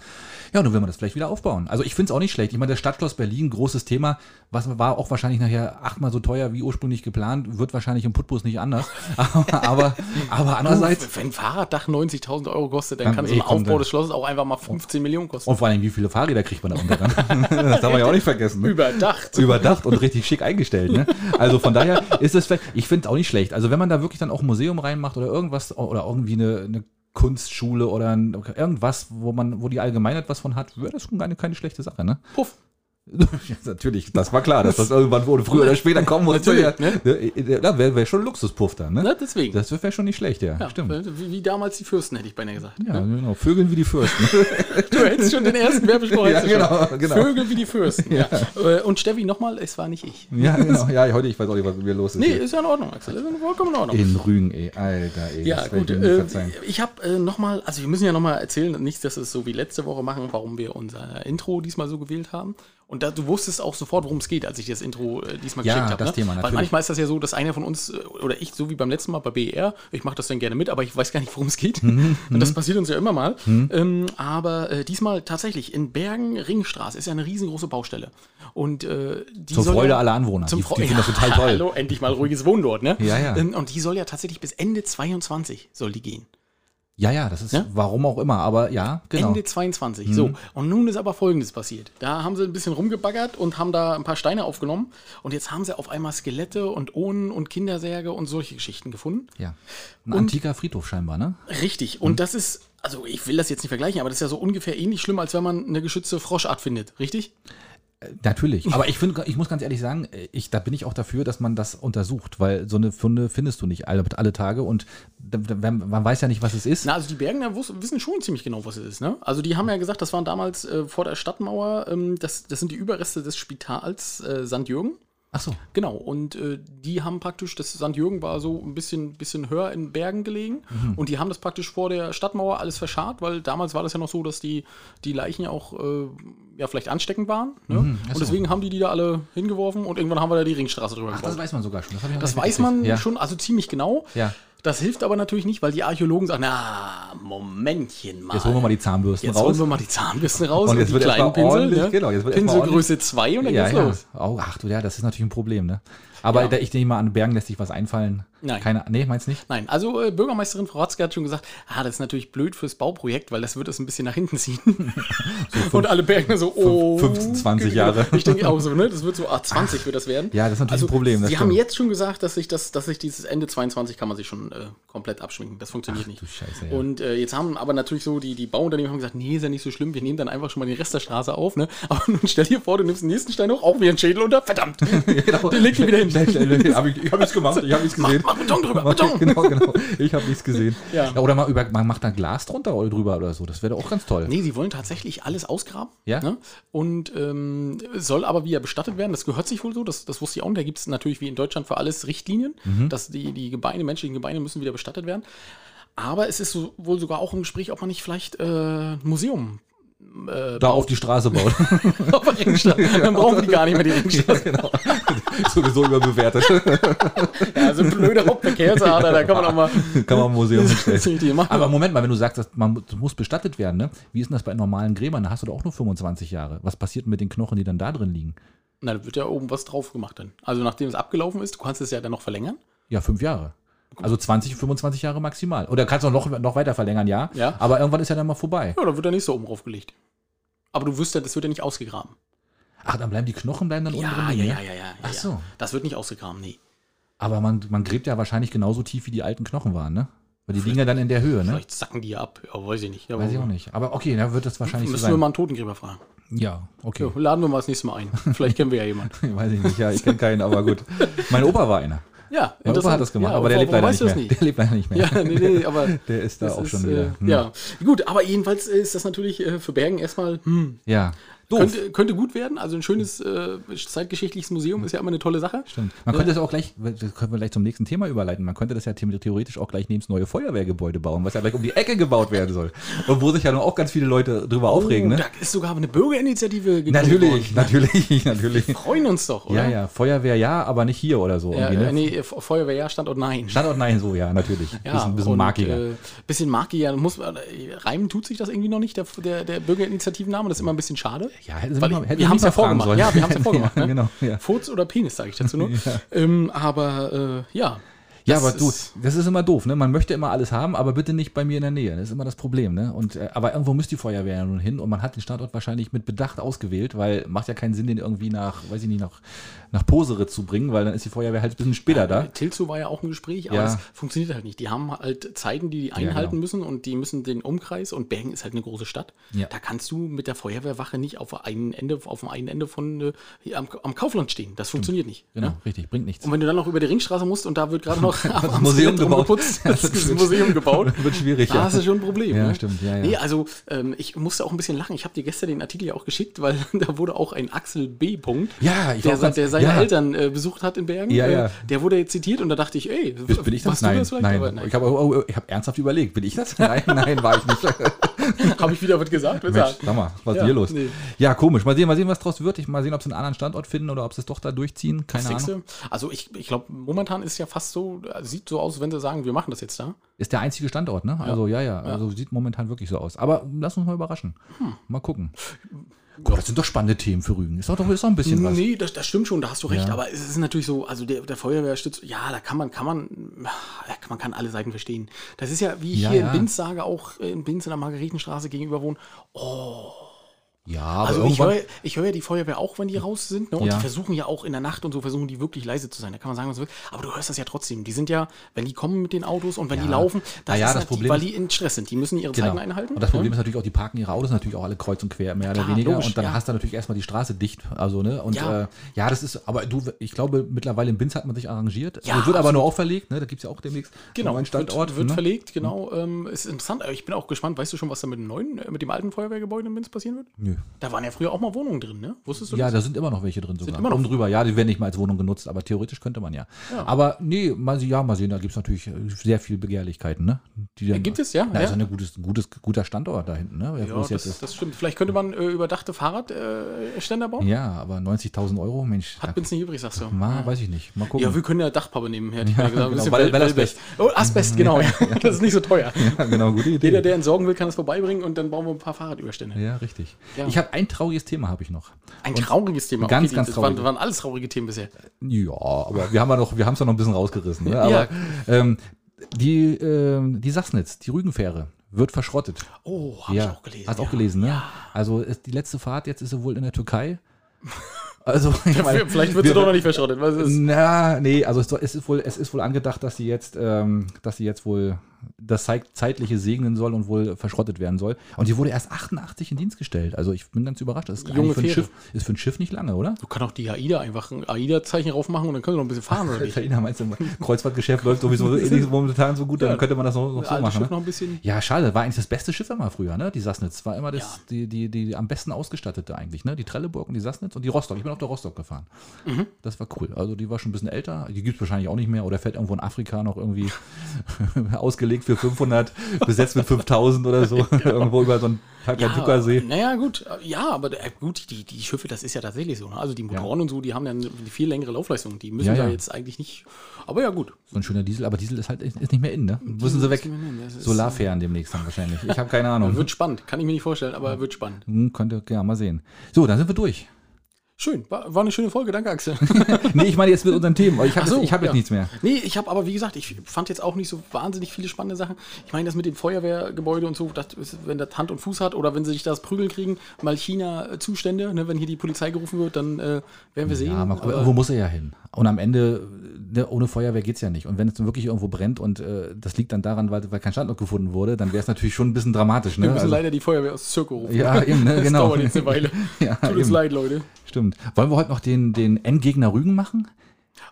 Speaker 2: Ja, nun will man das vielleicht wieder aufbauen. Also ich finde es auch nicht schlecht. Ich meine, das Stadtschloss Berlin, großes Thema, was war auch wahrscheinlich nachher achtmal so teuer wie ursprünglich geplant, wird wahrscheinlich im Putbus nicht anders. (laughs) aber, aber, aber andererseits.
Speaker 1: Wenn ein Fahrraddach 90.000 Euro kostet, dann
Speaker 2: Dann
Speaker 1: kann so ein
Speaker 2: eh kommt
Speaker 1: Aufbau
Speaker 2: dann-
Speaker 1: des Schlosses auch einfach mal 15 Millionen kosten.
Speaker 2: Und vor allem, wie viele Fahrräder kriegt man da unter dann? das haben wir ja auch nicht vergessen. Ne?
Speaker 1: Überdacht.
Speaker 2: Überdacht und richtig schick eingestellt. Ne? Also von daher ist es vielleicht, ich finde es auch nicht schlecht. Also wenn man da wirklich dann auch ein Museum reinmacht oder irgendwas oder irgendwie eine, eine Kunstschule oder ein, irgendwas, wo man, wo die Allgemeinheit was von hat, wäre das schon keine, keine schlechte Sache, ne?
Speaker 1: Puff.
Speaker 2: (laughs) Ja, Natürlich, das war klar, dass das irgendwann wurde, früher oder später kommen muss. Ne,
Speaker 1: Natürlich,
Speaker 2: Ja, wäre wär schon ein Luxuspuff dann,
Speaker 1: Na,
Speaker 2: ne?
Speaker 1: deswegen.
Speaker 2: Das wäre schon nicht schlecht, ja.
Speaker 1: Ja,
Speaker 2: Stimmt.
Speaker 1: Wie, wie damals die Fürsten, hätte ich beinahe gesagt.
Speaker 2: Ja, genau. Vögeln wie die Fürsten. (laughs)
Speaker 1: Du hättest schon den ersten Werbespruch.
Speaker 2: Ja,
Speaker 1: hättest du
Speaker 2: genau,
Speaker 1: schon.
Speaker 2: genau.
Speaker 1: Vögel wie die Fürsten. ja. Äh, Und Steffi, nochmal, es war nicht ich.
Speaker 2: ja, genau. Ja, heute, ich weiß auch nicht, was mit mir los ist.
Speaker 1: Nee,
Speaker 2: hier.
Speaker 1: ist ja in Ordnung, Axel. Ist vollkommen in Ordnung.
Speaker 2: In Rügen, ey. Alter, ey.
Speaker 1: Ja,
Speaker 2: das werd
Speaker 1: gut.
Speaker 2: Ich, mir nie
Speaker 1: Äh,
Speaker 2: verzeihen.
Speaker 1: ich habe äh, nochmal, also wir müssen ja nochmal erzählen, nicht, dass wir es so wie letzte Woche machen, warum wir unser Intro diesmal so gewählt haben. Und da, du wusstest auch sofort, worum es geht, als ich dir das Intro äh, diesmal
Speaker 2: Ja,
Speaker 1: geschickt habe.
Speaker 2: das Thema,
Speaker 1: Weil
Speaker 2: natürlich.
Speaker 1: manchmal ist das ja so, dass einer von uns äh, oder ich, so wie beim letzten Mal bei BER, ich mache das dann gerne mit, aber ich weiß gar nicht, worum es geht.
Speaker 2: Mhm,
Speaker 1: (laughs) Und das passiert uns ja immer mal. Ähm, aber äh, diesmal tatsächlich in Bergen Ringstraße ist ja eine riesengroße Baustelle. Und äh, die
Speaker 2: Zur
Speaker 1: soll
Speaker 2: Freude
Speaker 1: ja,
Speaker 2: aller Anwohner.
Speaker 1: Zum
Speaker 2: Ah, Die- die
Speaker 1: Freude.
Speaker 2: finden das total toll.
Speaker 1: Hallo, endlich mal ruhiges Wohnen dort, ne?
Speaker 2: Ja, ja.
Speaker 1: Ähm, und die soll ja tatsächlich bis Ende 22 soll die gehen.
Speaker 2: Ja, ja, das ist
Speaker 1: Ja?
Speaker 2: warum auch immer, aber ja, genau. Mhm.
Speaker 1: Ende 22. So. Und nun ist aber Folgendes passiert. Da haben sie ein bisschen rumgebaggert und haben da ein paar Steine aufgenommen. Und jetzt haben sie auf einmal Skelette und Ohnen und Kindersärge und solche Geschichten gefunden.
Speaker 2: ja. Ein antiker Friedhof scheinbar, ne?
Speaker 1: Richtig. Und das ist, also ich will das jetzt nicht vergleichen, aber das ist ja so ungefähr ähnlich schlimm, als wenn man eine geschützte Froschart findet. Richtig?
Speaker 2: Natürlich. Aber ich finde, ich muss ganz ehrlich sagen, ich, da bin ich auch dafür, dass man das untersucht, weil so eine Funde findest du nicht alle, alle Tage und da- da- wenn- man weiß ja nicht, was es ist.
Speaker 1: Na, also die Bergener wus- wissen schon ziemlich genau, was es ist. Ne? Also die haben ja gesagt, das waren damals äh, vor der Stadtmauer, ähm, das, das sind die Überreste des Spitals äh, St. Jürgen.
Speaker 2: Ach so.
Speaker 1: Genau, und äh, die haben praktisch, das St. Jürgen war so ein bisschen, bisschen höher in Bergen gelegen
Speaker 2: Mhm.
Speaker 1: und die haben das praktisch vor der Stadtmauer alles verscharrt, weil damals war das ja noch so, dass die, die Leichen ja auch äh, ja, vielleicht ansteckend waren. Ne?
Speaker 2: Mhm. ach so.
Speaker 1: und deswegen haben die die da alle hingeworfen und irgendwann haben wir da die Ringstraße drüber
Speaker 2: Ach, das weiß man sogar schon. hab ich noch
Speaker 1: Das
Speaker 2: nicht
Speaker 1: weiß man
Speaker 2: mitgekriegt. ja.
Speaker 1: schon, also ziemlich genau.
Speaker 2: Ja.
Speaker 1: Das hilft aber natürlich nicht, weil die Archäologen sagen, na, Momentchen mal.
Speaker 2: Jetzt holen wir mal die Zahnbürsten
Speaker 1: Jetzt
Speaker 2: raus.
Speaker 1: holen wir mal die Zahnbürsten raus
Speaker 2: Und jetzt wird erst mal ordentlich- genau, jetzt wird erst mal
Speaker 1: Pinselgröße 2 und dann
Speaker 2: ja,
Speaker 1: geht's
Speaker 2: ja.
Speaker 1: los.
Speaker 2: Oh, ach du, ja, das ist natürlich ein Problem, ne? Aber da, ich denke mal, an Bergen lässt sich was einfallen.
Speaker 1: Nein.
Speaker 2: Keine, nee, meinst nicht?
Speaker 1: Nein, also äh, Bürgermeisterin Frau Rotzke hat schon gesagt, ah, das ist natürlich blöd fürs Bauprojekt, weil das wird es ein bisschen nach hinten
Speaker 2: (laughs)
Speaker 1: ziehen. und alle Bergner so, oh.
Speaker 2: 15, 20 Jahre.
Speaker 1: Ich denke auch so, ne? Das wird so, ah, 20 wird das werden. Also,
Speaker 2: Ja, das ist natürlich ein Problem, das
Speaker 1: Sie haben
Speaker 2: stimmt.
Speaker 1: jetzt schon gesagt, dass sich das, dass sich dieses Ende 22 kann man sich schon äh, komplett abschminken. Das funktioniert nicht.
Speaker 2: du Scheiße, ja.
Speaker 1: Und äh, jetzt haben aber natürlich so die, die Bauunternehmen haben gesagt, nee, ist ja nicht so schlimm, wir nehmen dann einfach schon mal den Rest der Straße auf, ne? Aber (laughs) nun stell dir vor, du nimmst den nächsten Stein hoch, auch wieder einen Schädel unter,
Speaker 2: (laughs)
Speaker 1: verdammt.
Speaker 2: genau.
Speaker 1: Den legt ihr wieder hin.
Speaker 2: Schnell, schnell, schnell. Hab ich ich habe nichts gemacht, ich habe nichts
Speaker 1: Mach-
Speaker 2: gesehen.
Speaker 1: mach Beton drüber, Beton.
Speaker 2: Genau, genau. Ich habe nichts gesehen.
Speaker 1: Ja.
Speaker 2: Oder mal über, man macht da Glas drunter oder drüber oder so. Das wäre doch auch ganz toll.
Speaker 1: Nee, sie wollen tatsächlich alles ausgraben.
Speaker 2: Ja.
Speaker 1: Ne? Und ähm, soll aber wieder bestattet werden. Das gehört sich wohl so. Das, das wusste ich auch. Und da gibt es natürlich wie in Deutschland für alles Richtlinien, dass die, die Gebeine, menschlichen Gebeine müssen wieder bestattet werden. Aber es ist so, wohl sogar auch im Gespräch, ob man nicht vielleicht äh, ein Museum (laughs)
Speaker 2: Da auf die Straße bauen.
Speaker 1: auf der (laughs) Ringstraße. Dann brauchen wir die gar nicht mehr, die Ringstraße.
Speaker 2: genau. Sowieso überbewertet.
Speaker 1: Ja, also blöde Hauptverkehrsader, da kann man auch mal.
Speaker 2: Kann man im
Speaker 1: (laughs)
Speaker 2: Museum
Speaker 1: Das ist die
Speaker 2: hinstellen.
Speaker 1: Macht.
Speaker 2: Aber Moment mal, wenn du sagst, dass man das muss bestattet werden, ne? wie ist denn das bei normalen Gräbern? Da hast du doch auch nur 25 Jahre. Was passiert denn mit den Knochen, die dann da drin liegen?
Speaker 1: Na, da wird ja oben was drauf gemacht dann. Also nachdem es abgelaufen ist, du kannst es ja dann noch verlängern.
Speaker 2: Ja, fünf Jahre. Also 20, 25 Jahre maximal. Oder kannst du auch noch, noch weiter verlängern, ja.
Speaker 1: Ja.
Speaker 2: Aber irgendwann ist ja dann mal vorbei.
Speaker 1: Ja, da wird der nächste oben draufgelegt. Aber du wirst ja, das wird ja nicht ausgegraben.
Speaker 2: Ach, dann bleiben die Knochen bleiben dann unten
Speaker 1: Ja,
Speaker 2: drin.
Speaker 1: ja,
Speaker 2: ne?
Speaker 1: ja, ja, ja. ja.
Speaker 2: Ach so.
Speaker 1: Das wird nicht ausgegraben, nee.
Speaker 2: Aber man, man gräbt ja wahrscheinlich genauso tief, wie die alten Knochen waren, ne? Weil die liegen ja dann in der Höhe, ne?
Speaker 1: Vielleicht sacken die ja ab. Ja, weiß ich nicht. Ja,
Speaker 2: Weiß ich auch
Speaker 1: aber-
Speaker 2: nicht. Aber okay, da wird das wahrscheinlich so
Speaker 1: Müssen wir
Speaker 2: sein.
Speaker 1: mal einen Totengräber fragen.
Speaker 2: ja, okay.
Speaker 1: Ja, laden wir mal das nächste Mal
Speaker 2: (laughs)
Speaker 1: ein. Vielleicht kennen wir ja jemanden.
Speaker 2: Weiß ich nicht, ja, ich kenne keinen, aber gut. Mein Opa war einer.
Speaker 1: Ja,
Speaker 2: Mein Opa
Speaker 1: interessant.
Speaker 2: hat das gemacht,
Speaker 1: Ja,
Speaker 2: aber der lebt leider
Speaker 1: warum weißt
Speaker 2: nicht mehr. Der (laughs) lebt leider nicht
Speaker 1: du
Speaker 2: mehr.
Speaker 1: das nicht? Ja, nee, nee, aber
Speaker 2: (laughs) Der ist da
Speaker 1: das
Speaker 2: auch
Speaker 1: ist,
Speaker 2: schon
Speaker 1: Äh,
Speaker 2: wieder. Hm.
Speaker 1: Ja, gut, aber jedenfalls ist das natürlich äh, für Bergen erstmal, hm,
Speaker 2: Ja. Doof.
Speaker 1: könnte, könnte gut werden. Also ein schönes äh, zeitgeschichtliches Museum ist ja immer eine tolle Sache.
Speaker 2: Stimmt. Man könnte das auch gleich, das können wir gleich zum nächsten Thema überleiten, man könnte das ja the- theoretisch auch gleich neben das neue Feuerwehrgebäude bauen, was ja gleich um die Ecke gebaut werden soll. Und wo sich ja nun auch ganz viele Leute drüber aufregen,
Speaker 1: Oh,
Speaker 2: ne?
Speaker 1: Da ist sogar eine Bürgerinitiative gegründet (laughs)
Speaker 2: Natürlich,
Speaker 1: worden.
Speaker 2: natürlich, natürlich.
Speaker 1: Freuen uns doch, oder?
Speaker 2: Ja, ja, Feuerwehr ja, aber nicht hier oder so.
Speaker 1: Ja,
Speaker 2: irgendwie,
Speaker 1: äh,
Speaker 2: ne?
Speaker 1: nee, Fe- Feuerwehrjahr, Standort nein.
Speaker 2: Standort nein, so, ja, natürlich. bisschen bisschen
Speaker 1: und,
Speaker 2: markiger.
Speaker 1: äh, bisschen markiger. Muss, man- äh, reimen tut sich das irgendwie noch nicht, der, der, der Bürgerinitiativenname. Das ist immer ein bisschen schade.
Speaker 2: Ja, hätten sie
Speaker 1: Weil
Speaker 2: mich mal- hätten sie
Speaker 1: wir haben es
Speaker 2: mich
Speaker 1: ja
Speaker 2: mal fragen
Speaker 1: vorgemacht.
Speaker 2: sollen.
Speaker 1: Ja, wir haben es ja vorgemacht.
Speaker 2: (laughs) Ja,
Speaker 1: ne?
Speaker 2: genau, ja.
Speaker 1: Furz oder Penis, sage ich dazu
Speaker 2: (laughs)
Speaker 1: nur. ähm, aber äh, ja.
Speaker 2: ja,
Speaker 1: das
Speaker 2: aber du,
Speaker 1: ist-
Speaker 2: das ist immer doof, ne? Man möchte immer alles haben, aber bitte nicht bei mir in der Nähe. Das ist immer das Problem, ne? Und, äh, aber irgendwo muss die Feuerwehr ja nun hin und man hat den Standort wahrscheinlich mit Bedacht ausgewählt, weil macht ja keinen Sinn, den irgendwie nach, weiß ich nicht, nach, nach Posere zu bringen, weil dann ist die Feuerwehr halt ein bisschen später da.
Speaker 1: Tilzo Äh, war ja auch ein Gespräch, aber
Speaker 2: Ja.
Speaker 1: das funktioniert halt nicht. Die haben halt Zeiten, die die einhalten
Speaker 2: genau.
Speaker 1: müssen und die müssen den Umkreis und Bergen ist halt eine große Stadt.
Speaker 2: Ja.
Speaker 1: Da kannst du mit der Feuerwehrwache nicht auf einem Ende, auf dem einen Ende von äh, hier am, am Kaufland stehen. Das funktioniert nicht.
Speaker 2: Genau,
Speaker 1: ne?
Speaker 2: richtig, bringt nichts.
Speaker 1: Und wenn du dann noch über die Ringstraße musst und da wird gerade
Speaker 2: (laughs)
Speaker 1: noch (laughs)
Speaker 2: Das Museum gebaut.
Speaker 1: Geputzt,
Speaker 2: (laughs)
Speaker 1: das ist ein Museum gebaut.
Speaker 2: Wird schwierig,
Speaker 1: Da
Speaker 2: ja.
Speaker 1: hast du schon ein Problem.
Speaker 2: Ja,
Speaker 1: ne?
Speaker 2: stimmt, ja, ja.
Speaker 1: Nee, also ähm, ich musste auch ein bisschen lachen. Ich habe dir gestern den Artikel ja auch geschickt, weil (laughs) da wurde auch ein Axel B. Punkt,
Speaker 2: Ja, ich
Speaker 1: der,
Speaker 2: war auch
Speaker 1: se-
Speaker 2: ganz-
Speaker 1: der seine
Speaker 2: ja.
Speaker 1: Eltern äh, besucht hat in Bergen.
Speaker 2: Ja, ja.
Speaker 1: Äh, der wurde jetzt zitiert und da dachte ich, ey,
Speaker 2: Bist- bin ich das?
Speaker 1: machst
Speaker 2: Nein,
Speaker 1: du das vielleicht?
Speaker 2: nein.
Speaker 1: Aber nein. (laughs)
Speaker 2: Ich habe oh, oh, ich hab ernsthaft überlegt, bin ich das? (laughs) Nein, nein, war ich nicht.
Speaker 1: Habe ich wieder was gesagt? Willst
Speaker 2: Mensch,
Speaker 1: du
Speaker 2: sag
Speaker 1: sagen?
Speaker 2: mal, was ist
Speaker 1: Ja,
Speaker 2: hier los?
Speaker 1: nee.
Speaker 2: Ja, komisch. Mal sehen, mal sehen, was draus wird. Ich mal sehen, ob sie einen anderen Standort finden oder ob sie es doch da durchziehen. Keine
Speaker 1: Denkst
Speaker 2: Ahnung.
Speaker 1: du? Also ich, ich glaube, momentan ist ja fast so, also sieht so aus, wenn sie sagen, wir machen das jetzt da.
Speaker 2: Ist der einzige Standort, ne? Also ja, ja. Also sieht momentan wirklich so aus. Aber lass uns mal überraschen.
Speaker 1: Hm.
Speaker 2: Mal gucken. Gott, das sind doch spannende Themen für Rügen. Ist doch, doch- ist doch ein bisschen was.
Speaker 1: Hm, Nee, das, das stimmt schon, da hast du recht. Aber es ist natürlich so, also der, der Feuerwehrstütz, ja, da kann man, kann man, ja, man kann alle Seiten verstehen. Das ist ja, wie ich
Speaker 2: Ja,
Speaker 1: hier
Speaker 2: ja.
Speaker 1: in Binz sage, auch äh, in Binz in der Margaretenstraße gegenüber wohnen. Oh,
Speaker 2: Ja, aber
Speaker 1: Also ich
Speaker 2: irgendwann,
Speaker 1: höre, ich höre ja die Feuerwehr auch, wenn die raus sind. Ne? Und
Speaker 2: Ja.
Speaker 1: die versuchen ja auch in der Nacht und so, versuchen die wirklich leise zu sein. Da kann man sagen, was will. Aber du hörst das ja trotzdem. Die sind ja, wenn die kommen mit den Autos und wenn
Speaker 2: Ja.
Speaker 1: die laufen,
Speaker 2: Na ja, das
Speaker 1: natürlich-
Speaker 2: Problem
Speaker 1: weil
Speaker 2: ist-
Speaker 1: die in Stress sind. Die müssen ihre
Speaker 2: genau.
Speaker 1: Zeiten einhalten.
Speaker 2: Und das Problem
Speaker 1: ne?
Speaker 2: ist natürlich auch, die parken ihre Autos natürlich auch alle kreuz und quer, mehr oder
Speaker 1: Klar,
Speaker 2: weniger.
Speaker 1: logisch,
Speaker 2: und dann
Speaker 1: ja.
Speaker 2: hast du natürlich erstmal die Straße dicht. Also, ne? Und ja,
Speaker 1: Ja.
Speaker 2: äh, ja das ist, aber du, ich glaube, mittlerweile in Binz hat man sich arrangiert.
Speaker 1: Ja,
Speaker 2: Also, wird aber
Speaker 1: absolut.
Speaker 2: nur auch verlegt, ne? Da gibt es ja auch demnächst
Speaker 1: Genau,
Speaker 2: einen neuen Standort.
Speaker 1: wird, wird
Speaker 2: ne?
Speaker 1: verlegt, genau. Ähm, ist interessant, aber ich bin auch gespannt. Weißt du schon, was da mit dem neuen, äh, mit dem alten Feuerwehrgebäude in Binz passieren wird?
Speaker 2: Nö.
Speaker 1: Da waren ja früher auch mal Wohnungen drin, ne? Wusstest du
Speaker 2: Ja,
Speaker 1: das?
Speaker 2: da sind immer noch welche drin sogar.
Speaker 1: immer noch-
Speaker 2: Oben drüber, ja, die werden nicht mal als Wohnung genutzt, aber theoretisch könnte man ja. Aber nee, mal, se- ja, mal sehen, da gibt es natürlich äh, sehr viel Begehrlichkeiten, ne? Die dann-
Speaker 1: Gibt es, ja,
Speaker 2: Na,
Speaker 1: ja.
Speaker 2: ist ja ein gutes, gutes, guter Standort da hinten, ne?
Speaker 1: Ja,
Speaker 2: wo es jetzt
Speaker 1: das,
Speaker 2: ist.
Speaker 1: das stimmt. Vielleicht könnte man äh, überdachte Fahrradständer äh, Ständer bauen.
Speaker 2: ja aber 90.000 Euro, Mensch.
Speaker 1: Hat Binz nicht übrig, sagst du.
Speaker 2: da, mal, weiß ich nicht. Mal gucken.
Speaker 1: Ja, wir können ja Dachpappe nehmen, hätte ich
Speaker 2: Ja,
Speaker 1: mal gesagt. Ein
Speaker 2: genau,
Speaker 1: bisschen
Speaker 2: weil-
Speaker 1: Well-
Speaker 2: weil Asbest.
Speaker 1: Oh, Asbest, genau. Ja. (laughs) Das ist nicht so teuer.
Speaker 2: Ja, genau, gute Idee.
Speaker 1: Jeder, der entsorgen will, kann es vorbeibringen und dann bauen wir ein paar Fahrradüberstände.
Speaker 2: ja, richtig.
Speaker 1: Ja.
Speaker 2: Ich habe ein trauriges Thema, habe ich noch.
Speaker 1: Ein trauriges Thema.
Speaker 2: Ganz,
Speaker 1: die-
Speaker 2: ganz
Speaker 1: das
Speaker 2: traurig.
Speaker 1: Waren, waren alles traurige Themen bisher.
Speaker 2: Ja, aber wir haben ja noch, wir haben es ja noch ein bisschen rausgerissen. Ne?
Speaker 1: Ja.
Speaker 2: Aber ähm, die, ähm, die Sassnitz, die Rügenfähre, wird verschrottet.
Speaker 1: Oh, hab ich auch gelesen.
Speaker 2: Hast
Speaker 1: ja.
Speaker 2: auch gelesen, ne? Also ist die letzte Fahrt jetzt ist sie wohl in der Türkei.
Speaker 1: (laughs)
Speaker 2: Also ich meine,
Speaker 1: Vielleicht wird sie doch noch nicht verschrottet. Was ist?
Speaker 2: Na, nee, also es, soll- es ist wohl, es ist wohl angedacht, dass sie jetzt, ähm, dass sie jetzt wohl das zeit- zeitliche segnen soll und wohl verschrottet werden soll. Und sie wurde erst 88 in Dienst gestellt. Also ich bin ganz überrascht. Das ist,
Speaker 1: Junge
Speaker 2: eigentlich für ein
Speaker 1: Fähre.
Speaker 2: Schiff, ist für ein Schiff nicht lange, oder?
Speaker 1: Du kannst auch die AIDA einfach ein AIDA-Zeichen raufmachen und dann können wir noch ein bisschen fahren,
Speaker 2: (laughs)
Speaker 1: oder nicht?
Speaker 2: Italiener, meinst du, Kreuzfahrtgeschäft läuft sowieso eh nicht momentan so gut, dann könnte man das noch, noch
Speaker 1: Das
Speaker 2: so
Speaker 1: alte
Speaker 2: machen.
Speaker 1: Schiff
Speaker 2: Ne?
Speaker 1: noch ein bisschen.
Speaker 2: Ja, schade, war eigentlich das beste Schiff immer früher, ne? Die Sassnitz war immer das, die, die, die, am besten ausgestattete eigentlich, ne? Die Trelleburg und die Sassnitz und die Rostock. Ich bin auf der Rostock gefahren.
Speaker 1: Mhm.
Speaker 2: Das war cool. Also die war schon ein bisschen älter, die gibt es wahrscheinlich auch nicht mehr oder fährt irgendwo in Afrika noch irgendwie (laughs) ausgelegt für 500, besetzt mit 5000 oder
Speaker 1: (laughs)
Speaker 2: so, irgendwo über so einen Takatuka-See.
Speaker 1: naja, gut. Ja, aber äh, gut, die, die Schiffe, das ist ja tatsächlich so. Ne? Also die Motoren und so, die haben ja eine viel längere Laufleistung. Die müssen
Speaker 2: Ja,
Speaker 1: ja,
Speaker 2: ja.
Speaker 1: jetzt eigentlich nicht. Aber ja, gut.
Speaker 2: So ein schöner Diesel, aber Diesel ist halt ist nicht mehr in, ne? Müssen sie weg.
Speaker 1: ist nicht mehr in, das ist-
Speaker 2: Solarfähren demnächst dann wahrscheinlich. Ich habe keine Ahnung.
Speaker 1: Wird spannend. Kann ich mir nicht vorstellen, aber wird spannend.
Speaker 2: Hm, Könnte, ja, mal sehen. So, dann sind wir durch. (laughs)
Speaker 1: Schön. War, war eine schöne Folge. Danke, Axel.
Speaker 2: Nee, ich meine jetzt mit unseren Themen. aber Ich habe
Speaker 1: Ach so,
Speaker 2: jetzt, ich hab
Speaker 1: ja.
Speaker 2: jetzt nichts mehr.
Speaker 1: Nee, ich habe aber, wie gesagt, ich fand jetzt auch nicht so wahnsinnig viele spannende Sachen. Ich meine, das mit dem Feuerwehrgebäude und so, das ist, wenn das Hand und Fuß hat oder wenn sie sich das Prügel kriegen, mal China-Zustände, ne, wenn hier die Polizei gerufen wird, dann äh, werden wir sehen.
Speaker 2: Ja, aber irgendwo muss er ja hin. Und am Ende, ne, ohne Feuerwehr geht's ja nicht. Und wenn es dann wirklich irgendwo brennt und äh, das liegt dann daran, weil, weil kein Standort gefunden wurde, dann wäre es natürlich schon ein bisschen dramatisch. Ne?
Speaker 1: wir müssen
Speaker 2: Also-
Speaker 1: leider die Feuerwehr aus Zirko rufen.
Speaker 2: ja, eben, (laughs)
Speaker 1: (laughs)
Speaker 2: ne?
Speaker 1: das
Speaker 2: genau.
Speaker 1: dauert jetzt eine Weile.
Speaker 2: (laughs) ja,
Speaker 1: Tut uns
Speaker 2: eben.
Speaker 1: leid, Leute.
Speaker 2: Stimmt. Wollen wir heute noch den, den Endgegner Rügen machen?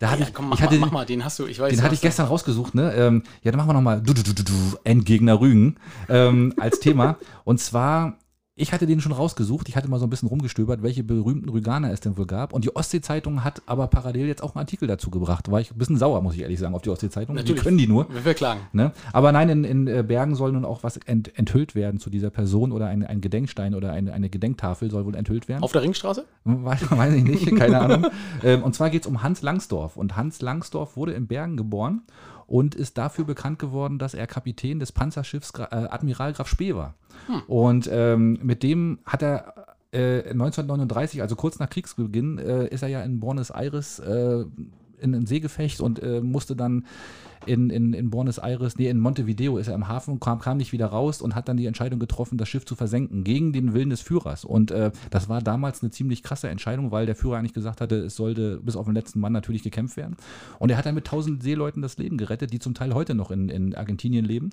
Speaker 2: Da hatte
Speaker 1: Ja,
Speaker 2: ich,
Speaker 1: komm, mach,
Speaker 2: ich hatte,
Speaker 1: mal, mach mal, den hast du, ich weiß.
Speaker 2: Den
Speaker 1: du
Speaker 2: hatte ich
Speaker 1: hast
Speaker 2: gestern rausgesucht, ne? Ähm, ja, dann machen wir nochmal du, du, du, du, du, Endgegner Rügen ähm, als Thema. Und zwar, ich hatte den schon rausgesucht. Ich hatte mal so ein bisschen rumgestöbert, welche berühmten Rüganer es denn wohl gab. Und die Ostsee-Zeitung hat aber parallel jetzt auch einen Artikel dazu gebracht. Da war ich ein bisschen sauer, muss ich ehrlich sagen, auf die Ostsee-Zeitung. Die
Speaker 1: Natürlich.
Speaker 2: können die nur.
Speaker 1: Wir verklagen.
Speaker 2: Ne? Aber nein, in, in äh, Bergen soll nun auch was ent, enthüllt werden zu dieser Person oder ein, ein Gedenkstein oder eine, eine Gedenktafel soll wohl enthüllt werden.
Speaker 1: Auf der Ringstraße?
Speaker 2: Weiß, (laughs) weiß ich nicht, keine Ahnung. Ähm, und zwar geht es um Hans Langsdorf. Und Hans Langsdorf wurde in Bergen geboren und ist dafür bekannt geworden, dass er Kapitän des Panzerschiffs Gra- äh, Admiral Graf Spee war. Und ähm, mit dem hat er äh, 1939, also kurz nach Kriegsbeginn, äh, ist er ja in Buenos Aires äh, in ein Seegefecht und äh, musste dann in, in, in Buenos Aires, nee, in Montevideo ist er im Hafen, kam, kam nicht wieder raus und hat dann die Entscheidung getroffen, das Schiff zu versenken, gegen den Willen des Führers. Und äh, das war damals eine ziemlich krasse Entscheidung, weil der Führer eigentlich gesagt hatte, es sollte bis auf den letzten Mann natürlich gekämpft werden. Und er hat dann mit tausend Seeleuten das Leben gerettet, die zum Teil heute noch in, in Argentinien leben.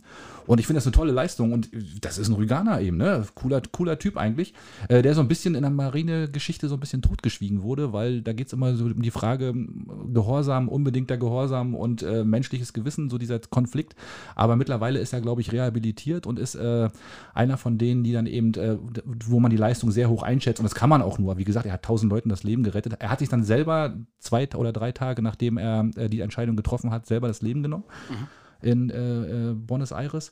Speaker 2: Und ich finde das eine tolle Leistung und das ist ein Rüganer eben, ne? Cooler, cooler Typ eigentlich, äh, der so ein bisschen in der Marinegeschichte so ein bisschen totgeschwiegen wurde, weil da geht es immer so um die Frage mh, Gehorsam, unbedingter Gehorsam und äh, menschliches Gewissen, so dieser Konflikt. Aber mittlerweile ist er, glaube ich, rehabilitiert und ist äh, einer von denen, die dann eben, äh, d- wo man die Leistung sehr hoch einschätzt. Und das kann man auch nur. Wie gesagt, er hat tausend Leuten das Leben gerettet. Er hat sich dann selber zwei oder drei Tage, nachdem er äh, die Entscheidung getroffen hat, selber das Leben genommen in äh, äh, Buenos Aires.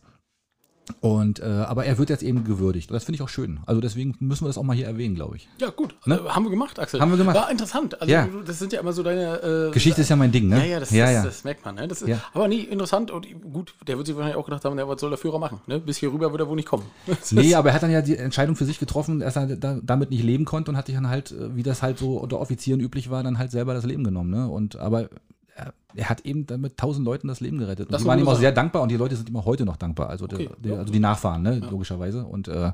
Speaker 2: Und äh, aber er wird jetzt eben gewürdigt. Und das finde ich auch schön. Also deswegen müssen wir das auch mal hier erwähnen, glaube ich.
Speaker 1: Ja, gut.
Speaker 2: Ne?
Speaker 1: Äh, Haben wir gemacht, Axel.
Speaker 2: Haben wir gemacht.
Speaker 1: War interessant. Also,
Speaker 2: Ja.
Speaker 1: du- das sind ja immer so deine. Äh,
Speaker 2: Geschichte ist ja mein Ding, ne?
Speaker 1: Ja, ja, das,
Speaker 2: ja,
Speaker 1: das,
Speaker 2: ja.
Speaker 1: das merkt man. Ne? Das ist,
Speaker 2: Ja.
Speaker 1: Aber nee, interessant und gut, der wird sich wahrscheinlich auch gedacht haben, na, was soll der Führer machen? Ne? Bis hier rüber wird er wohl nicht kommen. (laughs) Das
Speaker 2: Nee,
Speaker 1: ist-
Speaker 2: aber er hat dann ja die Entscheidung für sich getroffen, dass er da, damit nicht leben konnte und hat sich dann halt, äh, wie das halt so unter Offizieren üblich war, dann halt selber das Leben genommen. Ne? Und aber äh, er hat eben damit tausend Leuten das Leben gerettet. Und
Speaker 1: Das
Speaker 2: die
Speaker 1: ist
Speaker 2: waren
Speaker 1: eine
Speaker 2: ihm auch
Speaker 1: Sache.
Speaker 2: sehr dankbar und die Leute sind ihm auch heute noch dankbar. Also,
Speaker 1: Okay,
Speaker 2: der, der,
Speaker 1: ja.
Speaker 2: also die Nachfahren, ne, logischerweise. Und äh,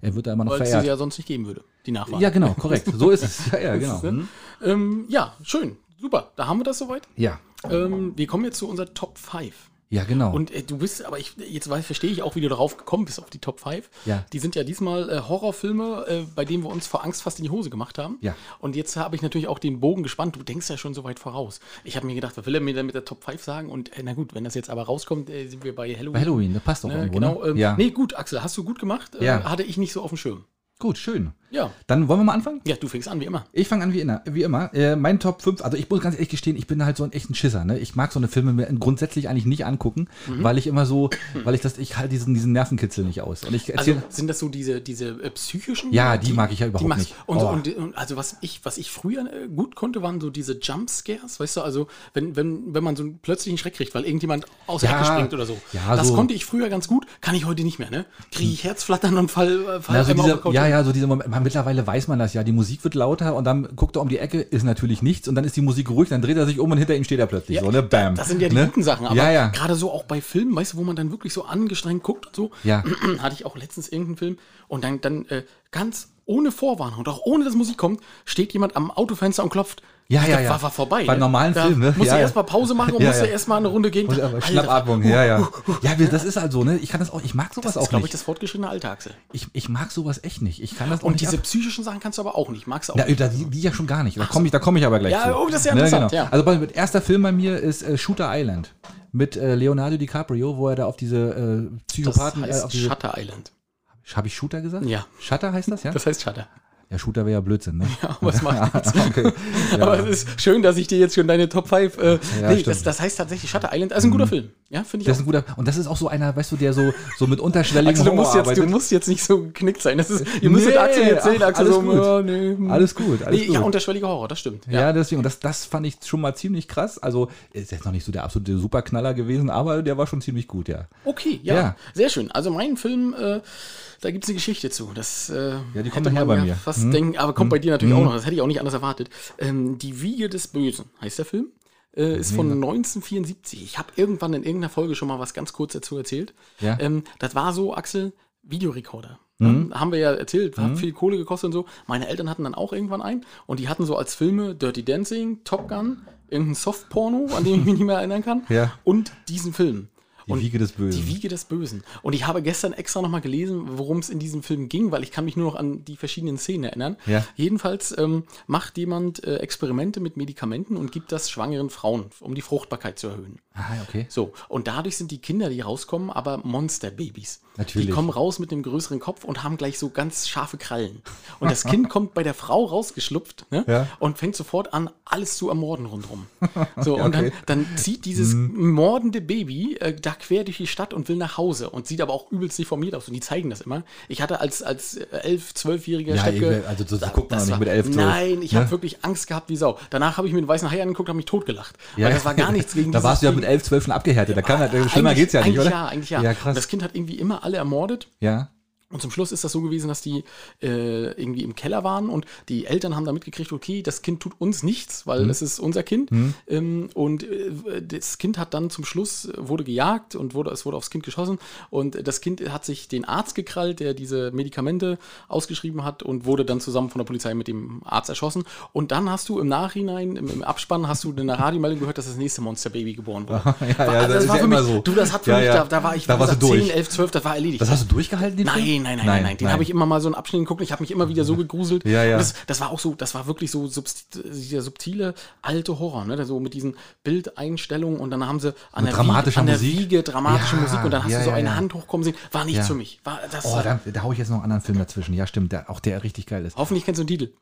Speaker 2: er wird da immer noch
Speaker 1: Weil es
Speaker 2: verehrt.
Speaker 1: sie ja sonst nicht geben würde, die Nachfahren.
Speaker 2: Ja, genau, korrekt. So ist es.
Speaker 1: (laughs)
Speaker 2: Ja, ja, genau.
Speaker 1: Das ist, ne? ähm, ja schön. Super. Da haben wir das soweit.
Speaker 2: Ja,
Speaker 1: Ähm, wir kommen jetzt zu unserer Top 5.
Speaker 2: ja, genau.
Speaker 1: Und äh, du bist, aber ich, jetzt weiß, verstehe ich auch, wie du darauf gekommen bist, auf die Top 5.
Speaker 2: Ja.
Speaker 1: Die sind ja diesmal äh, Horrorfilme, äh, bei denen wir uns vor Angst fast in die Hose gemacht haben.
Speaker 2: Ja.
Speaker 1: Und jetzt habe ich natürlich auch den Bogen gespannt. Du denkst ja schon so weit voraus. Ich habe mir gedacht, was will er mir denn mit der Top 5 sagen? Und äh, na gut, wenn das jetzt aber rauskommt, äh, sind wir bei Halloween.
Speaker 2: Bei Halloween, das passt doch
Speaker 1: Ne,
Speaker 2: irgendwo.
Speaker 1: genau.
Speaker 2: ne?
Speaker 1: Ähm,
Speaker 2: ja.
Speaker 1: Nee, gut, Axel, hast du gut gemacht. Äh,
Speaker 2: Ja.
Speaker 1: Hatte ich nicht so auf dem Schirm.
Speaker 2: Gut, schön.
Speaker 1: Ja.
Speaker 2: Dann wollen wir mal anfangen?
Speaker 1: Ja, du fängst an, wie immer.
Speaker 2: Ich fange an wie immer. Wie immer. Äh, mein Top 5, also ich muss ganz ehrlich gestehen, ich bin halt so ein echter Schisser. Ne? Ich mag so eine Filme mir grundsätzlich eigentlich nicht angucken,
Speaker 1: Mhm.
Speaker 2: weil ich immer
Speaker 1: (clears throat)
Speaker 2: so, weil ich das, ich halte diesen, diesen Nervenkitzel nicht aus. Und ich erzähle.
Speaker 1: Also sind das so diese, diese äh, psychischen?
Speaker 2: Ja, die mag ich ja überhaupt
Speaker 1: magst-
Speaker 2: nicht.
Speaker 1: Und,
Speaker 2: Oh.
Speaker 1: und, und also was ich, was ich früher äh, gut konnte, waren so diese Jumpscares, weißt du, also wenn, wenn, wenn man so einen plötzlichen Schreck kriegt, weil irgendjemand aus der
Speaker 2: Ja,
Speaker 1: Ecke springt oder so.
Speaker 2: ja,
Speaker 1: das
Speaker 2: so. Hm.
Speaker 1: konnte ich früher ganz gut, kann ich heute nicht mehr, ne? Kriege ich Herzflattern und fall, äh, fall
Speaker 2: Na, so
Speaker 1: einmal
Speaker 2: dieser,
Speaker 1: Couch.
Speaker 2: ja, ja, so dieser Moment. Man, mittlerweile weiß man das ja. Die Musik wird lauter und dann guckt er um die Ecke, ist natürlich nichts und dann ist die Musik ruhig, dann dreht er sich um und hinter ihm steht er plötzlich.
Speaker 1: Ja,
Speaker 2: so, ne? Bam.
Speaker 1: Das sind ja die
Speaker 2: ne?
Speaker 1: guten Sachen, aber
Speaker 2: ja, ja.
Speaker 1: gerade so auch bei Filmen, weißt du, wo man dann wirklich so angestrengt guckt und so,
Speaker 2: Ja.
Speaker 1: (clears throat) hatte ich auch letztens irgendeinen Film und dann, dann äh, ganz ohne Vorwarnung und auch ohne, dass Musik kommt, steht jemand am Autofenster und klopft.
Speaker 2: Ja, ja,
Speaker 1: da
Speaker 2: ja.
Speaker 1: War, war vorbei.
Speaker 2: Bei normalen
Speaker 1: da
Speaker 2: Filmen, ne?
Speaker 1: Musste
Speaker 2: Ja, ja.
Speaker 1: erstmal Pause machen und
Speaker 2: Ja,
Speaker 1: musste
Speaker 2: ja.
Speaker 1: erstmal eine Runde gehen.
Speaker 2: Und, aber
Speaker 1: Alter,
Speaker 2: Schnappatmung,
Speaker 1: (laughs)
Speaker 2: ja, ja. Ja, wir- das ist halt so, ne? Ich kann das auch, ich mag sowas
Speaker 1: Das ist,
Speaker 2: auch
Speaker 1: glaube ich,
Speaker 2: nicht.
Speaker 1: das fortgeschrittene Alltagsel.
Speaker 2: ich, ich mag sowas echt nicht. Ich kann das auch
Speaker 1: Und
Speaker 2: nicht
Speaker 1: diese
Speaker 2: ab.
Speaker 1: psychischen Sachen kannst du aber auch nicht. Magst du auch
Speaker 2: Na,
Speaker 1: nicht.
Speaker 2: da, die, die ja schon gar nicht. Da komme ich, da komm ich aber gleich
Speaker 1: Oh. Ja,
Speaker 2: zu.
Speaker 1: oh, das ist ja interessant, ja.
Speaker 2: Also bei, mit erster Film bei mir ist äh, Shooter Island mit äh, Leonardo DiCaprio, wo er da auf diese äh,
Speaker 1: Das
Speaker 2: Psychopathen... äh, auf
Speaker 1: heißt
Speaker 2: diese,
Speaker 1: Shutter Island.
Speaker 2: habe ich Shooter gesagt?
Speaker 1: Ja.
Speaker 2: Shutter heißt das, ja?
Speaker 1: Das heißt
Speaker 2: (laughs)
Speaker 1: Shutter.
Speaker 2: ja, Shooter wäre ja Blödsinn, ne?
Speaker 1: Ja, aber es macht nichts.
Speaker 2: (laughs)
Speaker 1: (laughs)
Speaker 2: okay. Ja.
Speaker 1: Aber es ist schön, dass ich dir jetzt schon deine Top 5. Äh,
Speaker 2: Ja,
Speaker 1: nee,
Speaker 2: stimmt. Mhm.
Speaker 1: das, das heißt tatsächlich Shutter Island. Also ein guter Film. Ja, finde ich
Speaker 2: das
Speaker 1: auch.
Speaker 2: ist ein guter, und das ist auch so einer, weißt du, der so, so mit unterschwelligen
Speaker 1: Axel, Also du musst,
Speaker 2: Humor
Speaker 1: jetzt, du
Speaker 2: arbeitet.
Speaker 1: musst jetzt nicht so geknickt sein. Das ist, ihr müsstet
Speaker 2: Nee,
Speaker 1: Axel jetzt sehen.
Speaker 2: ach,
Speaker 1: Axel
Speaker 2: alles
Speaker 1: so,
Speaker 2: gut.
Speaker 1: ja, nee, hm.
Speaker 2: Alles gut, alles
Speaker 1: nee,
Speaker 2: gut.
Speaker 1: Ja, unterschwelliger Horror, das stimmt.
Speaker 2: Ja, deswegen, und das, das fand ich schon mal ziemlich krass. Also, ist jetzt noch nicht so der absolute Superknaller gewesen, aber der war schon ziemlich gut, ja.
Speaker 1: Okay, ja,
Speaker 2: Ja.
Speaker 1: Sehr schön. Also mein Film, äh, da gibt es eine Geschichte zu. Das, äh,
Speaker 2: die kommt
Speaker 1: hätte
Speaker 2: nachher
Speaker 1: man
Speaker 2: bei
Speaker 1: ja
Speaker 2: mir. Hm?
Speaker 1: Fast denken, aber kommt bei dir natürlich auch noch. Das hätte ich auch nicht anders erwartet. Ähm, die Wiege des Bösen heißt der Film. Äh, ist von 1974. Ich habe irgendwann in irgendeiner Folge schon mal was ganz kurz dazu erzählt.
Speaker 2: Ja. Mhm.
Speaker 1: Ähm, das war so, Axel, Videorekorder. Ähm, Haben wir ja erzählt, hat viel Kohle gekostet und so. Meine Eltern hatten dann auch irgendwann einen und die hatten so als Filme Dirty Dancing, Top Gun, irgendein Softporno, an den ich mich nicht mehr erinnern kann,
Speaker 2: Ja.
Speaker 1: und diesen Film.
Speaker 2: Die
Speaker 1: und
Speaker 2: Wiege des Bösen.
Speaker 1: Die Wiege des Bösen. Und ich habe gestern extra nochmal gelesen, worum es in diesem Film ging, weil ich kann mich nur noch an die verschiedenen Szenen erinnern.
Speaker 2: Ja.
Speaker 1: Jedenfalls ähm, macht jemand äh, Experimente mit Medikamenten und gibt das schwangeren Frauen, um die Fruchtbarkeit zu erhöhen.
Speaker 2: Ah, okay.
Speaker 1: So, und dadurch sind die Kinder, die rauskommen, aber Monsterbabys.
Speaker 2: Natürlich.
Speaker 1: Die kommen raus mit einem größeren Kopf und haben gleich so ganz scharfe Krallen. Und das Kind kommt bei der Frau rausgeschlupft ne?
Speaker 2: Ja.
Speaker 1: und fängt sofort an, alles zu ermorden rundherum. So,
Speaker 2: (laughs) Ja,
Speaker 1: und dann,
Speaker 2: okay. Mhm.
Speaker 1: dann zieht dieses mordende Baby äh, da quer durch die Stadt und will nach Hause und sieht aber auch übelst deformiert aus. Und die zeigen das immer. Ich hatte als, als äh, elf-, zwölfjähriger
Speaker 2: Ja,
Speaker 1: Steppke...
Speaker 2: eben, also das- das
Speaker 1: da-
Speaker 2: guckt man doch nicht
Speaker 1: war-
Speaker 2: mit elf, zwölf,
Speaker 1: Nein, ich habe
Speaker 2: ne?
Speaker 1: wirklich Angst gehabt wie Sau. Danach habe ich mir den weißen Hai angeguckt und habe mich totgelacht.
Speaker 2: Ja,
Speaker 1: weil das war gar
Speaker 2: (laughs)
Speaker 1: nichts gegen
Speaker 2: Da
Speaker 1: dieses
Speaker 2: warst du ja
Speaker 1: Baby.
Speaker 2: mit 11, 12 schon abgehärtet. Da kann halt,
Speaker 1: Eigentlich-
Speaker 2: schlimmer geht's ja nicht,
Speaker 1: eigentlich
Speaker 2: oder?
Speaker 1: Ja, eigentlich ja.
Speaker 2: Ja,
Speaker 1: Und das
Speaker 2: krass.
Speaker 1: Kind hat irgendwie immer alle ermordet.
Speaker 2: Ja.
Speaker 1: Und zum Schluss ist das so gewesen, dass die äh, irgendwie im Keller waren und die Eltern haben da mitgekriegt, okay, das Kind tut uns nichts,
Speaker 2: Mhm.
Speaker 1: weil es ist unser Kind. Ähm, und äh, das Kind hat dann zum Schluss äh, wurde gejagt und wurde, es wurde aufs Kind geschossen. Und äh, das Kind hat sich den Arzt gekrallt, der diese Medikamente ausgeschrieben hat und wurde dann zusammen von der Polizei mit dem Arzt erschossen. Und dann hast du im Nachhinein, im, im Abspann, hast du in der Radiomeldung gehört, dass das nächste Monsterbaby geboren wurde.
Speaker 2: (laughs) Ja, ja,
Speaker 1: also
Speaker 2: das ist ja
Speaker 1: für
Speaker 2: immer
Speaker 1: mich,
Speaker 2: so.
Speaker 1: Du, das hat für
Speaker 2: Ja,
Speaker 1: mich,
Speaker 2: ja.
Speaker 1: Da, da war ich
Speaker 2: Da
Speaker 1: wie
Speaker 2: warst du
Speaker 1: gesagt,
Speaker 2: durch.
Speaker 1: 10, 11, 12, das war erledigt.
Speaker 2: Das hast du durchgehalten, den Film?
Speaker 1: Nein, nein, nein, nein, nein. Den habe ich immer mal so einen Abschnitt geguckt. und Ich habe mich immer wieder so gegruselt.
Speaker 2: Ja, ja.
Speaker 1: Und das, das war auch so, das war wirklich so subst- dieser subtile alte Horror, ne? So mit diesen Bildeinstellungen und dann haben sie an,
Speaker 2: Mit
Speaker 1: der, Wiege,
Speaker 2: dramatischer
Speaker 1: an der
Speaker 2: Musik?
Speaker 1: Wiege dramatische
Speaker 2: Ja,
Speaker 1: Musik und dann hast
Speaker 2: ja,
Speaker 1: du so
Speaker 2: ja,
Speaker 1: eine
Speaker 2: ja.
Speaker 1: Hand hochkommen sehen. War nicht
Speaker 2: Ja.
Speaker 1: für mich. War, das
Speaker 2: Oh,
Speaker 1: war,
Speaker 2: da, da hau ich jetzt noch einen anderen Film dazwischen. Ja, stimmt. Der, auch der richtig geil ist.
Speaker 1: hoffentlich kennst du den Titel.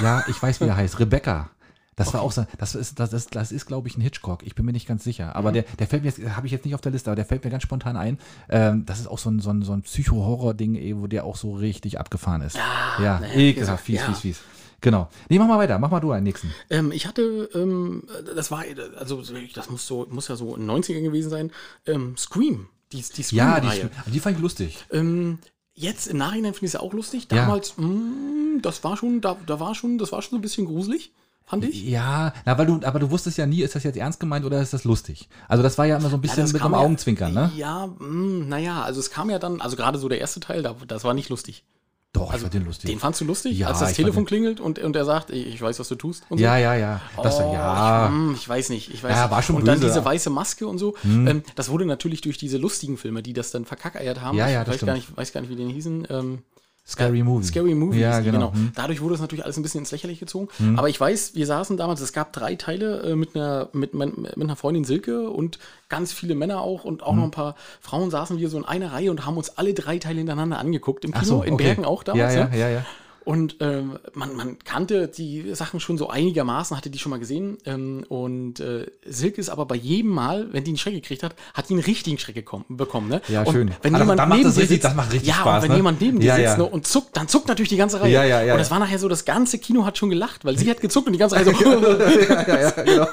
Speaker 2: Ja, ich weiß, wie
Speaker 1: (laughs)
Speaker 2: er heißt. Rebecca. Das war auch so, das ist, das ist, das ist glaube ich, ein Hitchcock. Ich bin mir nicht ganz sicher.
Speaker 1: Mhm.
Speaker 2: Aber der, der fällt mir jetzt, habe ich jetzt nicht auf der Liste, aber der fällt mir ganz spontan ein. Ähm, das ist auch so ein, so ein, so ein Psycho-Horror-Ding, eh, wo der auch so richtig abgefahren ist.
Speaker 1: Ah,
Speaker 2: Ja, ekelhaft,
Speaker 1: ne,
Speaker 2: fies,
Speaker 1: ja.
Speaker 2: fies, fies. Genau. Nee, mach mal weiter. Mach mal du einen nächsten.
Speaker 1: Ähm, ich hatte, ähm, das war, also das muss so, muss ja so in den 90ern gewesen sein. Ähm, Scream. Die, die Scream
Speaker 2: Ja, die, die fand ich lustig.
Speaker 1: Ähm, jetzt im Nachhinein finde ich es ja auch lustig. mm,
Speaker 2: Ja.
Speaker 1: Damals, mh, das war schon, da, da war schon, das war schon so ein bisschen gruselig. fand ich.
Speaker 2: Ja, na, weil du, aber du wusstest ja nie, ist das jetzt ernst gemeint oder ist das lustig? Also das war ja immer so ein bisschen
Speaker 1: das
Speaker 2: mit
Speaker 1: kam
Speaker 2: dem
Speaker 1: ja-
Speaker 2: Augenzwinkern, ne?
Speaker 1: Ja, mh, naja, also es kam ja dann, also gerade so der erste Teil, da, das war nicht lustig.
Speaker 2: Doch,
Speaker 1: Also
Speaker 2: ich fand den lustig.
Speaker 1: Den fandst du lustig,
Speaker 2: Ja,
Speaker 1: als das
Speaker 2: ich fand
Speaker 1: Telefon
Speaker 2: den-
Speaker 1: klingelt und, und er sagt, ich ich weiß, was du tust. Und
Speaker 2: ja, ja, ja. Das,
Speaker 1: oh,
Speaker 2: ja.
Speaker 1: Ich, hm, ich weiß nicht. Ich weiß
Speaker 2: Ja,
Speaker 1: nicht.
Speaker 2: war schon
Speaker 1: und dann
Speaker 2: böse, Hm.
Speaker 1: diese
Speaker 2: aber-
Speaker 1: weiße Maske und so. Ähm, das wurde natürlich durch diese lustigen Filme, die das dann verkackeiert haben.
Speaker 2: Ja, ja,
Speaker 1: ich
Speaker 2: das
Speaker 1: weiß gar,
Speaker 2: stimmt.
Speaker 1: nicht, weiß gar nicht, wie die hießen. Ähm,
Speaker 2: Scary Movie.
Speaker 1: Scary Movie.
Speaker 2: Ja,
Speaker 1: hießen die,
Speaker 2: genau. Hm.
Speaker 1: Dadurch wurde es natürlich alles ein bisschen ins Lächerliche gezogen. Aber ich weiß, wir saßen damals, es gab drei Teile äh, mit, einer, mit, mein, mit einer Freundin Silke und ganz viele Männer auch und
Speaker 2: Hm.
Speaker 1: auch noch ein paar Frauen saßen wir so in einer Reihe und haben uns alle drei Teile hintereinander angeguckt. Im Kino, in Bergen auch damals.
Speaker 2: Ja,
Speaker 1: ne?
Speaker 2: ja, ja,
Speaker 1: (laughs)
Speaker 2: (laughs) ja.
Speaker 1: Und ähm, man, man kannte die Sachen schon so einigermaßen, hatte die schon mal gesehen. Ähm, und äh, Silke ist aber bei jedem Mal, wenn die einen Schreck gekriegt hat, hat die einen richtigen Schreck gekommen, bekommen. Ne?
Speaker 2: Ja,
Speaker 1: und
Speaker 2: schön.
Speaker 1: Wenn
Speaker 2: Ah, das-
Speaker 1: jemand
Speaker 2: dann macht
Speaker 1: neben
Speaker 2: das
Speaker 1: dir
Speaker 2: richtig-
Speaker 1: sitzt,
Speaker 2: das macht richtig
Speaker 1: ja,
Speaker 2: Spaß,
Speaker 1: Und wenn
Speaker 2: ne?
Speaker 1: jemand neben dir
Speaker 2: Ja,
Speaker 1: sitzt
Speaker 2: ja.
Speaker 1: ne, und zuckt, dann zuckt natürlich die ganze Reihe.
Speaker 2: Ja, ja, ja,
Speaker 1: und das
Speaker 2: ja.
Speaker 1: war nachher so, das ganze Kino hat schon gelacht, weil sie hat gezuckt und die ganze Reihe so.
Speaker 2: (laughs)
Speaker 1: (laughs)
Speaker 2: ja, ja, genau.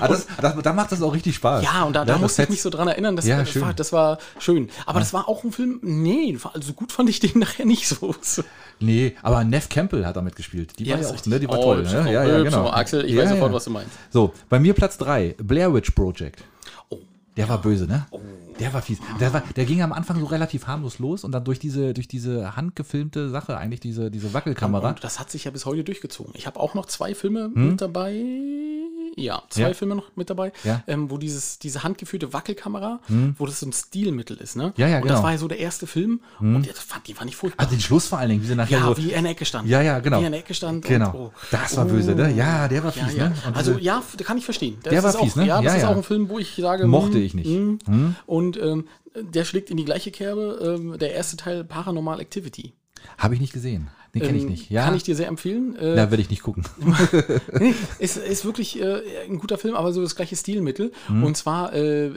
Speaker 2: ah, das, das, da macht das auch richtig Spaß. Ne,
Speaker 1: Ja, und da, da
Speaker 2: das
Speaker 1: musste ich
Speaker 2: fetzt.
Speaker 1: mich so dran erinnern. Das,
Speaker 2: Ja,
Speaker 1: das, war,
Speaker 2: schön.
Speaker 1: das war schön. Aber das war auch ein Film, nee, also gut fand ich den (laughs) nachher nicht so.
Speaker 2: Nee, aber Neff Campbell hat damit gespielt. Die
Speaker 1: Ja,
Speaker 2: war ja
Speaker 1: ist
Speaker 2: auch,
Speaker 1: richtig.
Speaker 2: ne, die war
Speaker 1: Oh,
Speaker 2: toll.
Speaker 1: hübsch,
Speaker 2: Ne?
Speaker 1: oh,
Speaker 2: Ja, ja,
Speaker 1: hübsch,
Speaker 2: genau.
Speaker 1: oh, Axel, ich
Speaker 2: ja,
Speaker 1: weiß sofort, was du meinst.
Speaker 2: So, bei mir Platz 3, Blair Witch Project.
Speaker 1: Oh.
Speaker 2: Der war böse, ne? Der war fies. Der, war, der ging am Anfang so relativ harmlos los und dann durch diese, durch diese handgefilmte Sache, eigentlich diese, diese Wackelkamera.
Speaker 1: Und das hat sich ja bis heute durchgezogen. Ich habe auch noch zwei Filme mit dabei. Ja, zwei
Speaker 2: Hm? Ja.
Speaker 1: Filme noch mit dabei,
Speaker 2: Ja. Hm?
Speaker 1: ähm, wo dieses, diese handgeführte Wackelkamera, wo das so ein Stilmittel ist. Ne?
Speaker 2: Ja, ja,
Speaker 1: und das
Speaker 2: genau. Hm?
Speaker 1: war ja so der erste Film. Und das fand, die fand ich furchtbar.
Speaker 2: also den Schluss vor allen Dingen, wie sie nachher
Speaker 1: ja,
Speaker 2: so.
Speaker 1: wie er in der Ecke stand.
Speaker 2: Ja, ja, genau.
Speaker 1: Wie er in der Ecke stand.
Speaker 2: Genau.
Speaker 1: Und, oh.
Speaker 2: Das war böse, ne? Ja, der war
Speaker 1: Ja,
Speaker 2: fies,
Speaker 1: ja.
Speaker 2: ne? Und
Speaker 1: also
Speaker 2: diese-
Speaker 1: ja, f- kann ich verstehen. Das
Speaker 2: Der war
Speaker 1: ist
Speaker 2: fies,
Speaker 1: auch,
Speaker 2: ne?
Speaker 1: Ja, das
Speaker 2: Ja,
Speaker 1: ist
Speaker 2: ja.
Speaker 1: auch ein Film, wo ich sage, hm,
Speaker 2: Mochte ich nicht.
Speaker 1: hm. Und ähm, der schlägt in die gleiche Kerbe. Ähm, der erste Teil Paranormal Activity.
Speaker 2: Habe ich nicht gesehen. Den kenne ich
Speaker 1: Ähm,
Speaker 2: nicht. Ja.
Speaker 1: Kann ich dir sehr empfehlen. Äh,
Speaker 2: da will ich nicht gucken.
Speaker 1: Nee, ist, ist wirklich äh, ein guter Film, aber so das gleiche Stilmittel.
Speaker 2: Mhm.
Speaker 1: Und zwar äh,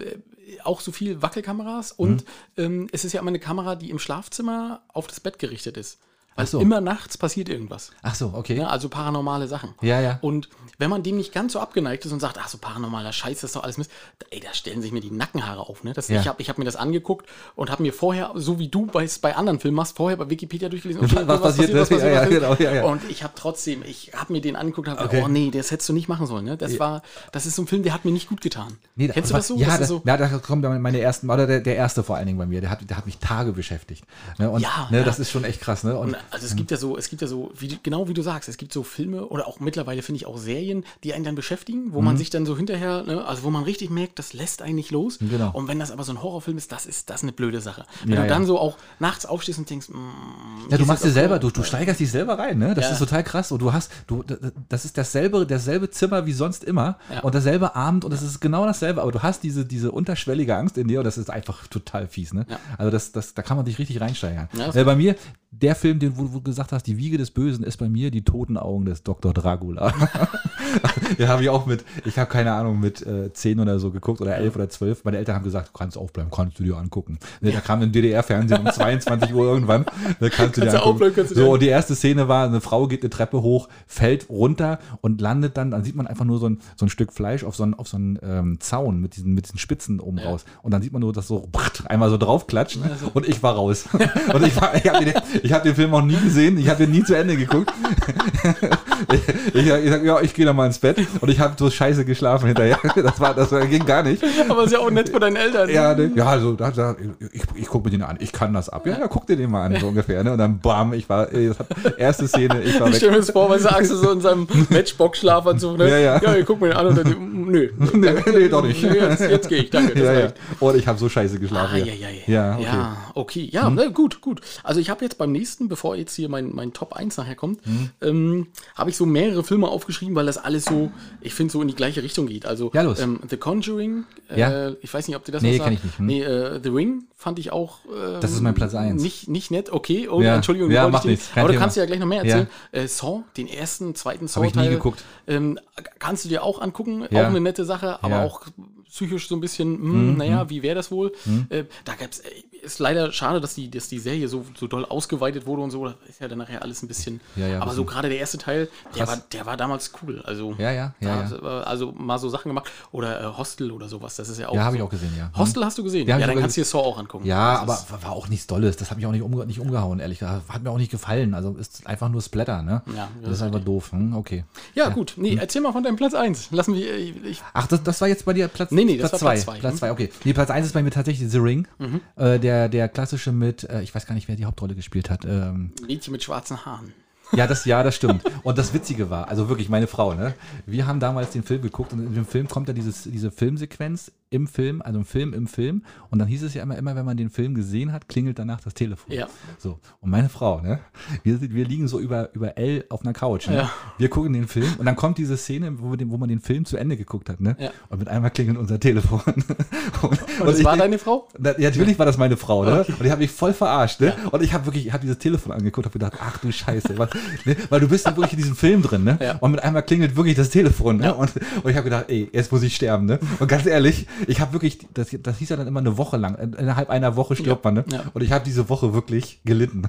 Speaker 1: auch so viel Wackelkameras und
Speaker 2: Mhm.
Speaker 1: ähm, es ist ja immer eine Kamera, die im Schlafzimmer auf das Bett gerichtet ist. Weil
Speaker 2: Ach so.
Speaker 1: immer nachts passiert irgendwas.
Speaker 2: Ach so, okay.
Speaker 1: Ne? Also paranormale Sachen.
Speaker 2: Ja, ja.
Speaker 1: Und wenn man dem nicht ganz so abgeneigt ist und sagt, ach so paranormaler Scheiß, das ist doch alles Mist, da- ey, da stellen sich mir die Nackenhaare auf. Ne? Das,
Speaker 2: Ja.
Speaker 1: Ich habe ich hab mir das angeguckt und habe mir vorher, so wie du bei, bei anderen Filmen machst, vorher bei Wikipedia durchgelesen. okay,
Speaker 2: (laughs) Was passiert, was passiert, ja, ja,
Speaker 1: was passiert.
Speaker 2: genau, ja, ja.
Speaker 1: Und ich habe trotzdem, ich habe mir den angeguckt und habe
Speaker 2: Okay.
Speaker 1: gedacht, oh nee, das hättest du nicht machen sollen. Ne? Das war, das ist so ein Film, der hat mir nicht gut getan.
Speaker 2: Nee, da-
Speaker 1: Kennst du
Speaker 2: wa-
Speaker 1: das so?
Speaker 2: Ja,
Speaker 1: das
Speaker 2: da,
Speaker 1: ist so
Speaker 2: na, da kommt dann meine ersten, oder der, der erste vor allen Dingen bei mir, der hat, der hat mich Tage beschäftigt. Ne? Und
Speaker 1: Ja,
Speaker 2: ne,
Speaker 1: ja.
Speaker 2: das ist schon echt krass. Ne? Und,
Speaker 1: Und also es gibt ja so, es gibt ja so, wie, du- genau wie du sagst, es gibt so Filme oder auch mittlerweile finde ich auch Serien, die einen dann beschäftigen, wo man
Speaker 2: Mhm.
Speaker 1: sich dann so hinterher, ne, also wo man richtig merkt, das lässt einen nicht los.
Speaker 2: Genau.
Speaker 1: Und wenn das aber so ein Horrorfilm ist, das ist das ist eine blöde Sache. Wenn
Speaker 2: Ja,
Speaker 1: du
Speaker 2: ja.
Speaker 1: dann so auch nachts aufstehst und denkst, mm,
Speaker 2: ja,
Speaker 1: gehst
Speaker 2: du machst dir
Speaker 1: jetzt
Speaker 2: selber,
Speaker 1: auf
Speaker 2: du,
Speaker 1: (laughs) Klo.
Speaker 2: du steigerst dich selber rein, ne? Das
Speaker 1: Ja.
Speaker 2: ist total krass. Und du hast, du, d- d- das ist dasselbe, dasselbe Zimmer wie sonst immer
Speaker 1: Ja.
Speaker 2: und dasselbe Abend und das ist genau dasselbe, aber du hast diese, diese unterschwellige Angst in dir und das ist einfach total fies, ne?
Speaker 1: Ja.
Speaker 2: Also das, das, da kann man dich richtig reinsteigern.
Speaker 1: Ja, das-
Speaker 2: äh, bei mir, der Film, den wo du gesagt hast, die Wiege des Bösen, ist bei mir die toten Augen des Dr. Dracula. Ja, habe ich auch mit, ich habe keine Ahnung, mit äh, 10 oder so geguckt oder 11 oder 12. Meine Eltern haben gesagt, du kannst aufbleiben, kannst du dir angucken. Ne, Da kam ein DDR-Fernsehen
Speaker 1: (laughs)
Speaker 2: um 22 Uhr irgendwann. Da kannst, du dir
Speaker 1: du
Speaker 2: angucken.
Speaker 1: aufbleiben, kannst du dir
Speaker 2: so, und die erste Szene war, eine Frau geht eine Treppe hoch, fällt runter und landet dann, dann sieht man einfach nur so ein, so ein Stück Fleisch auf so einen, auf so einen ähm, Zaun mit diesen, mit diesen Spitzen oben raus. Und dann sieht man nur, dass so bracht, einmal so draufklatscht ne? und ich war raus. (laughs) und ich, war- ich habe den, ich hab den Film auch nie gesehen, ich habe den nie zu Ende geguckt. Ich, ich, sag- ich sag, ja, ich gehe dann mal ins Bett und ich habe so scheiße geschlafen hinterher. (laughs) Das war, das war, ging gar nicht.
Speaker 1: Aber ist ja auch nett für deinen Eltern.
Speaker 2: Ja, ne, ja also da, da, ich, ich gucke mir den an, ich kann das ab. Ja, ja, guck dir den mal an, so ungefähr. Ne? Und dann bam, ich war, ich hab, erste Szene, ich
Speaker 1: (laughs)
Speaker 2: war
Speaker 1: Ich stelle
Speaker 2: weg.
Speaker 1: mir das vor, weil du Axel so in
Speaker 2: (laughs)
Speaker 1: seinem Matchbox-Schlafanzug, ne?
Speaker 2: Ja, ja.
Speaker 1: ja, ihr guckt mir den an und dann,
Speaker 2: (laughs)
Speaker 1: nö,
Speaker 2: Nee, nee, doch nicht.
Speaker 1: jetzt, jetzt gehe ich, danke, das
Speaker 2: Ja, ja.
Speaker 1: reicht.
Speaker 2: Und ich habe so scheiße geschlafen.
Speaker 1: Ah, ja, ja, ja. Ja,
Speaker 2: okay. Hm.
Speaker 1: ja okay. Ja, na, gut, gut. Also ich habe jetzt beim nächsten, bevor jetzt hier mein, mein Top 1 nachher kommt,
Speaker 2: Hm.
Speaker 1: ähm, habe ich so mehrere Filme aufgeschrieben, weil das alles so, ich finde, so in die gleiche Richtung geht. Also
Speaker 2: Ja, los.
Speaker 1: Ähm, The Conjuring, äh,
Speaker 2: Ja.
Speaker 1: ich weiß nicht, ob dir das
Speaker 2: Nee,
Speaker 1: was
Speaker 2: kenn
Speaker 1: sagt.
Speaker 2: ich nicht, hm.
Speaker 1: Nee, äh, The Ring fand ich auch ähm,
Speaker 2: Das ist mein Platz eins.
Speaker 1: Nicht, nicht nett, okay. Oh,
Speaker 2: Ja.
Speaker 1: Entschuldigung,
Speaker 2: Ja,
Speaker 1: wollte ich
Speaker 2: macht
Speaker 1: dir-
Speaker 2: nichts, kein
Speaker 1: Aber du
Speaker 2: Thema.
Speaker 1: kannst dir ja gleich noch mehr
Speaker 2: Ja.
Speaker 1: erzählen. Äh, Saw, den ersten, zweiten Saw.
Speaker 2: ich nie geguckt.
Speaker 1: Ähm, kannst du dir auch angucken,
Speaker 2: Ja.
Speaker 1: auch eine nette Sache, aber
Speaker 2: Ja.
Speaker 1: hm,
Speaker 2: Hm,
Speaker 1: auch psychisch so ein bisschen, mh, naja, wie wäre das wohl? Äh, da gab es ist leider schade, dass die, dass die Serie so, so doll ausgeweitet wurde und so. Das ist ja dann nachher alles ein bisschen.
Speaker 2: Ja, ja,
Speaker 1: aber
Speaker 2: bisschen.
Speaker 1: so gerade der erste Teil, der
Speaker 2: Krass.
Speaker 1: war, der war damals cool. Also,
Speaker 2: Ja, ja, ja,
Speaker 1: da
Speaker 2: ja.
Speaker 1: hat, äh, Also mal so Sachen gemacht. Oder äh, Hostel oder sowas. Das ist ja auch.
Speaker 2: Ja, habe
Speaker 1: so.
Speaker 2: ich auch gesehen, ja.
Speaker 1: Hostel hast du gesehen? Ja,
Speaker 2: Ja, hab ich
Speaker 1: dann
Speaker 2: sogar
Speaker 1: kannst du dir Saw auch angucken.
Speaker 2: Ja,
Speaker 1: Das
Speaker 2: aber
Speaker 1: ist-
Speaker 2: war auch nichts Dolles. Das hat mich auch nicht, umge nicht umgehauen, ehrlich gesagt. Hat mir auch nicht gefallen. Also ist einfach nur Splatter, ne?
Speaker 1: Ja,
Speaker 2: das ist
Speaker 1: ja,
Speaker 2: einfach doof. Hm, okay.
Speaker 1: Ja, gut. Nee, erzähl mal von deinem Platz 1. Lassen wir. äh, Ich, ich,
Speaker 2: Ach, das, das war jetzt bei dir Platz
Speaker 1: Nee, nee, das
Speaker 2: Platz
Speaker 1: war
Speaker 2: zwei.
Speaker 1: Platz zwei, Mhm.
Speaker 2: Platz
Speaker 1: hm?
Speaker 2: zwei, okay. Nee, Platz eins ist bei mir tatsächlich The Ring. Äh, der, der klassische mit, äh, ich weiß gar nicht, wer die Hauptrolle gespielt hat. Ähm,
Speaker 1: Mädchen mit schwarzen Haaren.
Speaker 2: Ja, das, ja, das stimmt. Und das Witzige war, also wirklich meine Frau, ne? Wir haben damals den Film geguckt und in dem Film kommt ja dieses, diese Filmsequenz im Film, also im Film im Film. Und dann hieß es ja immer, immer wenn man den Film gesehen hat, klingelt danach das Telefon.
Speaker 1: Ja.
Speaker 2: So. Und meine Frau, ne? Wir, sind- wir liegen so über, über L auf einer Couch. Ne?
Speaker 1: Ja.
Speaker 2: Wir gucken den Film und dann kommt diese Szene, wo, wir den, wo man den Film zu Ende geguckt hat, ne?
Speaker 1: Ja.
Speaker 2: Und mit einmal klingelt unser Telefon. (laughs) Und,
Speaker 1: Und das
Speaker 2: ich
Speaker 1: war
Speaker 2: denk-
Speaker 1: deine
Speaker 2: (laughs)
Speaker 1: Frau?
Speaker 2: na, ja, natürlich war das meine Frau, ne? Und die hat mich voll verarscht, ne? Und ich habe wirklich, ich habe dieses Telefon angeguckt und gedacht, ach du Scheiße, weil, ne? weil du bist dann wirklich in diesem Film drin, ne?
Speaker 1: Ja.
Speaker 2: Und mit einmal klingelt wirklich das Telefon, ne? Und, und ich habe gedacht, ey, jetzt muss ich sterben, ne? Und ganz ehrlich, ich habe wirklich, das, das hieß ja dann immer eine Woche lang, innerhalb einer Woche stirbt man, ne?
Speaker 1: Ja.
Speaker 2: Und ich habe diese Woche wirklich
Speaker 1: (laughs)
Speaker 2: gelitten.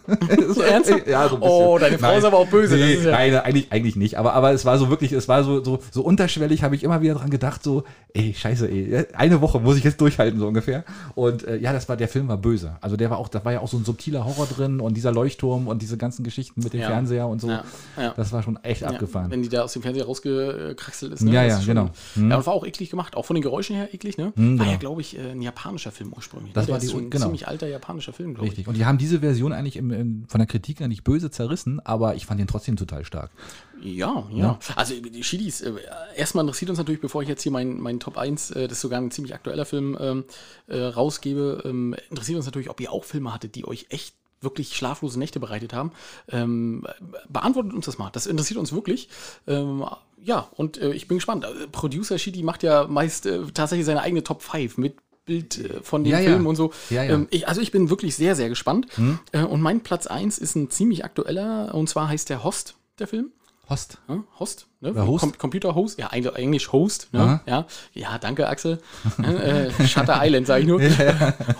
Speaker 2: so
Speaker 1: Ernsthaft? (laughs)
Speaker 2: Ja, so ein bisschen.
Speaker 1: Oh, deine Frau ist aber auch böse, das
Speaker 2: Nee,
Speaker 1: ist ja-
Speaker 2: nein, eigentlich, eigentlich nicht. Aber, aber es war so wirklich, es war so, so, so unterschwellig, habe ich immer wieder dran gedacht, so, ey, scheiße, ey, eine Woche muss ich jetzt durchhalten, so ungefähr. Und äh, ja, das war, der Film war böse. Also der war auch, da war ja auch so ein subtiler Horror drin und dieser Leuchtturm und diese ganzen Geschichten mit dem
Speaker 1: Ja.
Speaker 2: Fernseher und so.
Speaker 1: Ja, ja.
Speaker 2: Das war schon echt abgefahren.
Speaker 1: Ja, wenn die da aus dem Fernseher rausgekraxelt ist. ne?
Speaker 2: Ja,
Speaker 1: Das
Speaker 2: ja,
Speaker 1: ist schon-
Speaker 2: genau.
Speaker 1: Ja, und war auch eklig gemacht, auch von den Geräuschen her eklig, ne? war ja,
Speaker 2: genau.
Speaker 1: glaube ich, äh, ein japanischer Film ursprünglich.
Speaker 2: Das
Speaker 1: ne? Der
Speaker 2: war die-
Speaker 1: ist schon ein
Speaker 2: genau.
Speaker 1: ziemlich alter japanischer Film, glaube ich.
Speaker 2: Richtig. Und die haben diese Version eigentlich im, im, von der Kritik her nicht böse zerrissen, aber ich fand den trotzdem total stark.
Speaker 1: Ja, ja,
Speaker 2: Ne?
Speaker 1: Also die Schiedis, äh, erstmal interessiert uns natürlich, bevor ich jetzt hier meinen mein Top 1, äh, das ist sogar ein ziemlich aktueller Film, ähm, äh, rausgebe, ähm, interessiert uns natürlich, ob ihr auch Filme hattet, die euch echt wirklich schlaflose Nächte bereitet haben. Ähm, beantwortet uns das mal. Das interessiert uns wirklich. Ähm, ja, und äh, ich bin gespannt. Äh, Producer Shidi macht ja meist äh, tatsächlich seine eigene Top 5 mit Bild äh, von den
Speaker 2: Ja, ja.
Speaker 1: Filmen und so.
Speaker 2: Ja, ja. Hm.
Speaker 1: Ähm, ich, also ich bin wirklich sehr, sehr gespannt. Äh, und mein Platz 1 ist ein ziemlich aktueller, und zwar heißt der Host, der Film.
Speaker 2: Host. (laughs)
Speaker 1: Ja, Host, ne?
Speaker 2: Oder Host?
Speaker 1: Com Computer-Host, ja, eigentlich Englisch Host, ne?
Speaker 2: Aha.
Speaker 1: ja. ja, danke Axel. äh, Shutter Island, sage ich nur.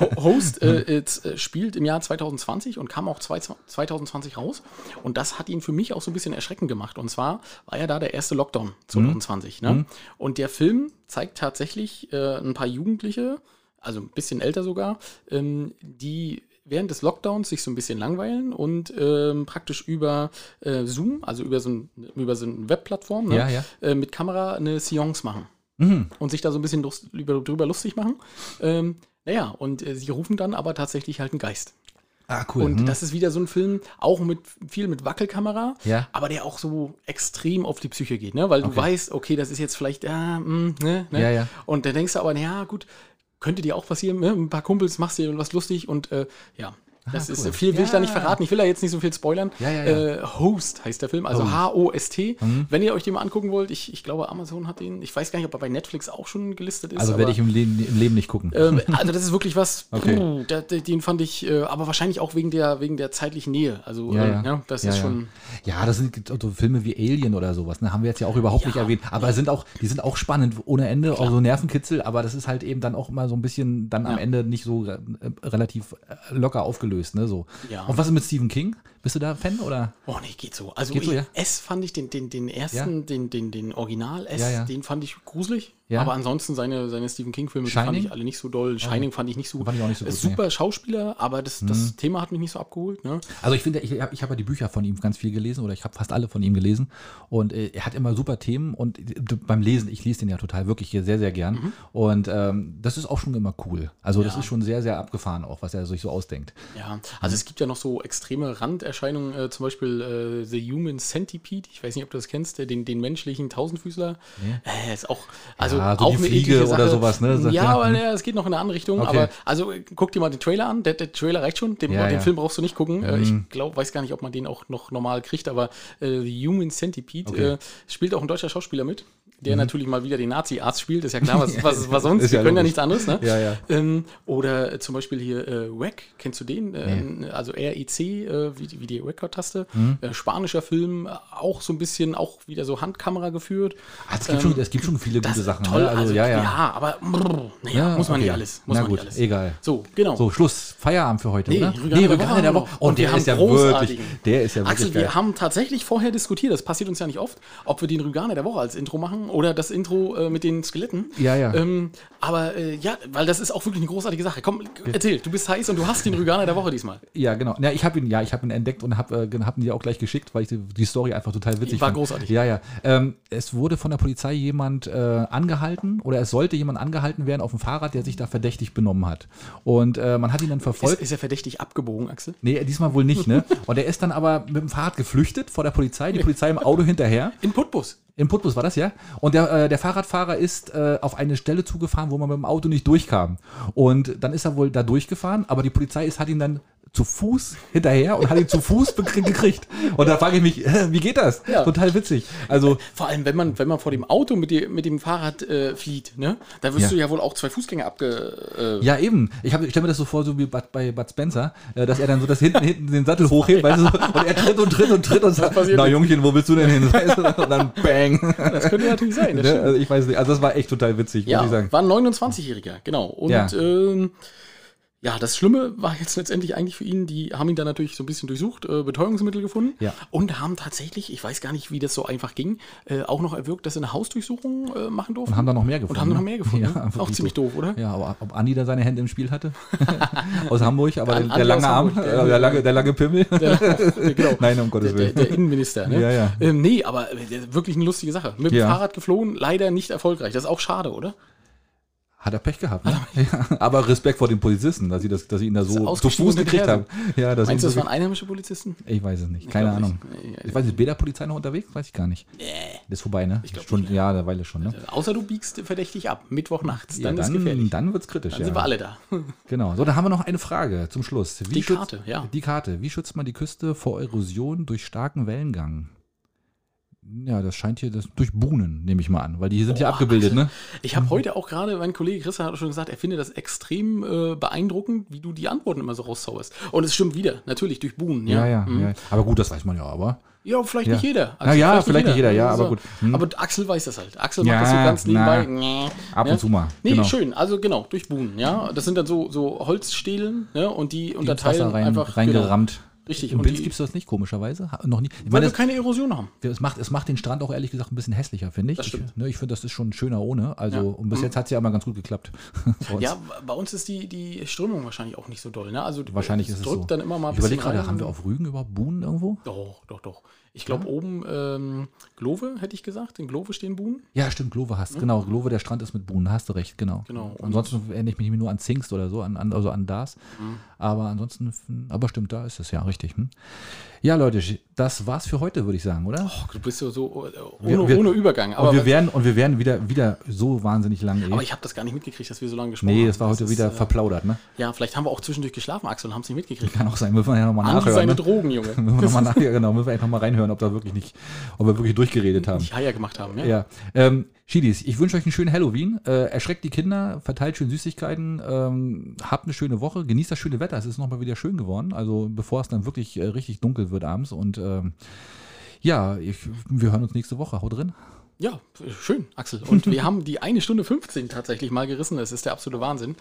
Speaker 1: Ho Host äh, jetzt, äh, spielt im Jahr 2020 und kam auch zwei- 2020 raus. Und das hat ihn für mich auch so ein bisschen erschreckend gemacht. Und zwar war ja da der erste Lockdown 2020. Ne? Und der Film zeigt tatsächlich äh, ein paar Jugendliche, also ein bisschen älter sogar, ähm, die während des Lockdowns sich so ein bisschen langweilen und ähm, praktisch über äh, Zoom, also über so, ein, über so eine Webplattform, ne,
Speaker 2: Ja, ja. Mhm.
Speaker 1: Äh, mit Kamera eine Seance machen und sich da so ein bisschen lust, über, drüber lustig machen. Ähm, naja, und äh, sie rufen dann aber tatsächlich halt einen Geist.
Speaker 2: Ah, cool.
Speaker 1: Und
Speaker 2: Hm.
Speaker 1: das ist wieder so ein Film, auch mit viel mit Wackelkamera,
Speaker 2: Ja.
Speaker 1: aber der auch so extrem auf die Psyche geht, ne? Weil du
Speaker 2: Okay.
Speaker 1: weißt, okay, das ist jetzt vielleicht, ah, mm, ne, ne?
Speaker 2: Ja, ja.
Speaker 1: Und dann denkst du aber, naja, gut, könnte dir auch passieren, ne? Ein paar Kumpels machst dir was lustig und äh, ja. Das
Speaker 2: Ah,
Speaker 1: ist
Speaker 2: cool.
Speaker 1: viel will ich da nicht
Speaker 2: Ja.
Speaker 1: verraten. Ich will da jetzt nicht so viel spoilern.
Speaker 2: Ja, ja, ja.
Speaker 1: Äh, Host heißt der Film, also
Speaker 2: Host. Mhm.
Speaker 1: H-O-S-T. Wenn ihr euch den mal angucken wollt, ich, ich glaube, Amazon hat den. Ich weiß gar nicht, ob er bei Netflix auch schon gelistet ist.
Speaker 2: also
Speaker 1: aber-
Speaker 2: werde ich im Leben, im Leben nicht gucken. (laughs)
Speaker 1: ähm, also das ist wirklich was,
Speaker 2: Okay.
Speaker 1: puh, da, da- den fand ich, äh, aber wahrscheinlich auch wegen der, wegen der zeitlichen Nähe. Also
Speaker 2: Ja,
Speaker 1: äh,
Speaker 2: ja.
Speaker 1: ne, das
Speaker 2: ja,
Speaker 1: ist
Speaker 2: ja.
Speaker 1: schon.
Speaker 2: Ja, das sind so Filme wie Alien oder sowas, ne? Haben wir jetzt ja auch überhaupt nicht erwähnt. Aber sind auch, die sind auch spannend ohne Ende, auch so Nervenkitzel, aber das ist halt eben dann auch immer so ein bisschen dann am Ende nicht so äh, relativ äh, locker aufgelöst, ne? So.
Speaker 1: Ja.
Speaker 2: Und was ist mit Stephen King? Bist du da Fan oder?
Speaker 1: Oh nee, geht so. Also
Speaker 2: Geht so,
Speaker 1: ich,
Speaker 2: ja?
Speaker 1: S fand ich den, den, den ersten, den, den, den Original S,
Speaker 2: Ja, ja.
Speaker 1: den fand ich gruselig.
Speaker 2: Ja.
Speaker 1: Aber ansonsten seine, seine Stephen King-Filme die fand
Speaker 2: Shining?
Speaker 1: ich alle nicht so doll. Shining fand ich nicht so,
Speaker 2: Fand ich auch nicht so
Speaker 1: Äh,
Speaker 2: gut, Mhm.
Speaker 1: Super Schauspieler, aber das, das Thema hat mich nicht so abgeholt. Ne?
Speaker 2: Also ich finde, ich, hab- ich habe ja die Bücher von ihm ganz viel gelesen oder ich habe fast alle von ihm gelesen und äh, er hat immer super Themen und äh, d- beim Lesen, ich lese den ja total wirklich hier sehr, sehr gern
Speaker 1: Mhm.
Speaker 2: und ähm, das ist auch schon immer cool. Also das ist schon sehr, sehr abgefahren auch, was er sich so ausdenkt.
Speaker 1: Ja, also es gibt ja noch so extreme Randerscheinungen, äh, zum Beispiel äh, The Human Centipede, ich weiß nicht, ob du das kennst, der, den, den menschlichen Tausendfüßler. Äh, ist auch, also
Speaker 2: Ja, so
Speaker 1: auch
Speaker 2: die
Speaker 1: eine
Speaker 2: Fliege
Speaker 1: eklige Sache.
Speaker 2: oder sowas, ne?
Speaker 1: Ja,
Speaker 2: Sagt ja.
Speaker 1: aber naja, es geht noch in eine andere Richtung.
Speaker 2: Okay.
Speaker 1: Aber also äh, guck dir mal den Trailer an, der, der Trailer reicht schon, den,
Speaker 2: Ja,
Speaker 1: den
Speaker 2: ja. Mhm.
Speaker 1: Film brauchst du nicht gucken. Äh, ich glaube, weiß gar nicht, ob man den auch noch normal kriegt, aber äh, The Human Centipede
Speaker 2: Okay.
Speaker 1: äh, spielt auch ein deutscher Schauspieler mit. der natürlich mal wieder den Nazi-Arzt spielt, ist ja klar, was, was, was sonst,
Speaker 2: Ist
Speaker 1: wir
Speaker 2: (laughs) ja
Speaker 1: können ja
Speaker 2: logisch.
Speaker 1: nichts anderes, ne?
Speaker 2: Ja, ja.
Speaker 1: Ähm, oder zum Beispiel hier äh, Wack, kennst du den? Ähm, Also REC, äh, wie, die- wie die Record-Taste,
Speaker 2: Mhm.
Speaker 1: äh, spanischer Film, äh, auch so ein bisschen, auch wieder so Handkamera geführt.
Speaker 2: Ah, es, gibt schon, es gibt schon viele
Speaker 1: Ähm, Das
Speaker 2: gute Sachen.
Speaker 1: toll,
Speaker 2: ne? also, ja, ja.
Speaker 1: aber brr, naja,
Speaker 2: Ja,
Speaker 1: muss man
Speaker 2: okay.
Speaker 1: nicht alles. Muss
Speaker 2: Na
Speaker 1: man
Speaker 2: gut,
Speaker 1: nicht alles.
Speaker 2: egal.
Speaker 1: So, genau.
Speaker 2: So, Schluss. Feierabend für heute,
Speaker 1: Nee,
Speaker 2: oder?
Speaker 1: Rüganer der Woche haben wir noch.
Speaker 2: Oh,
Speaker 1: Und wir
Speaker 2: der
Speaker 1: haben
Speaker 2: ist ja
Speaker 1: großartigen.
Speaker 2: wirklich, der ist ja wirklich
Speaker 1: Axel,
Speaker 2: geil.
Speaker 1: wir haben tatsächlich vorher diskutiert, das passiert uns ja nicht oft, ob wir den Rüganer der Woche als Intro machen oder das Intro äh, mit den Skeletten.
Speaker 2: Ja, ja.
Speaker 1: Ähm, aber äh, ja, weil das ist auch wirklich eine großartige Sache. Komm, erzähl, du bist heiß und du hast den Rüganer der Woche diesmal.
Speaker 2: Ja, genau. Ja, ich habe ihn, ja, ich habe ihn entdeckt und habe äh, gen- hab ihn dir auch gleich geschickt, weil ich die, die Story einfach total witzig
Speaker 1: War
Speaker 2: fand.
Speaker 1: großartig.
Speaker 2: Ja, ja. Ähm, es wurde von der Polizei jemand äh, angehalten oder es sollte jemand angehalten werden auf dem Fahrrad, der sich da verdächtig benommen hat. Und äh, man hat ihn dann
Speaker 1: Ist,
Speaker 2: verfolgt.
Speaker 1: ist er verdächtig abgebogen, Axel?
Speaker 2: nee, diesmal wohl nicht, ne? Und er ist dann aber mit dem Fahrrad geflüchtet vor der Polizei, die Polizei im Auto hinterher.
Speaker 1: In Putbus.
Speaker 2: Im Putbus war das, ja. Und der, äh, der Fahrradfahrer ist äh, auf eine Stelle zugefahren, wo man mit dem Auto nicht durchkam. Und dann ist er wohl da durchgefahren, aber die Polizei ist, hat ihn dann zu Fuß hinterher und hat ihn zu Fuß bekri- gekriegt. Und da frage ich mich, (laughs) äh, wie geht das?
Speaker 1: Ja.
Speaker 2: Total witzig. Also,
Speaker 1: Vor allem, wenn man, wenn man vor dem Auto mit, dir, mit dem Fahrrad äh, flieht, ne? Da wirst
Speaker 2: Ja.
Speaker 1: du ja wohl auch zwei Fußgänger abge. Äh,
Speaker 2: ja, eben. Ich, hab- ich stelle mir das so vor, so wie Bud, bei Bud Spencer, äh, dass er dann so das hinten, hinten den Sattel hochhebt, weißt du, so, und er tritt und tritt und tritt und sagt,
Speaker 1: passiert
Speaker 2: na
Speaker 1: nicht.
Speaker 2: Jungchen, wo willst du denn hin? (laughs) Weißt du, und dann bang.
Speaker 1: äh, Das könnte natürlich sein. das
Speaker 2: Ne?
Speaker 1: stimmt.
Speaker 2: Also, ich weiß nicht. Also, das war echt total witzig, muss ich sagen.
Speaker 1: War ein 29-Jähriger, genau. Und
Speaker 2: Ja.
Speaker 1: ja. Ähm, ja, das Schlimme war jetzt letztendlich eigentlich für ihn, die haben ihn dann natürlich so ein bisschen durchsucht, äh, Betäubungsmittel gefunden
Speaker 2: Ja.
Speaker 1: und haben tatsächlich, ich weiß gar nicht, wie das so einfach ging, äh, auch noch erwirkt, dass sie eine Hausdurchsuchung äh, machen durften.
Speaker 2: Und haben da noch mehr gefunden.
Speaker 1: Und haben noch mehr gefunden.
Speaker 2: Ja,
Speaker 1: ne?
Speaker 2: wirklich
Speaker 1: auch ziemlich doof, oder?
Speaker 2: Ja, aber ob Andi da seine Hände im Spiel hatte? (laughs) aus Hamburg, aber
Speaker 1: An-
Speaker 2: der,
Speaker 1: Andi
Speaker 2: der lange
Speaker 1: aus
Speaker 2: Arm,
Speaker 1: Hamburg,
Speaker 2: äh,
Speaker 1: der-
Speaker 2: der, lange, der lange Pimmel.
Speaker 1: (laughs) Der- genau.
Speaker 2: (laughs) Nein, um Gottes
Speaker 1: der,
Speaker 2: Willen.
Speaker 1: der, der Innenminister, ne?
Speaker 2: Ja, ja.
Speaker 1: Ähm, nee, aber äh, wirklich eine lustige Sache. Mit dem
Speaker 2: Ja.
Speaker 1: Fahrrad geflohen, leider nicht erfolgreich. Das ist auch schade, oder?
Speaker 2: Hat er Pech gehabt. Ne? Ja, (laughs) aber Respekt vor den Polizisten, dass sie, das, dass sie ihn da
Speaker 1: Dass er
Speaker 2: so zu
Speaker 1: ausgestiegen
Speaker 2: Fuß
Speaker 1: und
Speaker 2: gekriegt haben.
Speaker 1: hinterher
Speaker 2: Ja, dass
Speaker 1: Meinst du,
Speaker 2: ihn
Speaker 1: das
Speaker 2: so
Speaker 1: waren einheimische Polizisten?
Speaker 2: ich weiß es nicht, keine
Speaker 1: glaub
Speaker 2: Ahnung.
Speaker 1: nicht. Nee,
Speaker 2: Ich weiß nicht, weder Polizei noch unterwegs? Weiß ich gar nicht. Ist vorbei, ne? Ich
Speaker 1: glaub
Speaker 2: schon,
Speaker 1: nicht.
Speaker 2: ja, eine Weile schon, ne?
Speaker 1: Äh, Außer du biegst verdächtig ab, Mittwochnachts,
Speaker 2: Ja,
Speaker 1: dann, ist
Speaker 2: dann,
Speaker 1: gefährlich.
Speaker 2: dann wird's kritisch.
Speaker 1: Dann
Speaker 2: ja.
Speaker 1: sind wir alle da.
Speaker 2: Genau. So, da haben wir noch eine Frage zum Schluss. Wie
Speaker 1: Die
Speaker 2: schützt-
Speaker 1: Karte, ja.
Speaker 2: Die Karte. Wie schützt man die Küste vor Erosion durch starken Wellengang? Ja, das scheint hier das, durch Buhnen, nehme ich mal an, weil die hier sind ja
Speaker 1: Boah,
Speaker 2: abgebildet, ne?
Speaker 1: Ich habe heute auch gerade, mein Kollege Christian hat schon gesagt, er finde das extrem äh, beeindruckend, wie du die Antworten immer so rauszauberst. Und es stimmt wieder, natürlich, durch Buhnen. Ja,
Speaker 2: Ja, ja,
Speaker 1: Mhm.
Speaker 2: ja. Aber gut, das weiß man ja, aber.
Speaker 1: Ja, vielleicht
Speaker 2: Ja.
Speaker 1: nicht jeder. Also,
Speaker 2: Na ja, vielleicht nicht jeder, ja, aber gut. Hm.
Speaker 1: Aber Axel weiß das halt. Axel
Speaker 2: Ja,
Speaker 1: macht das so ganz
Speaker 2: na,
Speaker 1: nebenbei. Nee.
Speaker 2: ab und
Speaker 1: Ja.
Speaker 2: zu mal,
Speaker 1: Nee,
Speaker 2: genau.
Speaker 1: schön. Also genau, durch Buhnen, ja. Das sind dann so, so Holzstählen, ne? Und die
Speaker 2: Die ins
Speaker 1: unterteilen
Speaker 2: rein,
Speaker 1: einfach. genau.
Speaker 2: reingerammt.
Speaker 1: Richtig,
Speaker 2: Im
Speaker 1: und
Speaker 2: Blitz
Speaker 1: die-
Speaker 2: gibt's das nicht, komischerweise. Ha- Noch nie. Ich
Speaker 1: Genau. Weil
Speaker 2: meine,
Speaker 1: wir keine Erosion haben.
Speaker 2: Ja, Es macht, es macht den Strand auch ehrlich gesagt ein bisschen hässlicher, finde ich.
Speaker 1: Das stimmt.
Speaker 2: Ich, ne, ich finde, das ist schon schöner ohne. Also,
Speaker 1: Ja. Mhm.
Speaker 2: und bis jetzt hat es ja immer ganz gut geklappt. (laughs) Bei uns.
Speaker 1: Ja, bei uns ist die, die Strömung wahrscheinlich auch nicht so doll, ne? Also
Speaker 2: Wahrscheinlich ist es
Speaker 1: drückt
Speaker 2: so.
Speaker 1: dann immer mal ein
Speaker 2: ich überlege
Speaker 1: bisschen
Speaker 2: gerade,
Speaker 1: rein.
Speaker 2: haben wir auf Rügen überhaupt Buhnen irgendwo?
Speaker 1: Doch, doch, doch. Ich glaube oben ähm, Glove, hätte ich gesagt. In Glove stehen Buhnen.
Speaker 2: Ja, stimmt, Glove hast, genau. Glove, der Strand ist mit Buhnen, da hast du recht, genau.
Speaker 1: Ne? Genau, und-
Speaker 2: ansonsten erinnere ich mich nur an Zingst oder so, an, an, also an das.
Speaker 1: Mhm.
Speaker 2: Aber ansonsten, aber stimmt, da ist es ja richtig. Hm? Ja, Leute, das war's für heute, würde ich sagen, oder?
Speaker 1: Oh, du bist so, so äh, ohne,
Speaker 2: Wir- wir-
Speaker 1: ohne Übergang. Aber,
Speaker 2: und wir werden, und wir werden wieder, wieder so wahnsinnig lang. eh.
Speaker 1: aber ich habe das gar nicht mitgekriegt, dass wir so lange gesprochen haben.
Speaker 2: nee, das war heute
Speaker 1: ist,
Speaker 2: wieder
Speaker 1: äh,
Speaker 2: verplaudert, ne?
Speaker 1: Ja, vielleicht haben wir auch zwischendurch geschlafen, Axel, und haben es nicht mitgekriegt.
Speaker 2: Kann auch sein, müssen wir ja nochmal
Speaker 1: Andi
Speaker 2: nachhören.
Speaker 1: seine
Speaker 2: ne?
Speaker 1: Drogen, Junge.
Speaker 2: (laughs) Müssen wir
Speaker 1: (laughs)
Speaker 2: nochmal nach, ja, genau, müssen wir einfach mal reinhören, ob da wirklich nicht, ob wir wirklich durchgeredet haben.
Speaker 1: Die Haier gemacht haben, ja?
Speaker 2: Ja. Ähm, Schiedis, ich wünsche euch einen schönen Halloween. Äh, erschreckt die Kinder, verteilt schön Süßigkeiten, ähm, habt eine schöne Woche, genießt das schöne Wetter. Es ist nochmal wieder schön geworden. Also bevor es dann wirklich äh, richtig dunkel wird abends. Und ähm, ja, ich, wir hören uns nächste Woche. Haut drin.
Speaker 1: Ja, schön, Axel. Und wir haben die eine Stunde 15 tatsächlich mal gerissen. Das ist der absolute Wahnsinn.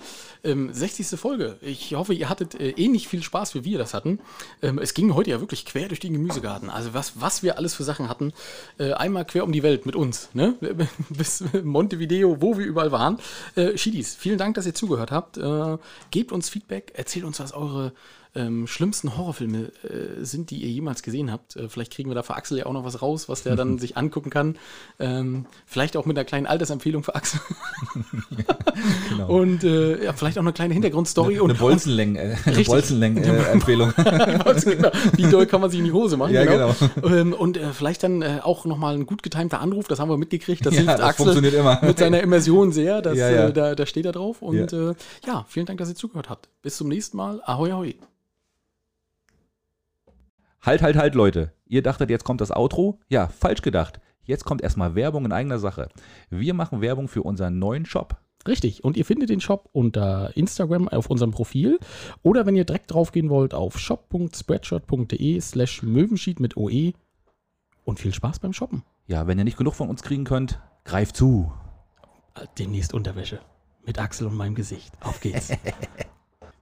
Speaker 1: Ähm, 60. Folge. Ich hoffe, ihr hattet äh, ähnlich viel Spaß, wie wir das hatten. Ähm, es ging heute ja wirklich quer durch den Gemüsegarten. Also was, was wir alles für Sachen hatten. Äh, einmal quer um die Welt mit uns. Ne? (laughs) Bis Montevideo, wo wir überall waren. Äh, Schiedis, vielen Dank, dass ihr zugehört habt. Äh, gebt uns Feedback. Erzählt uns, was eure ähm, schlimmsten Horrorfilme äh, sind, die ihr jemals gesehen habt. Äh, vielleicht kriegen wir da für Axel ja auch noch was raus, was der
Speaker 2: (laughs)
Speaker 1: dann sich angucken kann. Ähm, vielleicht auch mit einer kleinen Altersempfehlung für
Speaker 2: (laughs)
Speaker 1: Axel.
Speaker 2: Genau.
Speaker 1: Und äh, ja, vielleicht auch eine kleine Hintergrundstory. und,
Speaker 2: Bolzenlängen-Empfehlung.
Speaker 1: (laughs)
Speaker 2: Bolzenlängen,
Speaker 1: Bolzen, genau. (laughs) Wie doll kann man sich in die Hose machen? (laughs)
Speaker 2: Ja, genau.
Speaker 1: Ähm, und äh, vielleicht dann äh, auch nochmal ein gut getimter Anruf, das haben wir mitgekriegt. Das
Speaker 2: Ja,
Speaker 1: hilft
Speaker 2: das
Speaker 1: Axel
Speaker 2: funktioniert immer.
Speaker 1: mit seiner Immersion sehr. Das,
Speaker 2: Ja, ja.
Speaker 1: Äh, da, da steht er drauf. Und
Speaker 2: Ja.
Speaker 1: ja. Äh, ja, vielen Dank, dass ihr zugehört habt. Bis zum nächsten Mal. Ahoi, ahoi.
Speaker 2: Halt, halt, halt, Leute. Ihr dachtet, jetzt kommt das Outro? Ja, falsch gedacht. Jetzt kommt erstmal Werbung in eigener Sache. Wir machen Werbung für unseren neuen Shop.
Speaker 1: Richtig. Und ihr findet den Shop unter Instagram auf unserem Profil oder wenn ihr direkt draufgehen wollt auf shop.spreadshirt.de slash Möwenschied mit OE. Und viel Spaß beim Shoppen.
Speaker 2: Ja, wenn ihr nicht genug von uns kriegen könnt, greift zu.
Speaker 1: Demnächst Unterwäsche. Mit Axel und meinem Gesicht. Auf geht's.